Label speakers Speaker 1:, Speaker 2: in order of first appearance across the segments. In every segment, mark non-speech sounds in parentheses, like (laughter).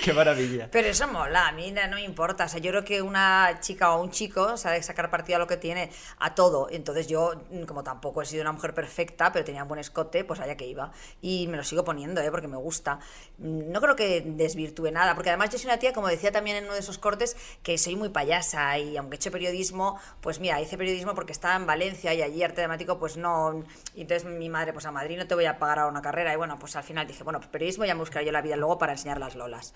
Speaker 1: Qué maravilla.
Speaker 2: Pero eso mola, a mí na- no me importa. O sea, yo creo que una chica o un chico sabe sacar partido a lo que tiene, a todo. Entonces yo, mm, como tampoco he sido una mujer perfecta, pero tenía un buen escote, pues allá que iba. Y me lo sigo poniendo, ¿eh? porque me gusta. Mm, No creo que desvirtúe nada, porque además yo soy una tía, como decía también en uno de esos cortes, que soy muy payasa y aunque he hecho periodismo, pues mira, hice periodismo porque estaba en Valencia y allí arte dramático, pues no. Y entonces mi madre, pues a Madrid no te voy a pagar ahora una carrera. Y bueno, pues al final dije, bueno, pues periodismo ya me buscaré yo la vida luego para enseñar las lolas.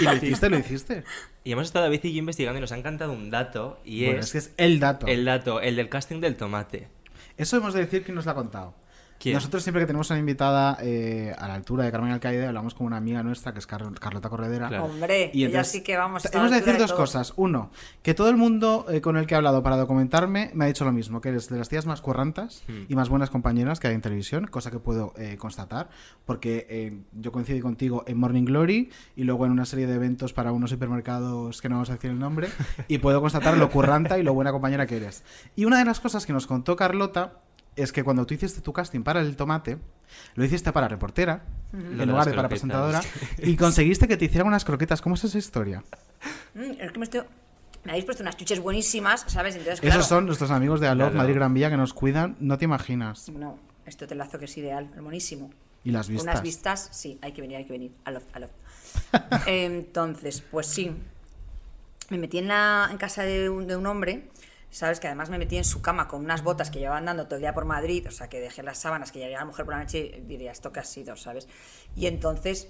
Speaker 3: Y lo hiciste, lo hiciste.
Speaker 1: Y hemos estado David y yo investigando y nos han cantado un dato y
Speaker 3: Bueno,
Speaker 1: es,
Speaker 3: es que es el dato.
Speaker 1: el dato, el del casting del tomate.
Speaker 3: Eso hemos de decir que nos lo ha contado.
Speaker 1: ¿Quién?
Speaker 3: Nosotros siempre que tenemos una invitada eh, a la altura de Carmen Alcaide, hablamos con una amiga nuestra que es Car- Carlota Corredera.
Speaker 1: Claro.
Speaker 2: Hombre,
Speaker 3: Y
Speaker 2: y
Speaker 3: entonces,
Speaker 2: sí que vamos. está a
Speaker 3: Hemos
Speaker 2: la
Speaker 3: de decir
Speaker 2: altura
Speaker 3: dos
Speaker 2: todo.
Speaker 3: cosas. Uno, que todo el mundo eh, con el que he hablado para documentarme me ha dicho lo mismo, que eres de las tías más currantas y más buenas compañeras que hay en televisión, cosa que puedo eh, constatar, porque eh, yo coincidí contigo en Morning Glory y luego en una serie de eventos para unos supermercados que no vamos a decir el nombre, y puedo constatar lo curranta y lo buena compañera que eres. Y una de las cosas que nos contó Carlota es que cuando tú hiciste tu casting para El Tomate, lo hiciste para reportera,
Speaker 1: Lo de
Speaker 3: en lugar
Speaker 1: las
Speaker 3: de
Speaker 1: croquetas. (laughs)
Speaker 3: para presentadora, y conseguiste que te hicieran unas croquetas. ¿Cómo es esa historia?
Speaker 2: Mm, es que me estoy. Me habéis puesto unas chuches buenísimas, ¿sabes? Entonces, claro.
Speaker 3: Esos son nuestros amigos de Alok,
Speaker 1: Claro.
Speaker 3: Madrid Gran Vía, que nos cuidan, no te imaginas.
Speaker 2: No, este telazo que es ideal, buenísimo.
Speaker 3: Y las
Speaker 2: Con
Speaker 3: vistas.
Speaker 2: Unas vistas, sí, hay que venir, hay que venir. Alof, alof. Entonces, pues sí. Me metí en, la, en casa de un, de un hombre, ¿sabes? Que además me metí en su cama con unas botas que llevaban dando todo el día por Madrid, o sea, que dejé las sábanas, que llegaría la mujer por la noche y diría, ¿esto qué ha sido, sabes? Y entonces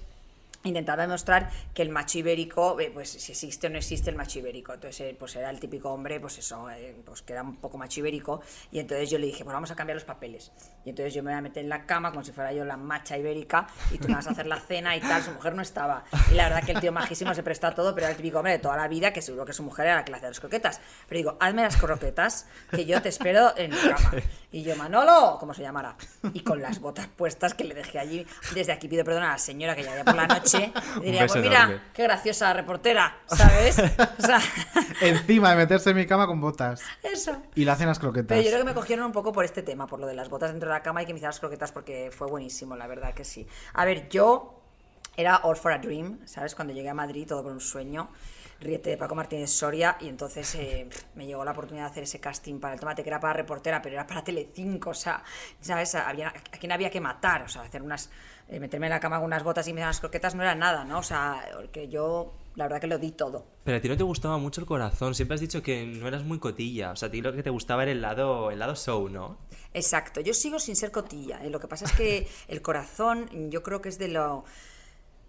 Speaker 2: intentaba demostrar que el macho ibérico, eh, pues si existe o no existe el macho ibérico. Entonces, eh, pues era el típico hombre, pues eso, eh, pues que era un poco macho ibérico. Y entonces yo le dije, pues vamos a cambiar los papeles. Y entonces yo me voy a meter en la cama como si fuera yo la macha ibérica y tú me vas a hacer la cena y tal. Su mujer no estaba. Y la verdad que el tío majísimo se prestó a todo, pero era el típico hombre de toda la vida que seguro que su mujer era la que le hacía las croquetas. Pero digo, hazme las croquetas que yo te espero en mi cama. Y yo, Manolo, como se llamara. Y con las botas puestas que le dejé allí. Desde aquí pido perdón a la señora que ya por la
Speaker 1: (laughs)
Speaker 2: noche.
Speaker 1: Un
Speaker 2: Diría,
Speaker 1: beso
Speaker 2: pues mira,
Speaker 1: enorme".
Speaker 2: qué graciosa reportera, ¿sabes? O sea,
Speaker 3: (laughs)
Speaker 2: (laughs)
Speaker 3: Encima de meterse en mi cama con botas.
Speaker 2: eso.
Speaker 3: Y le hacen las croquetas.
Speaker 2: Pero yo creo que me cogieron un poco por este tema, por lo de las botas dentro de la cama y que me hicieran las croquetas porque fue buenísimo, la verdad que sí. A ver, yo era all for a dream, ¿sabes? Cuando llegué a Madrid, todo por un sueño.
Speaker 4: Riete de Paco Martínez Soria y entonces eh, me llegó la oportunidad de hacer ese casting para el tomate que era para reportera pero era para Telecinco o sea sabes había, a quién había que matar o sea hacer unas eh, meterme en la cama con unas botas y unas croquetas no era nada no o sea que yo la verdad que lo di todo
Speaker 1: Pero a ti no te gustaba mucho el corazón. Siempre has dicho que no eras muy cotilla. O sea, a ti lo que te gustaba era el lado, el lado show, ¿no?
Speaker 4: Exacto, yo sigo sin ser cotilla. ¿eh? Lo que pasa es que el corazón, yo creo que es de lo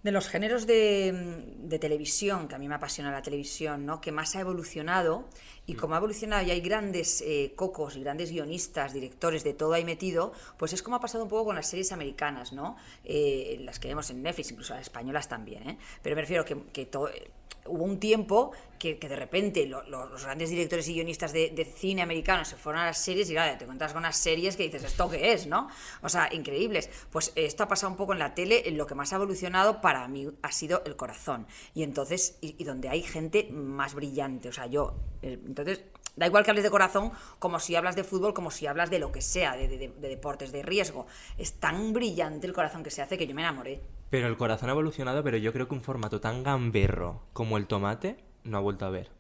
Speaker 4: de los géneros de, mm, de televisión, que a mí me apasiona la televisión, ¿no? que más ha evolucionado y como ha evolucionado y hay grandes eh, cocos y grandes guionistas, directores de todo ahí metido, pues es como ha pasado un poco con las series americanas, ¿no? Eh, las que vemos en Netflix, incluso las españolas también, ¿eh? pero me refiero que, que todo hubo un tiempo que, que de repente lo- lo- los grandes directores y guionistas de, de cine americano se fueron a las series y claro, te encuentras con unas series que dices, ¿esto qué es? ¿no? O sea, increíbles. Pues eh, esto ha pasado un poco en la tele, en lo que más ha evolucionado para mí ha sido el corazón. Y entonces, y, y donde hay gente más brillante. O sea, yo, eh, entonces, Da igual que hables de corazón, como si hablas de fútbol, como si hablas de lo que sea, de, de- de- de deportes, de riesgo. Es tan brillante el corazón que se hace que yo me enamoré.
Speaker 1: Pero el corazón ha evolucionado, pero yo creo que un formato tan gamberro como el tomate no ha vuelto a ver.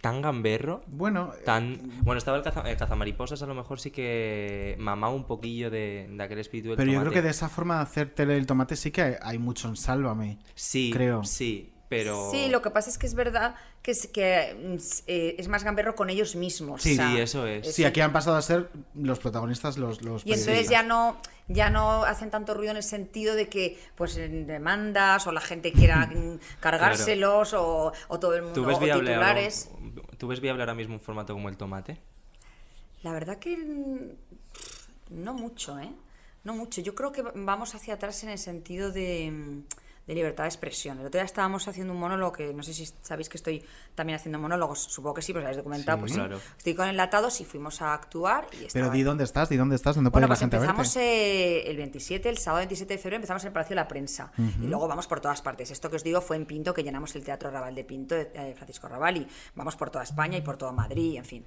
Speaker 1: Tan gamberro.
Speaker 3: Bueno, eh,
Speaker 1: Tan... Bueno, estaba el, caza- el cazamariposas, a lo mejor sí que mamaba un poquillo de, de aquel espíritu del
Speaker 3: pero yo creo
Speaker 1: tomate.
Speaker 3: que de esa forma de hacer tele del tomate sí que hay, hay mucho en Sálvame.
Speaker 1: Sí,
Speaker 3: creo.
Speaker 1: sí, pero...
Speaker 4: Sí, lo que pasa es que es verdad que es, que, mm, s- eh, es más gamberro con ellos mismos.
Speaker 1: Sí,
Speaker 4: o sea,
Speaker 1: eso es.
Speaker 3: Sí, aquí pues han pasado a ser los protagonistas los, los
Speaker 4: Y entonces
Speaker 3: periodistas.
Speaker 4: ya no, ya no hacen tanto ruido en el sentido de que pues en demandas o la gente quiera
Speaker 1: (laughs)
Speaker 4: mm, cargárselos o, o todo el mundo
Speaker 1: ¿Tú ves,
Speaker 4: o
Speaker 1: viable ahora-
Speaker 4: titulares.
Speaker 1: ¿Tú ves viable ahora mismo un formato como el tomate?
Speaker 4: La verdad que mm, pff, no mucho, ¿eh? No mucho. Yo creo que va- vamos hacia atrás en el sentido de, mm, de libertad de expresión. El otro día estábamos haciendo un monólogo que no sé si sabéis que estoy también haciendo monólogos. Supongo que sí, pero lo habéis documentado.
Speaker 3: Sí.
Speaker 4: pues
Speaker 1: Claro.
Speaker 4: Estoy con enlatados y fuimos a actuar. Y
Speaker 3: Pero
Speaker 4: estaba-
Speaker 3: di dónde estás, di dónde estás, dónde puede
Speaker 4: bueno,
Speaker 3: ir la
Speaker 4: pues
Speaker 3: gente a verte.
Speaker 4: empezamos eh, el 27, el sábado 27 de febrero, empezamos en el Palacio de la Prensa y luego vamos por todas partes. Esto que os digo fue en Pinto, que llenamos el Teatro Raval de Pinto, eh, Francisco Raval, y vamos por toda España y por toda Madrid, en fin.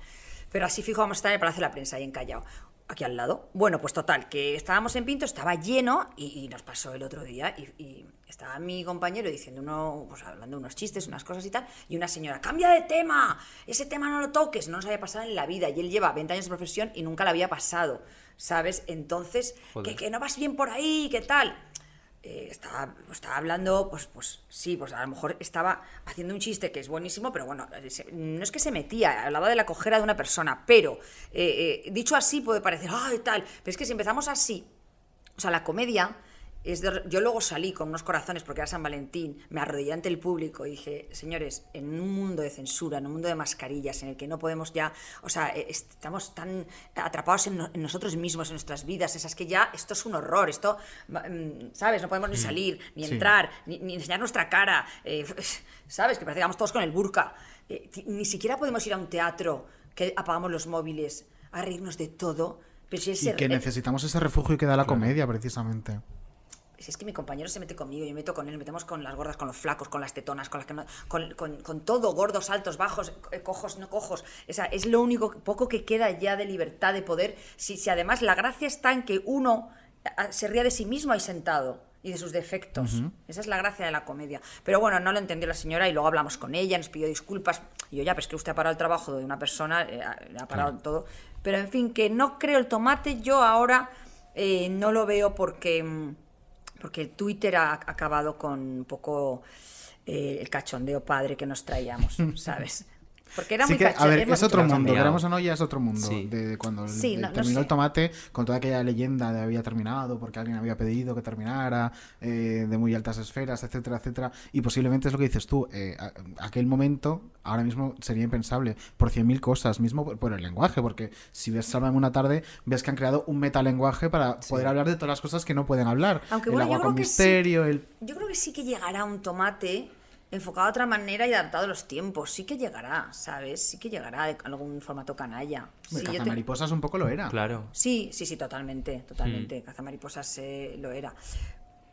Speaker 4: Pero así fijo, vamos a estar en el Palacio de la Prensa, ahí en Callao, aquí al lado. Bueno, pues total, que estábamos en Pinto, estaba lleno y, y nos pasó el otro día y, y estaba mi compañero diciendo uno, pues hablando unos chistes, unas cosas y tal, y una señora, cambia de tema, ese tema no lo toques, no nos había pasado en la vida y él lleva 20 años de profesión y nunca la había pasado. ¿sabes? Entonces,
Speaker 1: Joder.
Speaker 4: que, que no vas bien por ahí, ¿qué tal? Eh, estaba, estaba hablando, pues, pues sí, pues a lo mejor estaba haciendo un chiste que es buenísimo, pero bueno, eh, se- no es que se metía, hablaba de la cojera de una persona, pero eh, eh, dicho así puede parecer, ay, tal, pero es que si empezamos así, o sea, la comedia es de- Yo luego salí con unos corazones porque era San Valentín, me arrodillé ante el público y dije, señores, en un mundo de censura, en un mundo de mascarillas, en el que no podemos ya, o sea, eh, estamos tan atrapados en, no- en nosotros mismos, en nuestras vidas, esas que ya esto es un horror, esto, va- mm, ¿sabes? No podemos ni salir, ni
Speaker 3: Sí.
Speaker 4: entrar, ni, ni enseñar nuestra cara, eh, (laughs) ¿sabes? Que parece que vamos todos con el burka. Eh, ti- ni siquiera podemos ir a un teatro que apagamos los móviles a reírnos de todo. Pero si es
Speaker 3: Y que necesitamos ese refugio que da la comedia, precisamente.
Speaker 4: si es que mi compañero se mete conmigo, yo me meto con él, nos metemos con las gordas, con los flacos, con las tetonas, con las que no- con, con- con todo, gordos, altos, bajos, co- eh, cojos, no cojos. O sea, es lo único que- poco que queda ya de libertad, de poder. Si, si además la gracia está en que uno a- se ría de sí mismo ahí sentado y de sus defectos. Esa es la gracia de la comedia. Pero bueno, no lo entendió la señora y luego hablamos con ella, nos pidió disculpas. Y yo ya, pero es que usted ha parado el trabajo de una persona, eh, ha ha parado todo. Pero en fin, que no creo el tomate, yo ahora eh, no lo veo porque... mm, porque el Twitter ha acabado con un poco eh, el cachondeo padre que
Speaker 3: (laughs)
Speaker 4: nos traíamos, ¿sabes? Porque era
Speaker 3: Sí
Speaker 4: muy
Speaker 3: que, a
Speaker 4: cachondeo.
Speaker 3: ver, es otro
Speaker 1: cachondeo.
Speaker 3: mundo,
Speaker 1: Cambiado.
Speaker 3: queramos o no, ya es otro mundo.
Speaker 1: Sí.
Speaker 3: De, de cuando el-
Speaker 4: Sí, no-
Speaker 3: el-
Speaker 4: no
Speaker 3: terminó
Speaker 4: sé.
Speaker 3: el tomate, con toda aquella leyenda de había terminado porque alguien había pedido que terminara, eh, de muy altas esferas, etcétera, etcétera. Y posiblemente es lo que dices tú, eh, a- aquel momento, ahora mismo sería impensable, por cien mil cosas, mismo por, por el lenguaje, porque si ves Salva en una tarde, ves que han creado un metalenguaje para poder hablar de todas las cosas que no pueden hablar.
Speaker 4: Aunque
Speaker 3: el
Speaker 4: bueno, yo
Speaker 3: agua con
Speaker 4: creo que sí.
Speaker 3: misterio, el
Speaker 4: Yo creo que sí que llegará un tomate enfocado de otra manera y adaptado a los tiempos. Sí que llegará, ¿sabes? Sí que llegará de algún formato canalla. Sí,
Speaker 3: el
Speaker 4: yo te-
Speaker 3: cazamariposas un poco lo era.
Speaker 1: Claro. Hmm.
Speaker 4: Sí, sí, sí, totalmente, totalmente. Cazamariposas eh, lo era.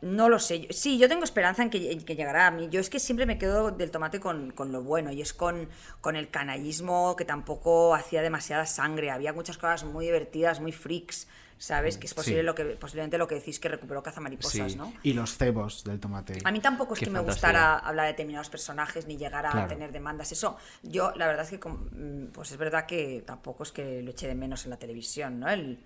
Speaker 4: No lo sé. Yo- Sí, yo tengo esperanza en que, en que llegará a mí. Yo es que siempre me quedo del tomate con, con lo bueno y es con, con el canallismo que tampoco hacía demasiada sangre. Había muchas cosas muy divertidas, muy freaks, ¿sabes? Que es posible
Speaker 1: Mm, Sí.
Speaker 4: lo que, posiblemente lo que decís que recuperó Cazamariposas,
Speaker 1: Sí.
Speaker 4: ¿no?
Speaker 3: Y los cebos del tomate.
Speaker 4: A mí tampoco es
Speaker 1: Qué
Speaker 4: que me
Speaker 1: fantasía.
Speaker 4: gustara hablar de determinados personajes ni llegar a
Speaker 3: Claro.
Speaker 4: tener demandas. Eso, yo la verdad es que, com- mm, pues es verdad que tampoco es que lo eche de menos en la televisión, ¿no? El,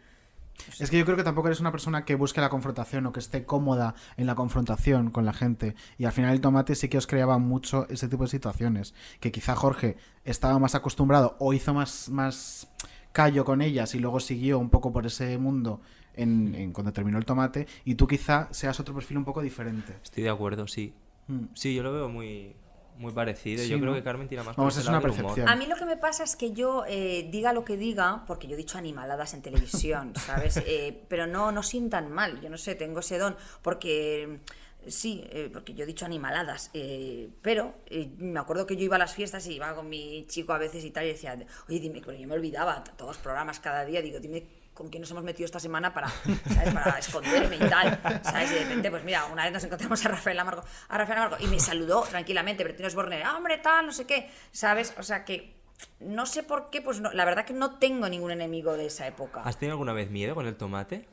Speaker 3: Es que yo creo que tampoco eres una persona que busque la confrontación o que esté cómoda en la confrontación con la gente. Y al final el tomate sí que os creaba mucho ese tipo de situaciones. Que quizá Jorge estaba más acostumbrado o hizo más, más callo con ellas y luego siguió un poco por ese mundo en, en cuando terminó el tomate. Y tú quizá seas otro perfil un poco diferente.
Speaker 1: Estoy de acuerdo, sí.
Speaker 3: Mm.
Speaker 1: Sí, yo lo veo muy, muy parecido.
Speaker 3: Sí,
Speaker 1: yo creo
Speaker 3: ¿no?
Speaker 1: que Carmen tira más
Speaker 3: Vamos,
Speaker 1: por
Speaker 3: es
Speaker 1: ese lado
Speaker 3: una
Speaker 1: del humor.
Speaker 3: percepción.
Speaker 4: A mí lo que me pasa es que yo eh, diga lo que diga, porque yo he dicho animaladas en televisión, ¿sabes? Eh, pero no, no sientan mal, yo no sé, tengo ese don, porque eh, sí, eh, porque yo he dicho animaladas, eh, pero eh, me acuerdo que yo iba a las fiestas y iba con mi chico a veces y tal, y decía, oye, dime, pero yo me olvidaba, t- todos los programas cada día, digo, dime con quién nos hemos metido esta semana para, ¿sabes? para esconderme y tal. ¿sabes? Y de repente, pues mira, una vez nos encontramos a Rafael Amargo, a Rafael Amargo y me saludó tranquilamente, Bertino Osborne, "Ah, hombre, tal, no sé qué, ¿sabes? O sea que no sé por qué, pues no, la verdad que no tengo ningún enemigo de esa época.
Speaker 1: ¿Has tenido alguna vez miedo con el
Speaker 3: (laughs)
Speaker 1: tomate?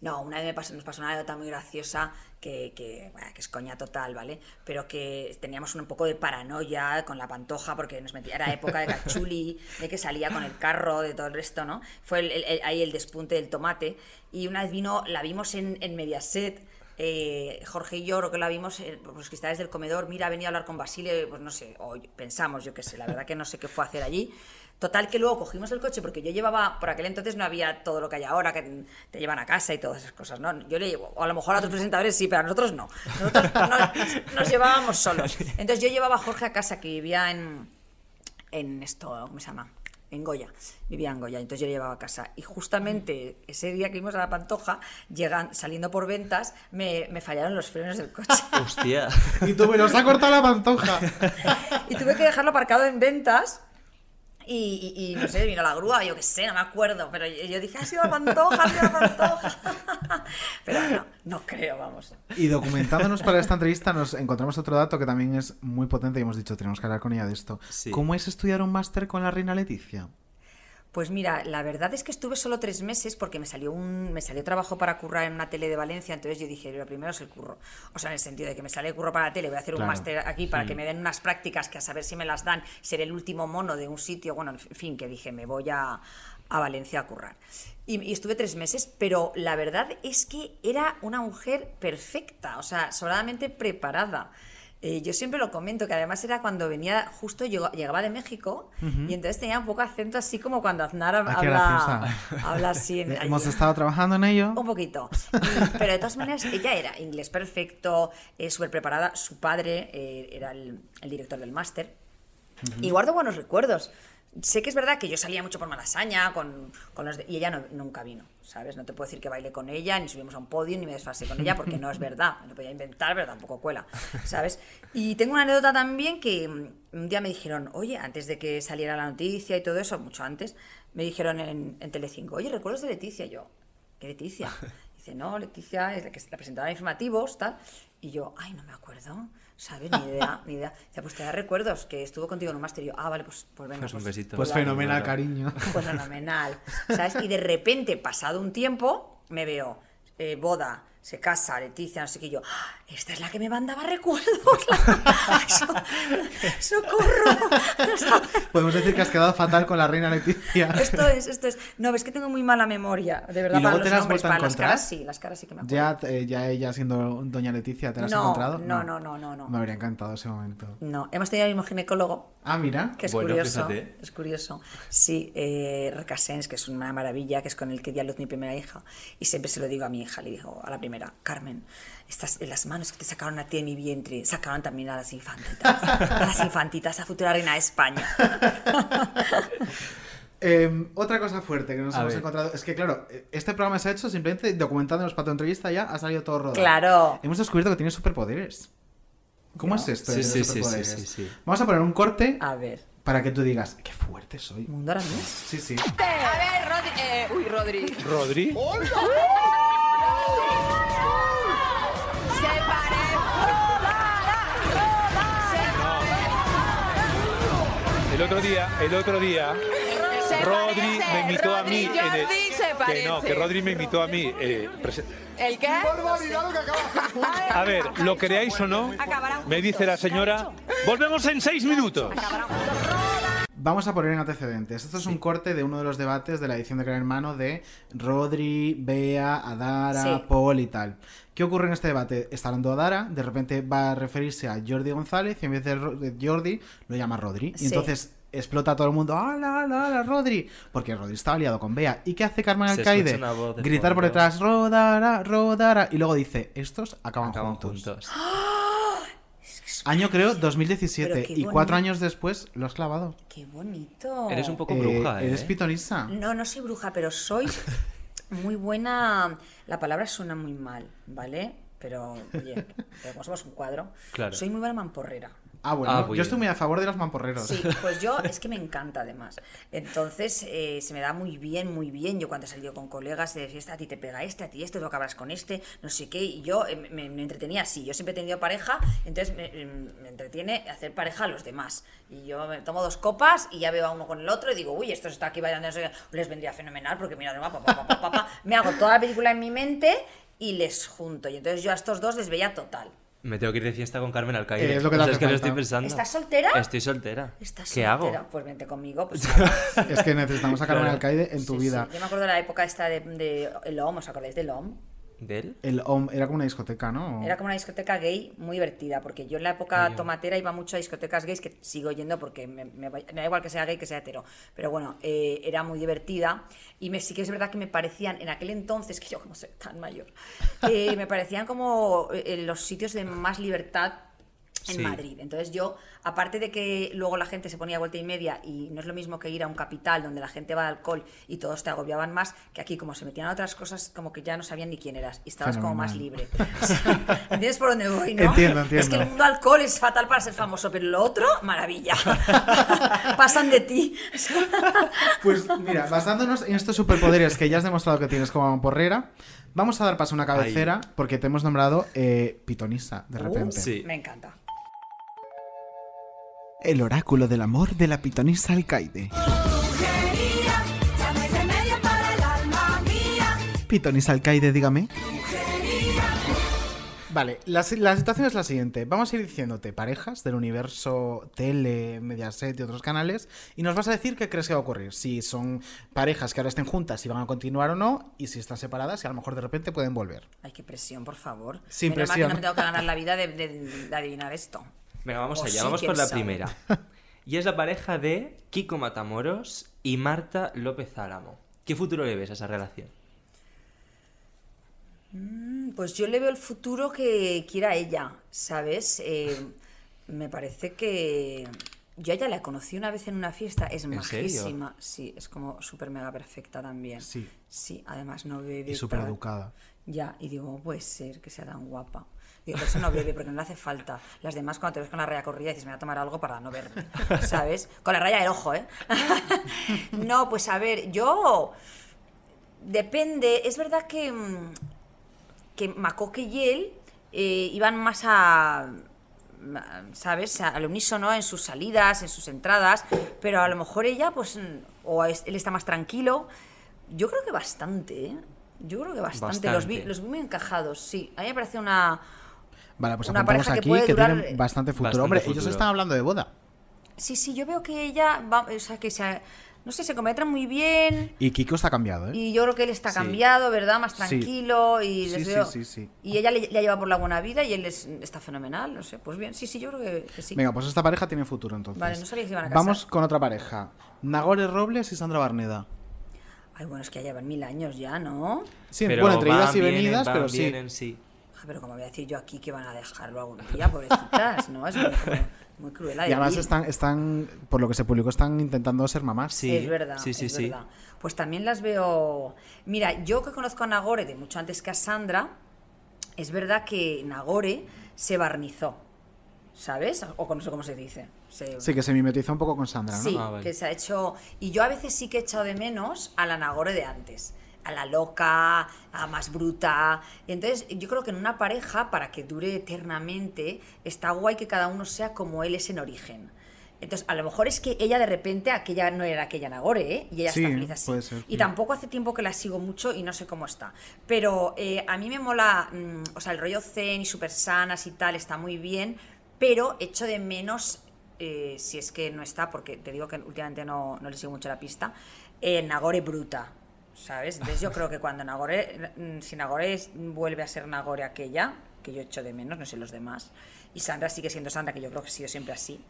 Speaker 4: No, una vez me pasó- nos pasó una anécdota muy graciosa que, que, bueno, que es coña total, ¿vale? Pero que teníamos un poco de paranoia con la pantoja porque nos metía, era época de cachuli, de que salía con el carro, de todo el resto, ¿no? Fue el- el- el- ahí el despunte del tomate. Y una vez vino, la vimos en, en Mediaset. eh, Jorge y yo creo que la vimos eh, por los cristales del comedor, mira, venía a hablar con Basile, pues no sé, o yo- pensamos, yo qué sé, la verdad que no sé qué fue a hacer allí, Total que luego cogimos el coche porque yo llevaba, por aquel entonces no había todo lo que hay ahora, que te llevan a casa y todas esas cosas, ¿no? Yo le llevo, o a lo mejor a otros presentadores sí, pero a nosotros no. Nosotros nos, nos llevábamos solos. Entonces yo llevaba a Jorge a casa que vivía en, en esto, ¿cómo se llama? En Goya, vivía en Goya, entonces yo le llevaba a casa. Y justamente ese día que íbamos a la Pantoja, llegan, saliendo por ventas, me, me fallaron los frenos del coche.
Speaker 1: Hostia.
Speaker 3: Y tú me los ha cortado la pantoja.
Speaker 4: y tuve que dejarlo aparcado en ventas. Y, y- y no sé, vino la grúa, yo qué sé, no me acuerdo, pero yo, yo dije, ha sido la pantoja, ha sido la pantoja. (laughs) Pero no, no creo, vamos.
Speaker 3: Y documentándonos para esta entrevista nos encontramos otro dato que también es muy potente y hemos dicho, tenemos que hablar con ella de esto.
Speaker 1: Sí.
Speaker 3: ¿Cómo es estudiar un máster con la reina Leticia?
Speaker 4: Pues mira, la verdad es que estuve solo tres meses porque me salió un, me salió trabajo para currar en una tele de Valencia, entonces yo dije, lo primero es el curro. O sea, en el sentido de que me sale el curro para la tele, voy a hacer
Speaker 3: Claro.
Speaker 4: un máster aquí para que me den unas prácticas que a saber si me las dan, ser el último mono de un sitio, bueno, en fin, que dije, me voy a, a Valencia a currar. Y, y estuve tres meses, pero la verdad es que era una mujer perfecta, o sea, sobradamente preparada. Eh, yo siempre lo comento, que además era cuando venía, justo llegó- llegaba de México, y entonces tenía un poco acento así como cuando Aznar hab-
Speaker 3: Ah, qué
Speaker 4: habla,
Speaker 3: graciosa.
Speaker 4: habla
Speaker 3: (laughs)
Speaker 4: así. en-
Speaker 3: Hemos
Speaker 4: allí.
Speaker 3: estado trabajando en ello.
Speaker 4: Un poquito. Y- pero de todas maneras, ella era inglés perfecto, eh, súper preparada. Su padre eh, era el, el director del máster. Y guardo buenos recuerdos. Sé que es verdad que yo salía mucho por Malasaña con, con los de- y ella no- nunca vino, ¿sabes? No te puedo decir que bailé con ella, ni subimos a un podio, ni me desfasé con ella, porque no es verdad. Me lo podía inventar, pero tampoco cuela, ¿sabes? Y tengo una anécdota también que mm, un día me dijeron, oye, antes de que saliera la noticia y todo eso, mucho antes, me dijeron en, en Telecinco, oye, ¿recuerdas de Leticia? Y Yo, ¿qué Leticia? (laughs) Dice, no, Leticia es la que se la presentaba en informativos, tal. Y yo, ay, no me acuerdo, ¿sabes? Ni
Speaker 3: (laughs)
Speaker 4: idea, ni idea. Dice, pues te da recuerdos, que estuvo contigo en un máster. Y yo, ah, vale, pues, pues venga.
Speaker 1: Pues un besito.
Speaker 3: Pues
Speaker 1: Claro,
Speaker 3: fenomenal,
Speaker 1: claro.
Speaker 3: cariño. (laughs)
Speaker 4: Pues fenomenal, ¿sabes? Y de repente, pasado un tiempo, me veo, eh, boda, se casa, Leticia, no sé qué, y yo, ¡ah! esta es la que me mandaba recuerdos. (laughs) So- socorro. (laughs)
Speaker 3: Podemos decir que has quedado fatal con la reina Leticia.
Speaker 4: Esto es, esto es. No, ves que tengo muy mala memoria, de verdad,
Speaker 3: ¿Y
Speaker 4: para
Speaker 3: luego te
Speaker 4: los
Speaker 3: la has
Speaker 4: nombres,
Speaker 3: vuelto a
Speaker 4: para las
Speaker 3: encontrar?
Speaker 4: caras sí, las caras sí que me acuerdo.
Speaker 3: Ya, eh, ya ella siendo doña Leticia, ¿te la has
Speaker 4: No,
Speaker 3: encontrado?
Speaker 4: no, no, no, no, no.
Speaker 3: Me habría encantado ese momento.
Speaker 4: No, hemos tenido el mismo ginecólogo,
Speaker 3: Ah, mira.
Speaker 4: que es
Speaker 1: Bueno,
Speaker 4: curioso.
Speaker 1: fíjate.
Speaker 4: Es curioso. Sí, eh, Recasens, que es una maravilla, que es con el que di a luz mi primera hija. Y siempre se lo digo a mi hija, le digo a la primera, Carmen, estas, las manos que te sacaron a ti de mi vientre, sacaron también a las infantitas. A las infantitas, a futura reina de España.
Speaker 3: Eh, otra cosa fuerte que nos
Speaker 1: A
Speaker 3: hemos
Speaker 1: ver.
Speaker 3: encontrado es que, claro, eh, este programa se ha hecho simplemente documentándonos para tu entrevista ya ha salido todo rodado.
Speaker 4: Claro.
Speaker 3: Hemos descubierto que tiene superpoderes. ¿Cómo es esto? de
Speaker 1: Sí,
Speaker 3: tener
Speaker 1: sí, sí,
Speaker 3: superpoderes?
Speaker 1: sí, sí, sí.
Speaker 3: Vamos a poner un corte
Speaker 4: A ver,
Speaker 3: para que tú digas, qué fuerte soy.
Speaker 4: mundo ahora mismo.
Speaker 3: Sí, sí.
Speaker 2: A ver, Rodri. eh, uy, Rodri.
Speaker 5: ¿Rodri?
Speaker 6: El otro día, el otro día,
Speaker 7: Se
Speaker 6: Rodri
Speaker 7: parece,
Speaker 6: me invitó a mí.
Speaker 7: Rodri
Speaker 6: en el-
Speaker 7: Jordi se
Speaker 6: que no, que
Speaker 7: parece.
Speaker 6: Rodri me invitó a mí. eh, prese-
Speaker 7: ¿El qué?
Speaker 6: a ver, lo creáis o no, me dice la señora, volvemos en seis minutos.
Speaker 3: Vamos a poner en antecedentes. Esto es un corte de uno de los debates de la edición de Gran Hermano de Rodri, Bea, Adara,
Speaker 4: Sí.
Speaker 3: Paul y tal. ¿Qué ocurre en este debate? Está hablando Adara, de repente va a referirse a Jordi González y en vez de, Ro- de Jordi lo llama Rodri. Y
Speaker 4: Sí.
Speaker 3: entonces explota a todo el mundo, ¡Hala, hala, hala, Rodri! Porque Rodri estaba liado con Bea. ¿Y qué hace Carmen
Speaker 1: Se escucha
Speaker 3: Alcaide?
Speaker 1: una voz de
Speaker 3: Gritar por
Speaker 1: fondo.
Speaker 3: detrás, ¡Rodara, Rodara! Y luego dice, estos acaban, juntos.
Speaker 4: Ah.
Speaker 3: Año creo
Speaker 4: Pero
Speaker 3: 2017
Speaker 4: qué
Speaker 3: y cuatro
Speaker 4: bonito.
Speaker 3: años después lo has clavado.
Speaker 4: Qué bonito.
Speaker 3: Eres un poco Eh, bruja, ¿eh? eres pitonisa.
Speaker 4: No, no soy bruja, pero soy muy buena. La palabra suena muy mal, ¿vale? Pero, oye, pero como somos un cuadro,
Speaker 3: Claro.
Speaker 4: soy muy buena mamporrera.
Speaker 3: Ah, bueno.
Speaker 1: Ah,
Speaker 3: yo
Speaker 1: muy
Speaker 3: estoy muy a favor de los mamporreros.
Speaker 4: Sí, pues yo es que me encanta además. Entonces eh, se me da muy bien, muy bien. Yo cuando he salido con colegas de fiesta, a ti te pega este, a ti este, tú acabas con este, no sé qué. Y yo eh, me, me entretenía así. Yo siempre he tenido pareja, entonces me, em, me entretiene hacer pareja a los demás. Y yo me tomo dos copas y ya veo a uno con el otro y digo, uy, esto está aquí bailando, no sé qué". les vendría fenomenal porque mira, papá, papá, papá, me hago toda la película en mi mente y les junto. Y entonces yo a estos dos les veía total.
Speaker 1: Me tengo que ir de fiesta con Carmen Alcaide.
Speaker 3: Eh, es lo que te
Speaker 1: O sea,
Speaker 3: hace
Speaker 1: es que lo
Speaker 3: falta.
Speaker 1: estoy pensando.
Speaker 4: ¿Estás soltera?
Speaker 1: Estoy soltera.
Speaker 4: ¿Estás
Speaker 1: ¿Qué
Speaker 4: soltera?
Speaker 1: hago?
Speaker 4: Pues vente
Speaker 1: (laughs)
Speaker 4: conmigo. Pues,
Speaker 3: (laughs) Es que necesitamos a Carmen
Speaker 1: Claro.
Speaker 3: Alcaide en tu vida.
Speaker 4: Yo me acuerdo de la época esta de, de El OM, ¿os acordáis del OM?
Speaker 1: ¿De él?
Speaker 3: El OM era como una discoteca, ¿no?
Speaker 4: Era como una discoteca gay muy divertida, porque yo en la época tomatera iba mucho a discotecas gays, que sigo yendo porque me, me va- me da igual que sea gay que sea hetero. Pero bueno, eh, era muy divertida y me, sí que es verdad que me parecían, en aquel entonces, que yo como soy tan mayor, eh, me parecían como eh, los sitios de más libertad en
Speaker 7: Sí.
Speaker 4: Madrid. Entonces yo, aparte de que luego la gente se ponía vuelta y media y no es lo mismo que ir a un capital donde la gente va de alcohol y todos te agobiaban más, que aquí como se metían a otras cosas, como que ya no sabían ni quién eras y estabas como más libre.
Speaker 3: Fenomenal.
Speaker 4: O sea, ¿Entiendes por dónde voy, no?
Speaker 3: Entiendo,
Speaker 4: Es que
Speaker 3: entiendo.
Speaker 4: el mundo alcohol es fatal para ser famoso, pero lo otro, maravilla. (laughs) Pasan de ti.
Speaker 3: Pues mira, basándonos en estos superpoderes que ya has demostrado que tienes como mamporrera, vamos a dar paso a una cabecera porque te hemos nombrado eh, pitonisa
Speaker 4: Uh.
Speaker 3: de repente.
Speaker 4: Me encanta.
Speaker 3: El oráculo del amor de la pitonisa Alcaide.
Speaker 7: Brujería, dame remedio para el alma mía.
Speaker 3: Pitonisa Alcaide, dígame.
Speaker 7: Brujería.
Speaker 3: Vale, la, si- la situación es la siguiente. Vamos a ir diciéndote parejas del universo tele, Mediaset y otros canales y nos vas a decir qué crees que va a ocurrir. Si son parejas que ahora estén juntas, si van a continuar o no y si están separadas y a lo mejor de repente pueden volver.
Speaker 4: Ay, qué presión, por favor.
Speaker 3: Sin
Speaker 4: Menos mal
Speaker 3: presión.
Speaker 4: que no me tengo que ganar la vida de, de- de adivinar esto.
Speaker 1: Venga, vamos
Speaker 4: O
Speaker 1: allá,
Speaker 4: sí,
Speaker 1: vamos
Speaker 4: quién
Speaker 1: con la
Speaker 4: sabe.
Speaker 1: primera. Y es la pareja de Kiko Matamoros y Marta López Álamo. ¿Qué futuro le ves a esa relación?
Speaker 4: Mm, Pues yo le veo el futuro que quiera ella, ¿sabes? Eh, me parece que yo a ella la conocí una vez en una fiesta, es
Speaker 7: ¿En serio?
Speaker 4: majísima, sí, es como súper mega perfecta también.
Speaker 3: Sí.
Speaker 4: Sí, además no bebe.
Speaker 3: Y súper
Speaker 4: tal.
Speaker 3: educada.
Speaker 4: Ya, y digo, puede ser que sea tan guapa. Digo, por eso no bebe, porque no le hace falta. Las demás, cuando te ves con la raya corrida, dices, me voy a tomar algo para no verme, ¿sabes? Con la raya del ojo, ¿eh? (laughs) no, pues a ver, yo... Depende, es verdad que, mm, que Macoque y él eh, iban más a, a, ¿sabes? A- Al unísono en sus salidas, en sus entradas, pero a lo mejor ella, pues, mm, o es- él está más tranquilo. Yo creo que bastante, ¿eh? Yo creo que bastante. Los, vi,
Speaker 1: Bastante.
Speaker 4: los vi muy encajados, sí. A mí me parece una...
Speaker 3: Vale, pues
Speaker 4: Una
Speaker 3: apuntamos
Speaker 4: pareja que
Speaker 3: aquí que,
Speaker 4: puede durar, eh,
Speaker 3: tienen bastante futuro.
Speaker 1: bastante
Speaker 3: Hombre, ellos
Speaker 1: futuro.
Speaker 3: están hablando de boda.
Speaker 4: Sí, sí, yo veo que ella va... O sea, que se... No sé, se cometen muy bien.
Speaker 3: Y Kiko está cambiado, ¿eh?
Speaker 4: Y yo creo que él está
Speaker 3: Sí.
Speaker 4: cambiado, ¿verdad? Más
Speaker 3: Sí.
Speaker 4: tranquilo y
Speaker 3: Sí,
Speaker 4: les
Speaker 3: sí,
Speaker 4: veo-
Speaker 3: sí, sí.
Speaker 4: Y ella le, le ha llevado por la buena vida y él es- está fenomenal, no sé. Pues bien, sí, sí, yo creo que, que sí.
Speaker 3: Venga, pues esta pareja tiene futuro entonces.
Speaker 4: Vale, no sabía que se iban a casar.
Speaker 3: Vamos con otra pareja. Nagore Robles y Sandra Barneda.
Speaker 4: Ay, bueno, es que ya llevan mil años ya, ¿no?
Speaker 3: Sí,
Speaker 1: Pero
Speaker 3: bueno, entre
Speaker 1: van,
Speaker 3: idas y
Speaker 1: vienen,
Speaker 3: venidas,
Speaker 1: van,
Speaker 3: pero sí.
Speaker 1: vienen, sí.
Speaker 4: Ah, pero como voy a decir yo aquí que van a dejarlo algún día, pobrecitas, ¿no? Es muy, cru- muy cruel.
Speaker 3: Y además
Speaker 4: Adil.
Speaker 3: están, están, por lo que se publicó, están intentando ser mamás.
Speaker 4: es verdad, es verdad. Pues también las veo. Mira, yo que conozco a Nagore de mucho antes que a Sandra, es verdad que Nagore se barnizó, ¿sabes? O no sé cómo se dice. Se-
Speaker 3: Sí, que se mimetiza un poco con Sandra, ¿no?
Speaker 4: Sí, que se ha hecho. Y yo a veces sí que he echado de menos a la Nagore de antes. A la loca, a más bruta. Y entonces yo creo que en una pareja, para que dure eternamente, está guay que cada uno sea como él es en origen. Entonces, a lo mejor es que ella de repente, aquella no era aquella Nagore, ¿eh? Y ella
Speaker 3: Sí,
Speaker 4: está feliz así.
Speaker 3: puede ser.
Speaker 4: Y tampoco hace tiempo que la sigo mucho y no sé cómo está. Pero eh, a mí me mola, mm, o sea, el rollo zen y super sanas y tal está muy bien, pero echo de menos, eh, si es que no está, porque te digo que últimamente no, no le sigo mucho la pista, eh, Nagore bruta. ¿Sabes? Entonces yo creo que cuando Nagore, mm, si Nagore es- vuelve a ser Nagore aquella, que yo echo de menos, no sé los demás, y Sandra sigue siendo Sandra, que yo creo que ha sido siempre así,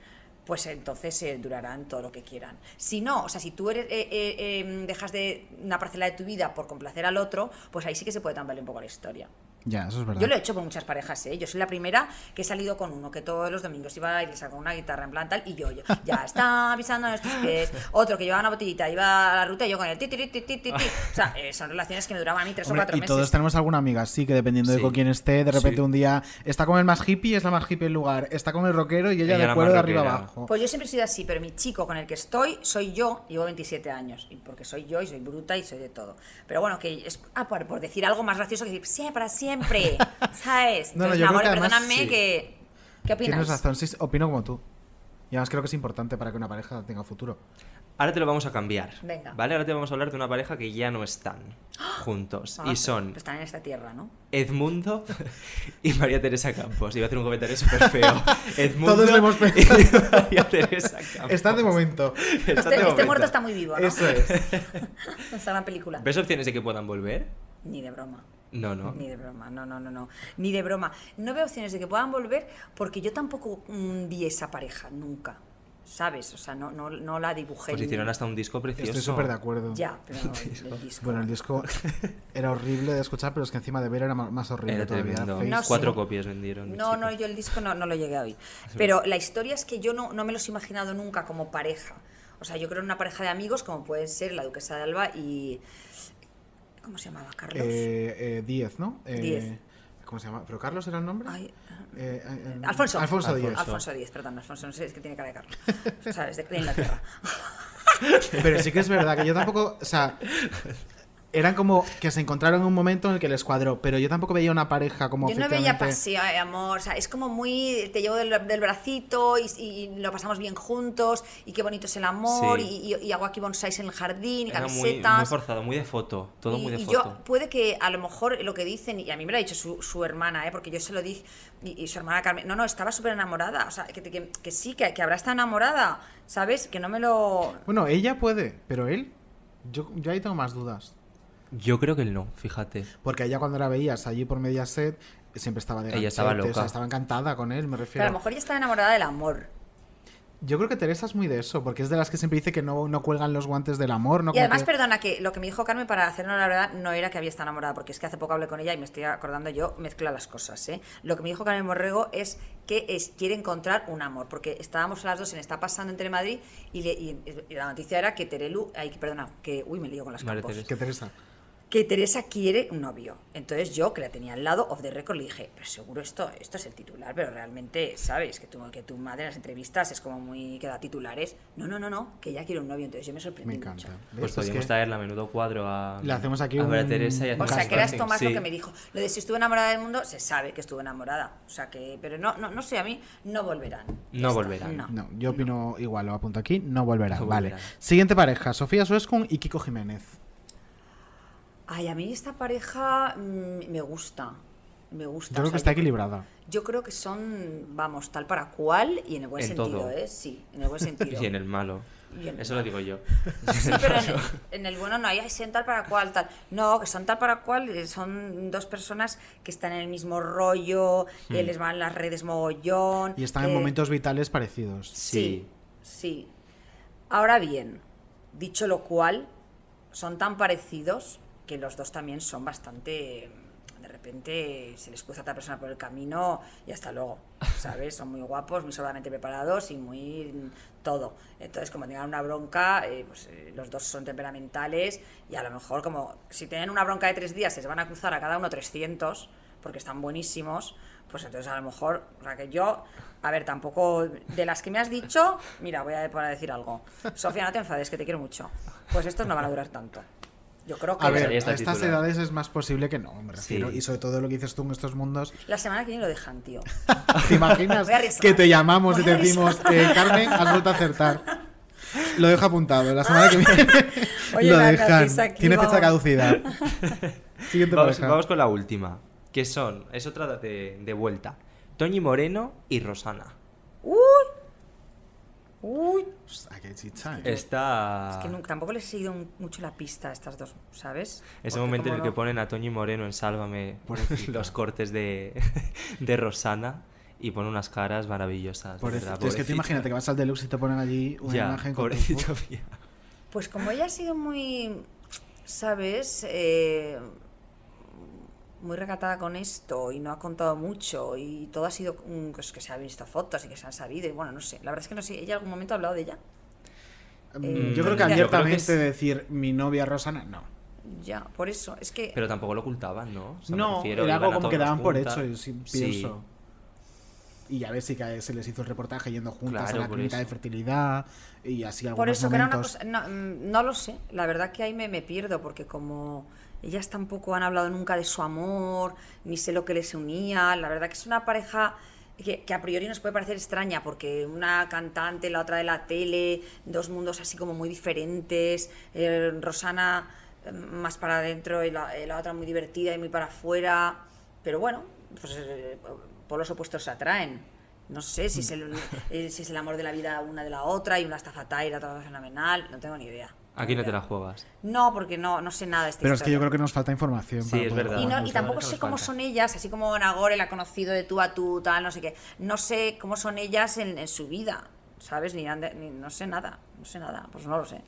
Speaker 4: pues entonces eh, durarán todo lo que quieran. Si no, o sea, si tú eres, eh, eh, eh, dejas de una parcela de tu vida por complacer al otro, pues ahí sí que se puede tambalear un poco la historia.
Speaker 3: Ya, eso es verdad.
Speaker 4: Yo lo he hecho con muchas parejas, ¿eh? Yo soy la primera que he salido con uno que todos los domingos iba y le sacaba una guitarra en plan tal, y yo, yo, ya está pisando nuestros pies. Otro que llevaba una botellita, iba a la ruta y yo con el ti, ti, ti, ti, ti, ti. O sea, eh, son relaciones que me duraban a mí tres
Speaker 3: Hombre,
Speaker 4: o cuatro
Speaker 3: y
Speaker 4: meses.
Speaker 3: todos tenemos alguna amiga, sí, que dependiendo de
Speaker 8: Sí.
Speaker 3: con quién esté, de repente
Speaker 8: Sí.
Speaker 3: un día está con el más hippie, es la más hippie del lugar, está con el rockero y ella,
Speaker 8: Ella
Speaker 3: de
Speaker 8: la
Speaker 3: cuero de
Speaker 8: más
Speaker 3: arriba
Speaker 8: rockera.
Speaker 3: abajo.
Speaker 4: Pues yo siempre he sido así, pero mi chico con el que estoy soy yo, llevo 27 años, y porque soy yo y soy bruta y soy de todo. Pero bueno, que es ah, por, por decir algo más gracioso que decir, sí, para
Speaker 3: (laughs)
Speaker 4: siempre, ¿sabes?
Speaker 3: No, no,
Speaker 4: Entonces,
Speaker 3: yo creo
Speaker 4: Nagore,
Speaker 3: que además-
Speaker 4: perdóname
Speaker 3: sí.
Speaker 4: que... ¿Qué opinas?
Speaker 3: Tienes razón, sí, opino como tú. Y además creo que es importante para que una pareja tenga futuro.
Speaker 1: Ahora te lo vamos a cambiar.
Speaker 4: Venga.
Speaker 1: ¿Vale? Ahora te vamos a hablar de una pareja que ya no
Speaker 4: (gasps)
Speaker 1: están juntos.
Speaker 4: Ah,
Speaker 1: y son
Speaker 4: pues están en esta tierra, ¿no?
Speaker 1: Edmundo (laughs) y María Teresa Campos. Iba a hacer un comentario súper feo. Edmundo
Speaker 3: (laughs) Todos le hemos
Speaker 1: y (laughs) María Teresa Campos.
Speaker 3: Está de momento.
Speaker 1: Está de
Speaker 4: Este, este
Speaker 1: momento.
Speaker 4: muerto está muy vivo, ¿no?
Speaker 3: Eso
Speaker 1: (laughs)
Speaker 3: es.
Speaker 4: Está en la película.
Speaker 1: ¿Ves opciones de que puedan volver?
Speaker 4: Ni de broma.
Speaker 1: No, no.
Speaker 4: Ni de broma, no, no, no, no. Ni de broma. No veo opciones de que puedan volver porque yo tampoco mm, vi esa pareja, nunca. ¿Sabes? O sea, no, no, no la dibujé.
Speaker 1: Pues
Speaker 4: ni-
Speaker 1: hicieron hasta un disco precioso.
Speaker 3: Estoy súper de acuerdo.
Speaker 4: Ya, pero
Speaker 1: (laughs)
Speaker 4: el- el disco.
Speaker 3: Bueno, el disco era horrible de escuchar, pero es que encima de ver era ma- más horrible
Speaker 1: Era
Speaker 3: todavía.
Speaker 1: tremendo.
Speaker 3: Face-
Speaker 4: No, sí.
Speaker 1: Cuatro copias vendieron.
Speaker 4: No, no, yo el disco no, no lo llegué a oír.
Speaker 1: Sí.
Speaker 4: Pero la historia es que yo no, no me los he imaginado nunca como pareja. O sea, yo creo en una pareja de amigos como pueden ser la Duquesa de Alba y. ¿Cómo se llamaba? Carlos.
Speaker 3: Eh, eh, Diez, ¿no? Eh,
Speaker 4: Diez.
Speaker 3: ¿Cómo se llama? ¿Pero Carlos era el nombre?
Speaker 4: Ay,
Speaker 3: Eh, eh,
Speaker 4: Alfonso.
Speaker 3: Alfonso Diez.
Speaker 4: Alfonso Díez, perdón, Alfonso, no sé, es que tiene cara de Carlos. (laughs) ¿Sabes? De, de Inglaterra.
Speaker 3: Pero sí que es verdad que yo tampoco, o sea, eran como que se encontraron en un momento en el que les cuadró, pero yo tampoco veía una pareja como
Speaker 4: Yo no veía
Speaker 3: efectivamente-
Speaker 4: paseo, eh, amor. O sea, es como muy. Te llevo del, del bracito y, y lo pasamos bien juntos. Y qué bonito es el amor.
Speaker 1: Sí.
Speaker 4: Y, y- y hago aquí bonsáis en el jardín. Y
Speaker 1: Era muy- muy,
Speaker 4: camisetas.
Speaker 1: forzado, muy de foto. Todo
Speaker 4: y,
Speaker 1: muy de
Speaker 4: y
Speaker 1: foto.
Speaker 4: yo, puede que a lo mejor lo que dicen, y a mí me lo ha dicho su, su hermana, ¿eh? porque yo se lo dije, y, y su hermana Carmen, no, no, estaba súper enamorada, o sea, que, que- que sí, que, que habrá estado enamorada, ¿sabes? Que no me lo...
Speaker 3: Bueno, ella puede, pero él, yo, yo ahí tengo más dudas.
Speaker 1: Yo creo que él no, fíjate.
Speaker 3: Porque ella cuando la veías allí por Mediaset, siempre estaba de
Speaker 1: Ella estaba
Speaker 3: ganchete, o sea,
Speaker 1: loca.
Speaker 3: estaba encantada con él, me
Speaker 4: Pero
Speaker 3: refiero.
Speaker 4: a lo mejor ya estaba enamorada del amor.
Speaker 3: Yo creo que Teresa es muy de eso, porque es de las que siempre dice que no, no cuelgan los guantes del amor, ¿no?
Speaker 4: y
Speaker 3: Como
Speaker 4: además,
Speaker 3: que-
Speaker 4: perdona, que lo que me dijo Carmen para hacernos la verdad no era que había estado enamorada, porque es que hace poco hablé con ella y me estoy acordando yo, mezcla las cosas, ¿eh? Lo que me dijo Carmen Borrego es que es, quiere encontrar un amor, porque estábamos las dos en Está pasando entre Madrid y, le- y- y la noticia era que Terelu, ay, perdona, que, uy, me lío con las
Speaker 3: Madre
Speaker 4: campos.
Speaker 3: Teresa. Que Teresa.
Speaker 4: que Teresa quiere un novio. Entonces yo, que la tenía al lado, off the record, le dije, pero seguro esto, esto es el titular, pero realmente, ¿sabes? Que tu, que tu madre en las entrevistas es como muy que da titulares. No, no, no, no, que ella quiere un novio. Entonces yo me sorprendí
Speaker 3: Me encanta.
Speaker 4: mucho.
Speaker 3: ¿Ves?
Speaker 1: Pues
Speaker 3: Es
Speaker 1: podríamos
Speaker 3: que-
Speaker 1: traerla a menudo cuadro a.
Speaker 3: Le hacemos aquí
Speaker 1: a
Speaker 3: un-
Speaker 1: María Teresa y
Speaker 3: O
Speaker 4: O
Speaker 1: hacemos
Speaker 4: sea,
Speaker 1: un
Speaker 4: que eras
Speaker 1: casting.
Speaker 4: Tomás
Speaker 1: Sí.
Speaker 4: lo que me dijo. Lo de si estuve enamorada del mundo, se sabe que estuve enamorada. O sea, que, pero no, no, no sé, a mí no volverán. Ya
Speaker 1: No
Speaker 4: está.
Speaker 1: volverán.
Speaker 4: No.
Speaker 3: No, yo opino igual, lo apunto aquí, no volverá.
Speaker 1: No
Speaker 3: vale.
Speaker 1: volverá.
Speaker 3: Siguiente pareja, Sofía Suescun y Kiko Jiménez.
Speaker 4: Ay, a mí esta pareja mm, me gusta. Me gusta.
Speaker 3: Yo creo
Speaker 4: o
Speaker 3: que
Speaker 4: sea,
Speaker 3: está equilibrada.
Speaker 4: Yo creo que son, vamos, tal para cual y en el buen
Speaker 1: En
Speaker 4: sentido,
Speaker 1: todo.
Speaker 4: ¿eh? Sí, en
Speaker 1: (laughs)
Speaker 4: el buen sentido.
Speaker 1: Y en el malo.
Speaker 4: Y en el
Speaker 1: Eso lo digo
Speaker 3: (laughs)
Speaker 1: yo.
Speaker 4: Sí, pero en, en el bueno no hay, "Ay, son tal para cual, tal. No, que son tal para cual, eh, son dos personas que están en el mismo rollo, eh,
Speaker 3: Hmm.
Speaker 4: les van las redes mogollón.
Speaker 3: Y están
Speaker 4: eh,
Speaker 3: en momentos vitales parecidos.
Speaker 4: Sí. Sí. Ahora bien, dicho lo cual, son tan parecidos que los dos también son bastante. De repente se les cruza otra persona por el camino y hasta luego, ¿sabes? Son muy guapos, muy solamente preparados y muy mm, todo. Entonces, como tengan una bronca, eh, pues eh, los dos son temperamentales y a lo mejor, como si tienen una bronca de tres días, se les van a cruzar a cada uno 300 porque están buenísimos, pues entonces a lo mejor, o sea que yo, a ver, tampoco, de las que me has dicho, mira, voy a poner a decir algo. Sofía, no te enfades, que te quiero mucho. Pues estos no van a durar tanto. Yo creo que
Speaker 3: A ver, a estas edades es más posible que no, me refiero.
Speaker 4: Sí.
Speaker 3: Y sobre todo lo que dices tú en
Speaker 1: (laughs)
Speaker 3: estos mundos.
Speaker 4: La semana que viene lo dejan, tío.
Speaker 3: ¿Te imaginas
Speaker 4: Voy a arriesgar.
Speaker 3: que te llamamos y
Speaker 4: Voy a
Speaker 3: te decimos,
Speaker 4: arriesgar.
Speaker 3: "Eh, Carmen, has vuelto a acertar? Lo dejo apuntado. La semana que viene
Speaker 4: Oye,
Speaker 3: lo
Speaker 4: la
Speaker 3: dejan.
Speaker 4: nariz aquí,
Speaker 3: Tiene fecha
Speaker 1: (laughs)
Speaker 4: vamos.
Speaker 3: caducidad. Siguiente
Speaker 1: vamos,
Speaker 3: pareja.
Speaker 1: vamos con la última, que son, es otra de, de vuelta, Toñi Moreno y Rosana.
Speaker 4: Uy. Uy.
Speaker 3: qué chicha,
Speaker 1: Está...
Speaker 4: Es que nu- tampoco les he seguido un- mucho la pista a estas dos, ¿sabes?
Speaker 1: Ese
Speaker 4: Porque
Speaker 1: momento en
Speaker 4: como
Speaker 1: el que
Speaker 4: no-
Speaker 1: ponen a Toñi Moreno en
Speaker 3: (laughs)
Speaker 1: Sálvame (laughs)
Speaker 3: Pobrecita.
Speaker 1: los cortes de, (laughs) de Rosana y ponen unas caras maravillosas. de
Speaker 3: Pobrecito,
Speaker 1: verdad,
Speaker 3: Es que tú
Speaker 1: pobrecita.
Speaker 3: imagínate que vas al deluxe y te ponen allí una
Speaker 1: Ya,
Speaker 3: imagen con
Speaker 1: pobrecito (laughs)
Speaker 3: tu-
Speaker 1: mío.
Speaker 4: Pues como ella ha sido muy, ¿sabes? Eh, muy recatada con esto y no ha contado mucho y todo ha sido mm, pues, que se han visto fotos y que se han sabido y bueno, no sé. La verdad es que no sé. ¿Ella en algún momento ha hablado de ella?
Speaker 3: Mm,
Speaker 4: Eh,
Speaker 3: Yo creo que
Speaker 4: ya.
Speaker 3: abiertamente decir mi novia Rosana, no.
Speaker 4: Ya, por eso. Es que
Speaker 1: Pero tampoco lo ocultaban, ¿no? O sea, me
Speaker 3: no,
Speaker 1: refiero,
Speaker 3: era
Speaker 1: iban
Speaker 3: algo
Speaker 1: a
Speaker 3: como que
Speaker 1: todas
Speaker 3: daban por
Speaker 1: juntas.
Speaker 3: hecho, y sí,
Speaker 1: Sí.
Speaker 3: pienso. Y ya ves si que se les hizo el reportaje yendo juntas
Speaker 1: Claro,
Speaker 3: a la
Speaker 1: por
Speaker 3: clínica de
Speaker 1: eso.
Speaker 3: fertilidad y así algunos
Speaker 4: Por eso, que era una
Speaker 3: momentos.
Speaker 4: cosa. No, mm, no lo sé. La verdad que ahí me, me pierdo, porque como ellas tampoco han hablado nunca de su amor, ni sé lo que les unía. La verdad que es una pareja. Que, que a priori nos puede parecer extraña, porque una cantante, la otra de la tele, dos mundos así como muy diferentes, eh, Rosana eh, más para adentro y la, eh, la otra muy divertida y muy para afuera, pero bueno, pues eh, por los opuestos se atraen. No sé si es,
Speaker 3: Mm.
Speaker 4: el, eh, si es el amor de la vida una de la otra y una está fatal y la otra está fenomenal. No tengo ni idea.
Speaker 1: Aquí no te la juegas.
Speaker 4: No, porque no, no sé nada de esta
Speaker 3: Pero es que yo
Speaker 4: historia.
Speaker 3: creo que nos falta información.
Speaker 1: Sí,
Speaker 3: para
Speaker 1: es
Speaker 3: poder
Speaker 1: verdad.
Speaker 4: Y,
Speaker 3: jugar.
Speaker 4: no-
Speaker 1: Vamos,
Speaker 4: y
Speaker 1: vamos,
Speaker 4: tampoco
Speaker 1: eso
Speaker 4: sé
Speaker 1: nos
Speaker 4: cómo
Speaker 1: falta.
Speaker 4: son ellas, así como Nagore la ha conocido de tú a tú, tal, no sé qué. No sé cómo son ellas en, en su vida, ¿sabes? Ni, han de- ni- no sé nada, no sé nada, pues no lo sé.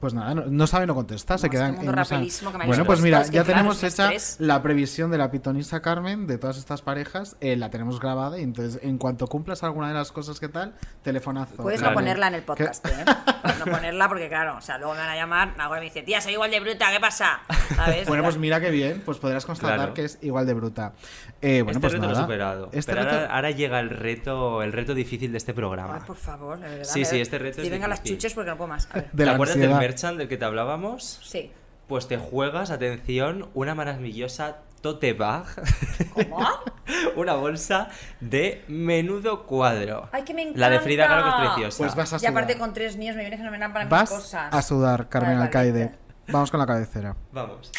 Speaker 3: Pues nada, no, no sabe, no contesta, se
Speaker 4: No, este
Speaker 3: quedan
Speaker 4: mundo
Speaker 3: en esa-
Speaker 4: rapidísimo que me ha
Speaker 3: Bueno,
Speaker 4: dicho
Speaker 3: pues
Speaker 4: los
Speaker 3: mira,
Speaker 4: dos, que
Speaker 3: ya
Speaker 4: claro,
Speaker 3: tenemos
Speaker 4: los
Speaker 3: hecha
Speaker 4: tres.
Speaker 3: la previsión de la pitonisa Carmen de todas estas parejas, eh, la tenemos grabada y entonces en cuanto cumplas alguna de las cosas que tal, telefonazo.
Speaker 4: Puedes no ponerla en el podcast, ¿eh? Puedes no ponerla porque, claro, o sea, luego me van a llamar, Nagore me dice, tía, soy igual de bruta, ¿qué pasa? ¿Sabes?
Speaker 3: (laughs) Bueno, pues mira qué bien, pues podrás constatar
Speaker 1: Claro.
Speaker 3: que es igual de bruta. Eh, bueno,
Speaker 1: este
Speaker 3: pues
Speaker 1: reto
Speaker 3: nada.
Speaker 1: lo he superado.
Speaker 3: Este
Speaker 1: Pero
Speaker 3: reto-
Speaker 1: ahora, ahora llega el reto, el reto difícil de este programa.
Speaker 4: Ay, por favor, la verdad.
Speaker 1: Sí,
Speaker 4: me-
Speaker 1: sí, este reto
Speaker 4: estoy
Speaker 1: es
Speaker 4: venga a las
Speaker 1: difícil.
Speaker 4: chuches porque no puedo más. A ver.
Speaker 3: de
Speaker 1: ¿Te
Speaker 3: la
Speaker 1: acuerdas
Speaker 3: ansiedad.
Speaker 1: del merchant del que te hablábamos?
Speaker 4: Sí.
Speaker 1: Pues te juegas, atención, una maravillosa tote bag. (laughs) una bolsa de menudo cuadro.
Speaker 4: Ay, que me encanta.
Speaker 1: La de Frida Kahlo que es preciosa.
Speaker 3: Pues vas a
Speaker 4: Y aparte
Speaker 3: sudar.
Speaker 4: con tres niños me viene fenomenal para
Speaker 3: Vas
Speaker 4: mis cosas.
Speaker 3: a sudar, Carmen
Speaker 4: Vale, vale.
Speaker 3: Alcaide. Vamos con la cabecera.
Speaker 1: Vamos.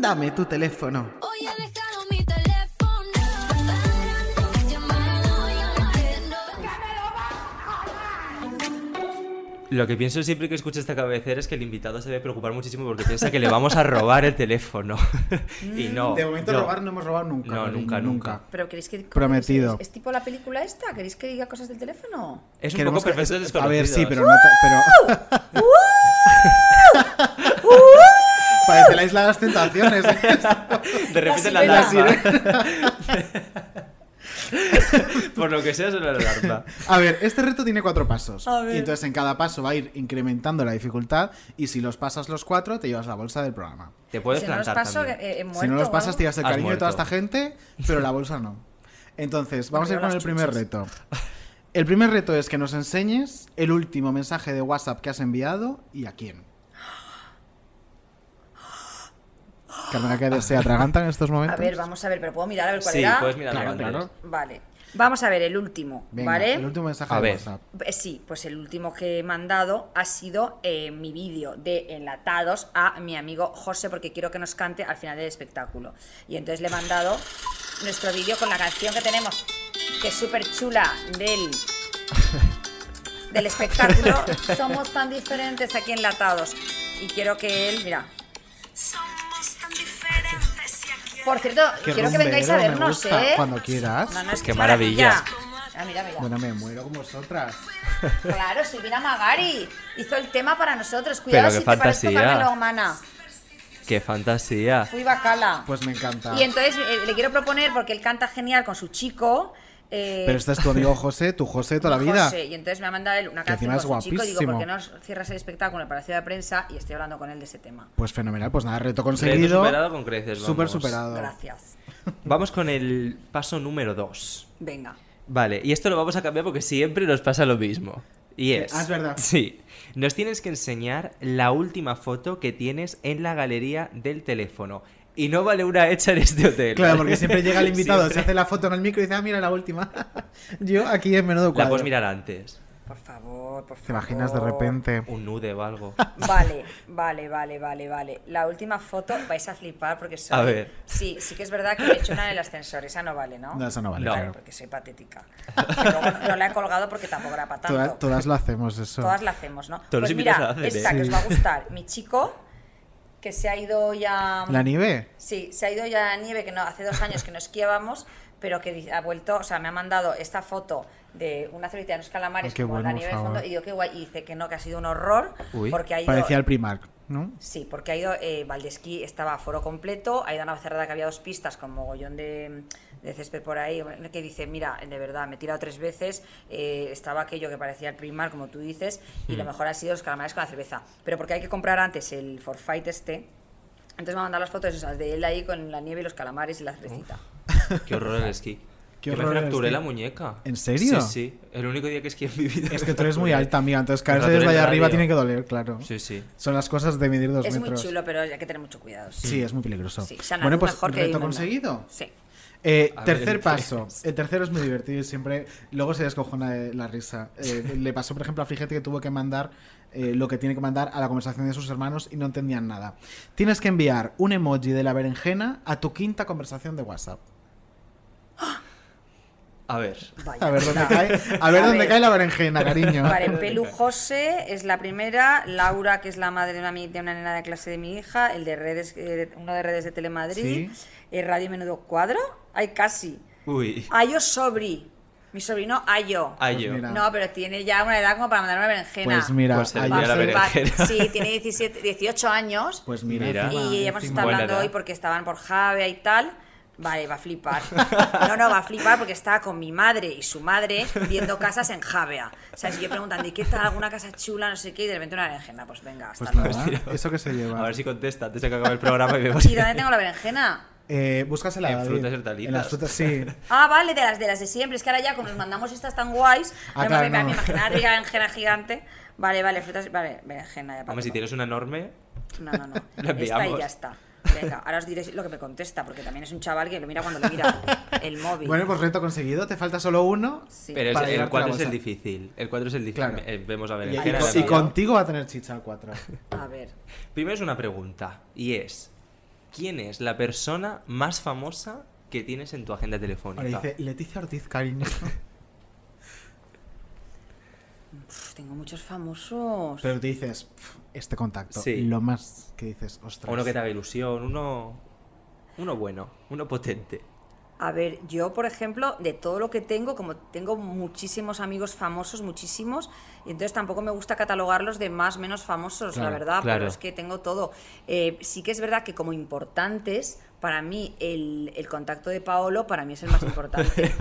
Speaker 3: Dame tu teléfono.
Speaker 7: Hoy he dejado mi teléfono Parando, llamando y llamando
Speaker 1: Lo que pienso siempre que escucho esta cabecera es que el invitado se debe preocupar muchísimo porque piensa que le vamos a robar el teléfono. (laughs) y no.
Speaker 3: de momento
Speaker 1: no.
Speaker 3: robar no hemos robado nunca.
Speaker 1: No,
Speaker 3: cariño,
Speaker 1: nunca, nunca.
Speaker 4: Pero queréis que
Speaker 3: Prometido.
Speaker 4: ¿Es tipo la película esta? ¿Queréis que diga cosas del teléfono?
Speaker 1: Es un
Speaker 3: Queremos
Speaker 1: poco
Speaker 3: que-
Speaker 1: perfecto ¿eh?
Speaker 3: A ver, sí, pero no.
Speaker 1: Desconocidos.
Speaker 3: ta- Pero... (laughs) Parece la isla de las tentaciones. ¿eh?
Speaker 1: De repente la
Speaker 3: La
Speaker 1: alarma.
Speaker 3: (laughs)
Speaker 1: (laughs) Por lo que sea, es una alarma.
Speaker 3: A ver, este reto tiene cuatro pasos.
Speaker 4: A ver.
Speaker 3: Y entonces en cada paso va a ir incrementando la dificultad. Y si los pasas los cuatro, te llevas la bolsa del programa.
Speaker 1: Te puedes
Speaker 4: si no los
Speaker 1: plantar
Speaker 4: paso,
Speaker 1: también.
Speaker 4: eh, he
Speaker 3: si
Speaker 4: muerto
Speaker 3: no los
Speaker 4: o
Speaker 3: pasas,
Speaker 4: algo.
Speaker 3: te llevas el
Speaker 1: Has
Speaker 3: cariño de toda
Speaker 1: muerto.
Speaker 3: esta gente, pero la bolsa no. Entonces, vamos a ir
Speaker 4: Bueno,
Speaker 3: con el
Speaker 4: las
Speaker 3: primer
Speaker 4: chuches.
Speaker 3: reto. El primer reto es que nos enseñes el último mensaje de WhatsApp que has enviado y a quién. Carmen,
Speaker 1: (laughs)
Speaker 3: que se atraganta en estos momentos.
Speaker 4: A ver, vamos a ver, pero puedo mirar a ver cuál
Speaker 1: Sí,
Speaker 4: era.
Speaker 1: puedes mirar
Speaker 3: Claro, claro.
Speaker 4: Vale. Vamos a ver el último,
Speaker 3: Venga,
Speaker 4: ¿vale?
Speaker 3: El último mensaje
Speaker 1: A
Speaker 3: de
Speaker 1: ver.
Speaker 3: WhatsApp.
Speaker 4: Eh, Sí, pues el último que he mandado ha sido eh, mi vídeo de enlatados a mi amigo José porque quiero que nos cante al final del espectáculo. Y entonces le he mandado nuestro vídeo con la canción que tenemos, que es súper chula
Speaker 3: (laughs)
Speaker 4: del, del espectáculo. Somos tan diferentes aquí enlatados. Y quiero que él, mira.
Speaker 7: Somos tan diferentes y aquí
Speaker 4: Por cierto,
Speaker 3: Qué
Speaker 4: quiero que vengáis a
Speaker 3: rumbero, me
Speaker 4: vernos,
Speaker 3: gusta,
Speaker 4: ¿eh?
Speaker 3: cuando quieras.
Speaker 4: No, no, es
Speaker 1: Qué
Speaker 4: que
Speaker 1: maravilla.
Speaker 4: Ah, mira, mira.
Speaker 3: Bueno, me muero con vosotras.
Speaker 4: Claro, Silvina Magari hizo el tema para nosotros. Cuidado
Speaker 1: Pero qué
Speaker 4: si te parezco
Speaker 1: fantasía.
Speaker 4: Carmen Lomana.
Speaker 1: ¡Qué fantasía!
Speaker 4: Fui bacala.
Speaker 3: Pues me encanta.
Speaker 4: Y entonces eh, le quiero proponer, porque él canta genial con su chico. eh,
Speaker 3: Pero este es tu amigo José, tu José de toda la vida.
Speaker 4: José, y entonces me ha mandado él una
Speaker 3: Que
Speaker 4: canción
Speaker 3: encima
Speaker 4: con
Speaker 3: es
Speaker 4: su chico. Digo, ¿por
Speaker 3: guapísimo.
Speaker 4: qué no cierras el espectáculo en el Palacio de Prensa? Y estoy hablando con él de ese tema.
Speaker 3: Pues fenomenal, pues nada, reto
Speaker 1: Reto
Speaker 3: conseguido.
Speaker 1: superado con creces, vamos.
Speaker 3: Súper superado.
Speaker 4: Gracias.
Speaker 1: Vamos con el paso número 2.
Speaker 4: Venga.
Speaker 1: Vale, y esto lo vamos a cambiar porque siempre nos pasa lo mismo. Y es.
Speaker 3: Ah, es verdad.
Speaker 1: Sí. Nos tienes que enseñar la última foto que tienes en la galería del teléfono. Y no vale una hecha en este hotel.
Speaker 3: Claro, porque siempre
Speaker 1: (laughs)
Speaker 3: llega
Speaker 4: (laughs)
Speaker 3: el invitado, se
Speaker 1: Siempre.
Speaker 3: hace la foto en el micro y dice, ah, mira la última. (laughs) Yo aquí en menudo
Speaker 1: La
Speaker 4: pues,
Speaker 3: cuadro.
Speaker 1: puedes mirar antes.
Speaker 4: Por favor, por favor.
Speaker 3: ¿Te imaginas
Speaker 4: Oh,
Speaker 3: de repente?
Speaker 1: Un nude o
Speaker 3: (laughs)
Speaker 1: algo.
Speaker 4: Vale, vale, vale, vale, vale. La última foto vais a flipar porque soy...
Speaker 1: A ver.
Speaker 4: Sí, sí que es verdad que me he hecho una en el ascensor. Esa no vale, ¿no?
Speaker 3: No, esa no vale, No.
Speaker 4: Claro,
Speaker 3: claro.
Speaker 4: porque soy patética. Que luego no la he colgado porque tampoco era para tanto.
Speaker 3: Todas, todas lo hacemos eso.
Speaker 4: Todas la hacemos, ¿no?
Speaker 3: Todos los
Speaker 4: pues
Speaker 3: invitados
Speaker 4: mira,
Speaker 3: la hacen,
Speaker 4: esta
Speaker 3: ¿eh?
Speaker 4: que os
Speaker 3: Sí.
Speaker 4: va a gustar. Mi chico, que se ha ido ya...
Speaker 3: ¿La nieve?
Speaker 4: Sí, se ha ido ya a la nieve, que no, hace dos años que no esquiábamos, pero que di- ha vuelto, o sea, me ha mandado esta foto de una cerveza de unos
Speaker 3: Ay,
Speaker 4: calamares
Speaker 3: Ah, qué
Speaker 4: con la
Speaker 3: bueno,
Speaker 4: nieve
Speaker 3: por
Speaker 4: de fondo
Speaker 3: favor.
Speaker 4: y digo, qué guay, y dice que no, que ha sido un horror,
Speaker 3: Uy.
Speaker 4: porque ha ido...
Speaker 3: Parecía el Primark, ¿no?
Speaker 4: Sí, porque ha ido, eh, Valdesquí estaba a foro completo, ha ido a una cerrada que había dos pistas con mogollón de, de césped por ahí, que dice, mira, de verdad, me he tirado tres veces, eh, estaba aquello que parecía el primar, como tú dices, y lo
Speaker 2: Mm.
Speaker 4: mejor han sido los calamares con la cerveza. Pero porque hay que comprar antes el forfait este, entonces me ha mandado las fotos esas de él ahí con la nieve y los calamares y la cervecita.
Speaker 1: Qué horror el esquí.
Speaker 3: Qué
Speaker 1: Yo me
Speaker 3: horror el
Speaker 1: fracturé
Speaker 3: esquí.
Speaker 1: la muñeca.
Speaker 3: ¿En serio?
Speaker 1: Sí, sí. El único día que esquié en mi vida.
Speaker 3: Es que tú
Speaker 4: (laughs)
Speaker 3: eres muy alta, amiga, entonces
Speaker 1: caerse
Speaker 3: caerse desde allá arriba tiene que doler, claro.
Speaker 1: Sí, sí.
Speaker 3: Son las cosas de medir dos
Speaker 4: Es muy
Speaker 3: metros.
Speaker 4: chulo, pero hay que tener mucho cuidado.
Speaker 3: Sí, es muy peligroso.
Speaker 4: Sí, Xanadu
Speaker 3: Bueno, pues,
Speaker 4: mejor que
Speaker 3: reto
Speaker 4: Inunda.
Speaker 3: conseguido.
Speaker 4: Sí.
Speaker 3: Eh,
Speaker 1: A ver,
Speaker 3: tercer
Speaker 1: ¿qué
Speaker 3: paso. El tercero es muy divertido y siempre luego se descojona de la risa. Eh, le pasó, por ejemplo, a Frijete que tuvo que mandar eh, lo que tiene que mandar a la conversación de sus hermanos y no entendían nada. Tienes que enviar un emoji de la berenjena a tu quinta conversación de WhatsApp.
Speaker 1: A ver.
Speaker 3: A ver dónde cae, a ver dónde cae la berenjena, cariño.
Speaker 1: Ah,
Speaker 4: Vale, Pelu José es la primera, Laura, que es la madre de una, mi- de una nena de clase de mi hija, el de redes, eh, uno de redes de Telemadrid, eh, Radio Menudo Cuadro, ay casi,
Speaker 1: Uy.
Speaker 4: Ayo Sobri, mi sobrino Ayo.
Speaker 1: Ayo. (laughs) Pues mira.
Speaker 4: no, pero tiene ya una edad como para mandar una berenjena.
Speaker 1: Pues mira, Pues serviría Ayo la Sobri. berenjena.
Speaker 4: Sí, tiene 17, 18 años.
Speaker 3: Pues
Speaker 1: mira, Mira. encima,
Speaker 4: Y
Speaker 1: encima.
Speaker 4: hemos estado
Speaker 1: Buena
Speaker 4: hablando
Speaker 1: edad.
Speaker 4: hoy porque estaban por Javea y tal. Vale, va a flipar. No, no, va a flipar porque estaba con mi madre y su madre viendo casas en Javea. O sea, si yo preguntan de qué tal, alguna casa chula, no sé qué, y de repente una berenjena, pues venga, hasta
Speaker 3: Pues
Speaker 4: luego.
Speaker 3: nada, eso que se lleva.
Speaker 1: A ver si contesta antes de que acabe el programa y vemos.
Speaker 4: ¿Y dónde tengo la berenjena?
Speaker 3: Eh, búscasela.
Speaker 1: En
Speaker 3: David.
Speaker 1: frutas y hortalizas.
Speaker 3: En las frutas,
Speaker 4: (laughs)
Speaker 3: sí.
Speaker 4: Ah, vale, de las de las de siempre. Es que ahora ya, como nos mandamos estas tan guays,
Speaker 1: Ah,
Speaker 4: no
Speaker 1: claro,
Speaker 4: me, me-
Speaker 1: no.
Speaker 4: me imaginaba arriba berenjena gigante. Vale, vale, frutas, vale, berenjena ya para.
Speaker 1: Hombre, si tienes una enorme.
Speaker 4: No,
Speaker 1: (laughs)
Speaker 4: no, no.
Speaker 1: La
Speaker 4: Esta y
Speaker 1: enviamos.
Speaker 4: ya está. Venga, ahora os diré lo que me contesta, porque también es un chaval que lo mira cuando lo mira
Speaker 1: (laughs)
Speaker 4: el móvil.
Speaker 3: Bueno, pues reto conseguido. Te falta solo uno.
Speaker 1: Pero es-
Speaker 3: para
Speaker 1: el
Speaker 3: llevarte la
Speaker 1: 4 es el
Speaker 3: bolsa.
Speaker 1: difícil. El 4 es el difícil.
Speaker 3: Claro.
Speaker 1: Eh, vemos a ver.
Speaker 3: Y, y con- y contigo va a tener chicha el 4.
Speaker 4: A ver.
Speaker 1: Primero es una pregunta. Y es: ¿Quién es la persona más famosa que tienes en tu agenda telefónica?
Speaker 3: Ahora dice Leticia
Speaker 1: (laughs)
Speaker 3: Ortiz, cariño.
Speaker 4: Pff, tengo muchos famosos.
Speaker 3: Pero te dices, "Pf, este contacto.
Speaker 1: Sí.
Speaker 3: Lo más que dices, ostras.
Speaker 1: Uno que te haga ilusión, uno. Uno bueno, uno potente. (laughs)
Speaker 4: A ver, yo, por ejemplo, de todo lo que tengo, como tengo muchísimos amigos famosos, muchísimos, y entonces tampoco me gusta catalogarlos de más menos famosos,
Speaker 2: Claro,
Speaker 4: la verdad,
Speaker 2: claro.
Speaker 4: pero es que tengo todo. Eh, sí que es verdad que como importantes, para mí el, el contacto de Paolo, para mí es el
Speaker 1: (laughs)
Speaker 4: más importante.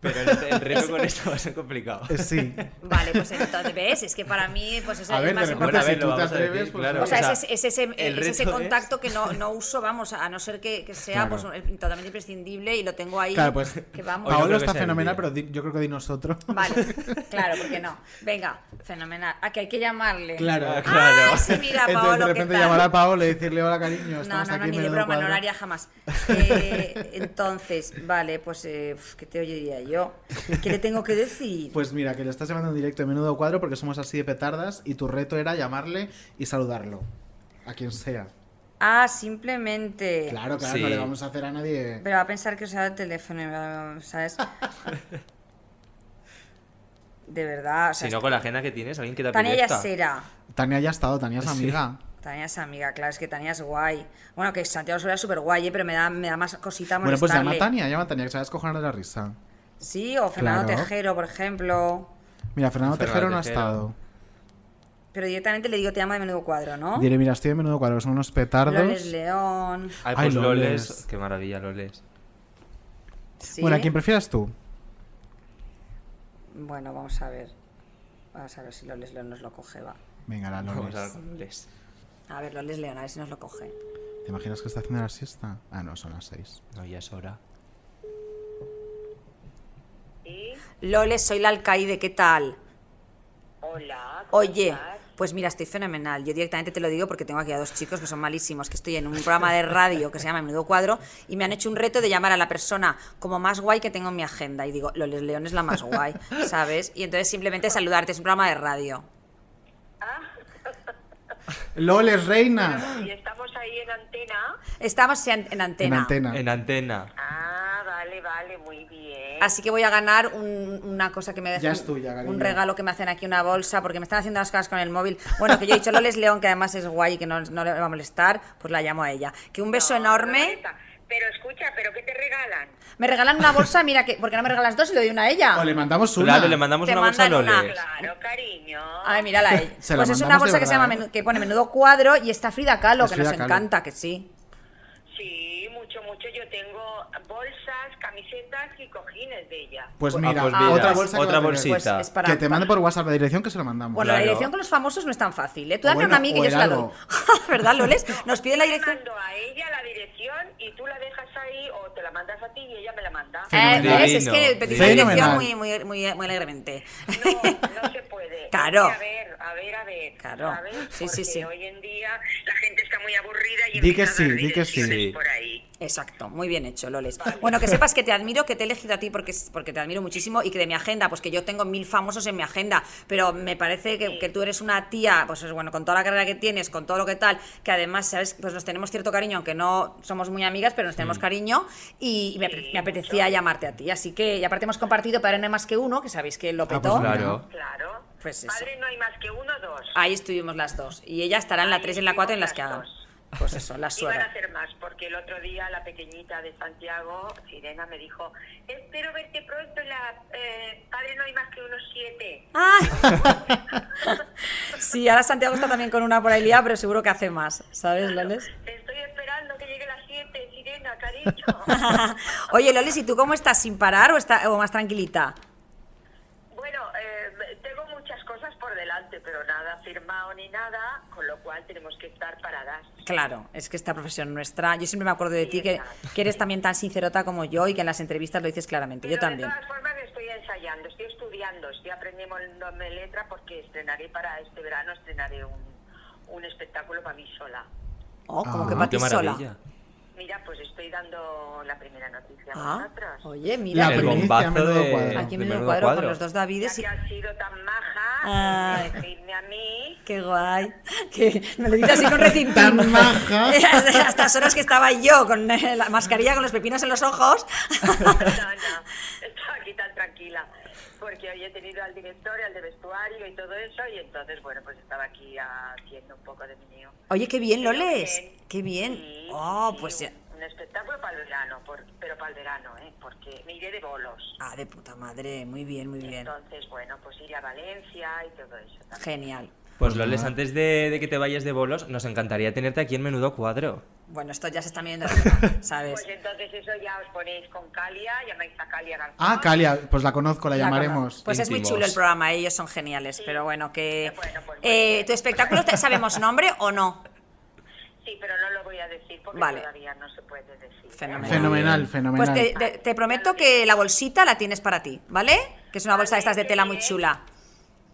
Speaker 1: Pero el, el reto con esto va a ser complicado.
Speaker 3: Eh, Sí.
Speaker 4: vale, pues entonces, ¿ves? Es que para mí, pues es
Speaker 1: A
Speaker 4: el
Speaker 1: ver,
Speaker 4: más
Speaker 1: de repente,
Speaker 4: importante.
Speaker 1: si tú te Bueno, a ver, lo vamos a atreves, decir, pues, claro.
Speaker 4: O sea,
Speaker 1: o sea,
Speaker 4: es, es- es ese,
Speaker 1: el
Speaker 4: es ese
Speaker 1: reto es-
Speaker 4: contacto que no, no uso, vamos, a no ser que, que sea
Speaker 3: Claro.
Speaker 4: pues, un- totalmente imprescindible y lo tengo ahí.
Speaker 3: Claro, pues.
Speaker 4: que vamos.
Speaker 3: Paolo está fenomenal, pero di- yo creo que di nosotros.
Speaker 4: Vale, claro, porque no. Venga, fenomenal. ¿A que hay que
Speaker 3: (laughs)
Speaker 4: llamarle.
Speaker 3: Claro,
Speaker 4: Ah,
Speaker 3: claro.
Speaker 4: sí, mira,
Speaker 3: Entonces,
Speaker 4: Paolo,
Speaker 3: de
Speaker 4: ¿qué
Speaker 3: repente
Speaker 4: tal?
Speaker 3: llamar a Paolo y decirle, hola, cariño,
Speaker 4: No,
Speaker 3: estamos
Speaker 4: no, no,
Speaker 3: aquí en
Speaker 4: ni de
Speaker 3: menudo
Speaker 4: broma, no
Speaker 3: cuadro".
Speaker 4: lo
Speaker 3: (laughs)
Speaker 4: haría jamás. Eh, entonces, vale, pues, eh, uf, ¿qué te oiría yo? ¿Qué le tengo que decir?
Speaker 3: Pues mira, que le estás llamando en directo de menudo cuadro porque somos así de petardas y tu reto era llamarle y saludarlo. A quien sea.
Speaker 4: Ah, simplemente.
Speaker 3: Claro, claro, no le vamos a hacer a nadie.
Speaker 4: Pero va a pensar que usaba el teléfono, y va- ¿sabes? De verdad, o sea,
Speaker 1: Si no, con la agenda que tienes, alguien que te
Speaker 4: Tania
Speaker 1: apetezca.
Speaker 4: Yasera.
Speaker 3: Tania ya ha estado, Tania es
Speaker 1: Sí.
Speaker 3: amiga.
Speaker 4: Tania es amiga, claro, es que Tania es guay. Bueno, que Santiago Soler es súper guay, pero me da, me da más cosita
Speaker 3: Bueno, pues llama a
Speaker 4: molestarle.
Speaker 3: Tania, llama a Tania, que se va a descojonar de la risa.
Speaker 4: Sí, o Fernando
Speaker 3: Claro.
Speaker 4: Tejero, por ejemplo.
Speaker 3: Mira, Fernando,
Speaker 1: Fernando
Speaker 3: Tejero no ha
Speaker 1: Tejero.
Speaker 3: estado.
Speaker 4: Pero directamente le digo, te llamo de menudo cuadro, ¿no?
Speaker 3: Diré, mira, estoy de menudo cuadro, que son unos petardos.
Speaker 4: Loles León.
Speaker 1: Ay,
Speaker 3: Ay,
Speaker 1: pues
Speaker 3: Loles.
Speaker 1: Loles. Qué maravilla, Loles.
Speaker 4: Sí.
Speaker 3: Bueno, ¿a quién prefieras tú?
Speaker 4: Bueno, vamos a ver. Vamos a ver si Loles León nos lo coge, va.
Speaker 3: Venga, la
Speaker 1: Vamos
Speaker 3: Loles.
Speaker 1: a ver con Loles.
Speaker 4: A ver, Loles León, a ver si nos lo coge.
Speaker 3: ¿Te imaginas que está haciendo la siesta? Ah, no, son las (laughs) seis.
Speaker 1: No, ya es hora.
Speaker 4: Loles, soy la alcaide, ¿qué tal? Oye, pues mira, estoy fenomenal. Yo directamente te lo digo porque tengo aquí a dos chicos que son malísimos, que estoy en un programa de radio que se llama Menudo Cuadro y me han hecho un reto de llamar a la persona como más guay que tengo en mi agenda. Y digo, Loles León es la más guay, ¿sabes? Y entonces simplemente saludarte, es un programa de radio.
Speaker 3: LOL es reina.
Speaker 9: Y estamos ahí en antena.
Speaker 4: Estamos en, en antena.
Speaker 1: En antena.
Speaker 9: Ah, vale, vale, muy bien.
Speaker 4: Así que voy a ganar un- una cosa que me dejan-
Speaker 3: Ya es tuya, cariño.
Speaker 4: un regalo que me hacen aquí, una bolsa, porque me están haciendo las cosas con el móvil. Bueno, que yo he dicho Loles León, que además es guay y que no, no le va a molestar, pues la llamo a ella. Que un beso enorme.
Speaker 9: Pero escucha, ¿pero qué te regalan?
Speaker 4: Me regalan una bolsa, mira, que porque no me regalas dos y le doy una a ella.
Speaker 3: O le mandamos una.
Speaker 1: Claro, le mandamos
Speaker 4: Te
Speaker 1: una bolsa a
Speaker 4: mandan una.
Speaker 1: Loles.
Speaker 9: Claro, cariño.
Speaker 4: Ay, mírala a ella.
Speaker 1: Se la
Speaker 4: pues es una
Speaker 1: mandamos de
Speaker 4: bolsa que se
Speaker 1: verdad, ¿eh?
Speaker 4: llama menu- que pone menudo cuadro y está Frida Kahlo,
Speaker 1: Es
Speaker 4: que
Speaker 1: Frida
Speaker 4: nos
Speaker 1: Kahlo.
Speaker 4: encanta, que sí.
Speaker 9: Sí, mucho, mucho. Yo tengo bolsas, camisetas y cojines de ella.
Speaker 3: Pues
Speaker 1: Ah,
Speaker 3: mira,
Speaker 1: pues mira,
Speaker 3: otra bolsa. que
Speaker 1: otra
Speaker 3: va a tener.
Speaker 1: bolsita. Pues es para-
Speaker 3: que te mande por WhatsApp la dirección que se la mandamos. (laughs)
Speaker 4: Bueno, la dirección con los famosos no es tan fácil, ¿eh? Tú
Speaker 3: O
Speaker 4: dame
Speaker 3: bueno,
Speaker 4: una amiga
Speaker 3: o
Speaker 4: y yo
Speaker 3: el
Speaker 4: se la doy. (laughs) Ah,
Speaker 3: algo.
Speaker 4: ¿Verdad, Loles? Nos pide la dirección.
Speaker 9: A ella la dirección y tú la dejas ahí o te la mandas a ti y ella me la manda.
Speaker 4: (laughs) Eh,
Speaker 1: Fenomenal.
Speaker 4: ¿ves? Es que
Speaker 1: Divino,
Speaker 4: pedís la dirección
Speaker 1: fenomenal.
Speaker 4: muy, muy, muy, muy alegremente. Claro.
Speaker 9: A ver, a ver, a ver.
Speaker 4: Claro.
Speaker 9: ¿sabes?
Speaker 4: Sí, sí,
Speaker 9: Porque
Speaker 4: sí.
Speaker 9: hoy en día la gente está muy aburrida y
Speaker 4: Di
Speaker 9: empieza
Speaker 4: que
Speaker 9: a dar
Speaker 4: sí, di que sí.
Speaker 9: direcciones por ahí.
Speaker 4: Exacto, muy bien hecho, Loles. Bueno, que sepas que te admiro, que te he elegido a ti porque, porque te admiro muchísimo y que de mi agenda, pues que yo tengo mil famosos en mi agenda, pero me parece que, que tú eres una tía, pues es bueno, con toda la carrera que tienes, con todo lo que tal, que además, ¿sabes? Pues nos tenemos cierto cariño, aunque no somos muy amigas, pero nos tenemos
Speaker 10: Mm.
Speaker 4: cariño y, y me, apete- me apetecía llamarte a ti. Así que, y aparte hemos compartido Padre No hay más que uno, que sabéis que lo
Speaker 1: pues
Speaker 4: petó.
Speaker 1: claro.
Speaker 9: Claro.
Speaker 4: Pues eso.
Speaker 9: Padre, no hay más que uno, dos.
Speaker 4: Ahí estuvimos las dos. Y ella estará en la 3 y en la 4 en las que hagan. Pues eso, las
Speaker 9: Y van a
Speaker 4: suegra.
Speaker 9: hacer más, porque el otro día la pequeñita de Santiago, Sirena, me dijo, espero verte pronto en la... eh, padre, no hay más que unos siete.
Speaker 4: (laughs) Sí, ahora Santiago está también con una por ahí liada, pero seguro que hace más. ¿Sabes, Loles?
Speaker 9: Estoy esperando que llegue la siete, Sirena, cariño.
Speaker 4: (laughs) (laughs) Oye, Loles, ¿y tú cómo estás? ¿Sin parar o, está, o más tranquilita?
Speaker 9: Bueno, eh, tengo muchas cosas por delante, pero nada firmado ni nada, con lo cual tenemos que estar paradas.
Speaker 4: Claro, es que esta profesión nuestra. Yo siempre me acuerdo de ti, que, que eres también tan sincerota como yo y que en las entrevistas lo dices claramente. Yo
Speaker 9: Pero
Speaker 4: también.
Speaker 9: De todas formas, estoy ensayando, estoy estudiando, estoy aprendiéndome letra porque estrenaré para este verano, estrenaré un, un espectáculo para mí sola.
Speaker 4: Oh, como que
Speaker 1: Ah,
Speaker 4: para
Speaker 1: qué
Speaker 4: ti sola.
Speaker 1: maravilla.
Speaker 9: Mira, pues estoy dando la primera noticia a
Speaker 4: Ah,
Speaker 9: vosotros.
Speaker 4: oye, mira.
Speaker 1: La
Speaker 4: qué bien.
Speaker 1: bombazo de-
Speaker 4: Aquí en
Speaker 1: de
Speaker 4: menudo
Speaker 1: Menudo
Speaker 4: cuadro, con
Speaker 1: Cuadro.
Speaker 4: los dos Davides. Y... Ay. Qué guay. Que me lo dices así con recintín.
Speaker 3: Tan
Speaker 4: (laughs)
Speaker 3: maja.
Speaker 4: A estas horas que estaba yo con eh, la mascarilla, con los pepinos en los ojos. (laughs)
Speaker 9: Estaba aquí tan tranquila, porque hoy he tenido al director y al de vestuario y todo eso, y entonces, bueno, pues estaba aquí haciendo un poco de meneo.
Speaker 4: Oye, qué bien, Loles. Qué bien. Oh, pues ya.
Speaker 9: Un espectáculo para el verano, por- pero para el verano, ¿eh? Porque me iré de bolos.
Speaker 4: Ah, de puta madre. Muy bien, muy bien.
Speaker 9: Entonces, bueno, pues iré a Valencia y todo eso.
Speaker 4: Genial.
Speaker 1: Pues Loles, antes de, de que te vayas de bolos, nos encantaría tenerte aquí en menudo cuadro.
Speaker 4: Bueno, esto ya se está viendo, de verdad, ¿sabes?
Speaker 9: Pues entonces eso ya os ponéis con Calia, llamáis a Calia Garzón.
Speaker 3: Ah, Calia, pues la conozco, la,
Speaker 4: La
Speaker 3: llamaremos.
Speaker 4: conozco. Pues es muy chulo el programa, ellos son geniales, pero bueno, que... Eh, ¿Tu espectáculo te- sabemos nombre o no? Pues
Speaker 9: Sí, pero no lo voy a decir porque
Speaker 4: Vale.
Speaker 9: todavía no se puede decir. ¿eh?
Speaker 4: Fenomenal.
Speaker 3: Fenomenal,
Speaker 4: Pues
Speaker 3: fenomenal.
Speaker 4: te, te- te prometo que la bolsita la tienes para ti, ¿vale? Que es una bolsa de estas de tela muy chula.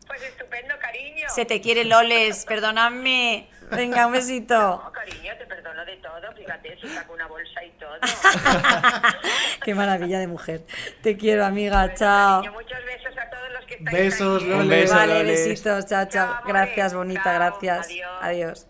Speaker 4: Pues estupendo, cariño. Se te quiere, Loles, perdóname. Venga, un besito.
Speaker 9: No, cariño, te perdono de todo, fíjate, si saco una bolsa y
Speaker 4: (laughs)
Speaker 9: todo.
Speaker 4: (laughs) Qué maravilla de mujer. Te quiero, amiga. Chao.
Speaker 3: Besos, Loles.
Speaker 4: Vale, besitos. Chao, chao. Gracias, bonita, gracias. Adiós.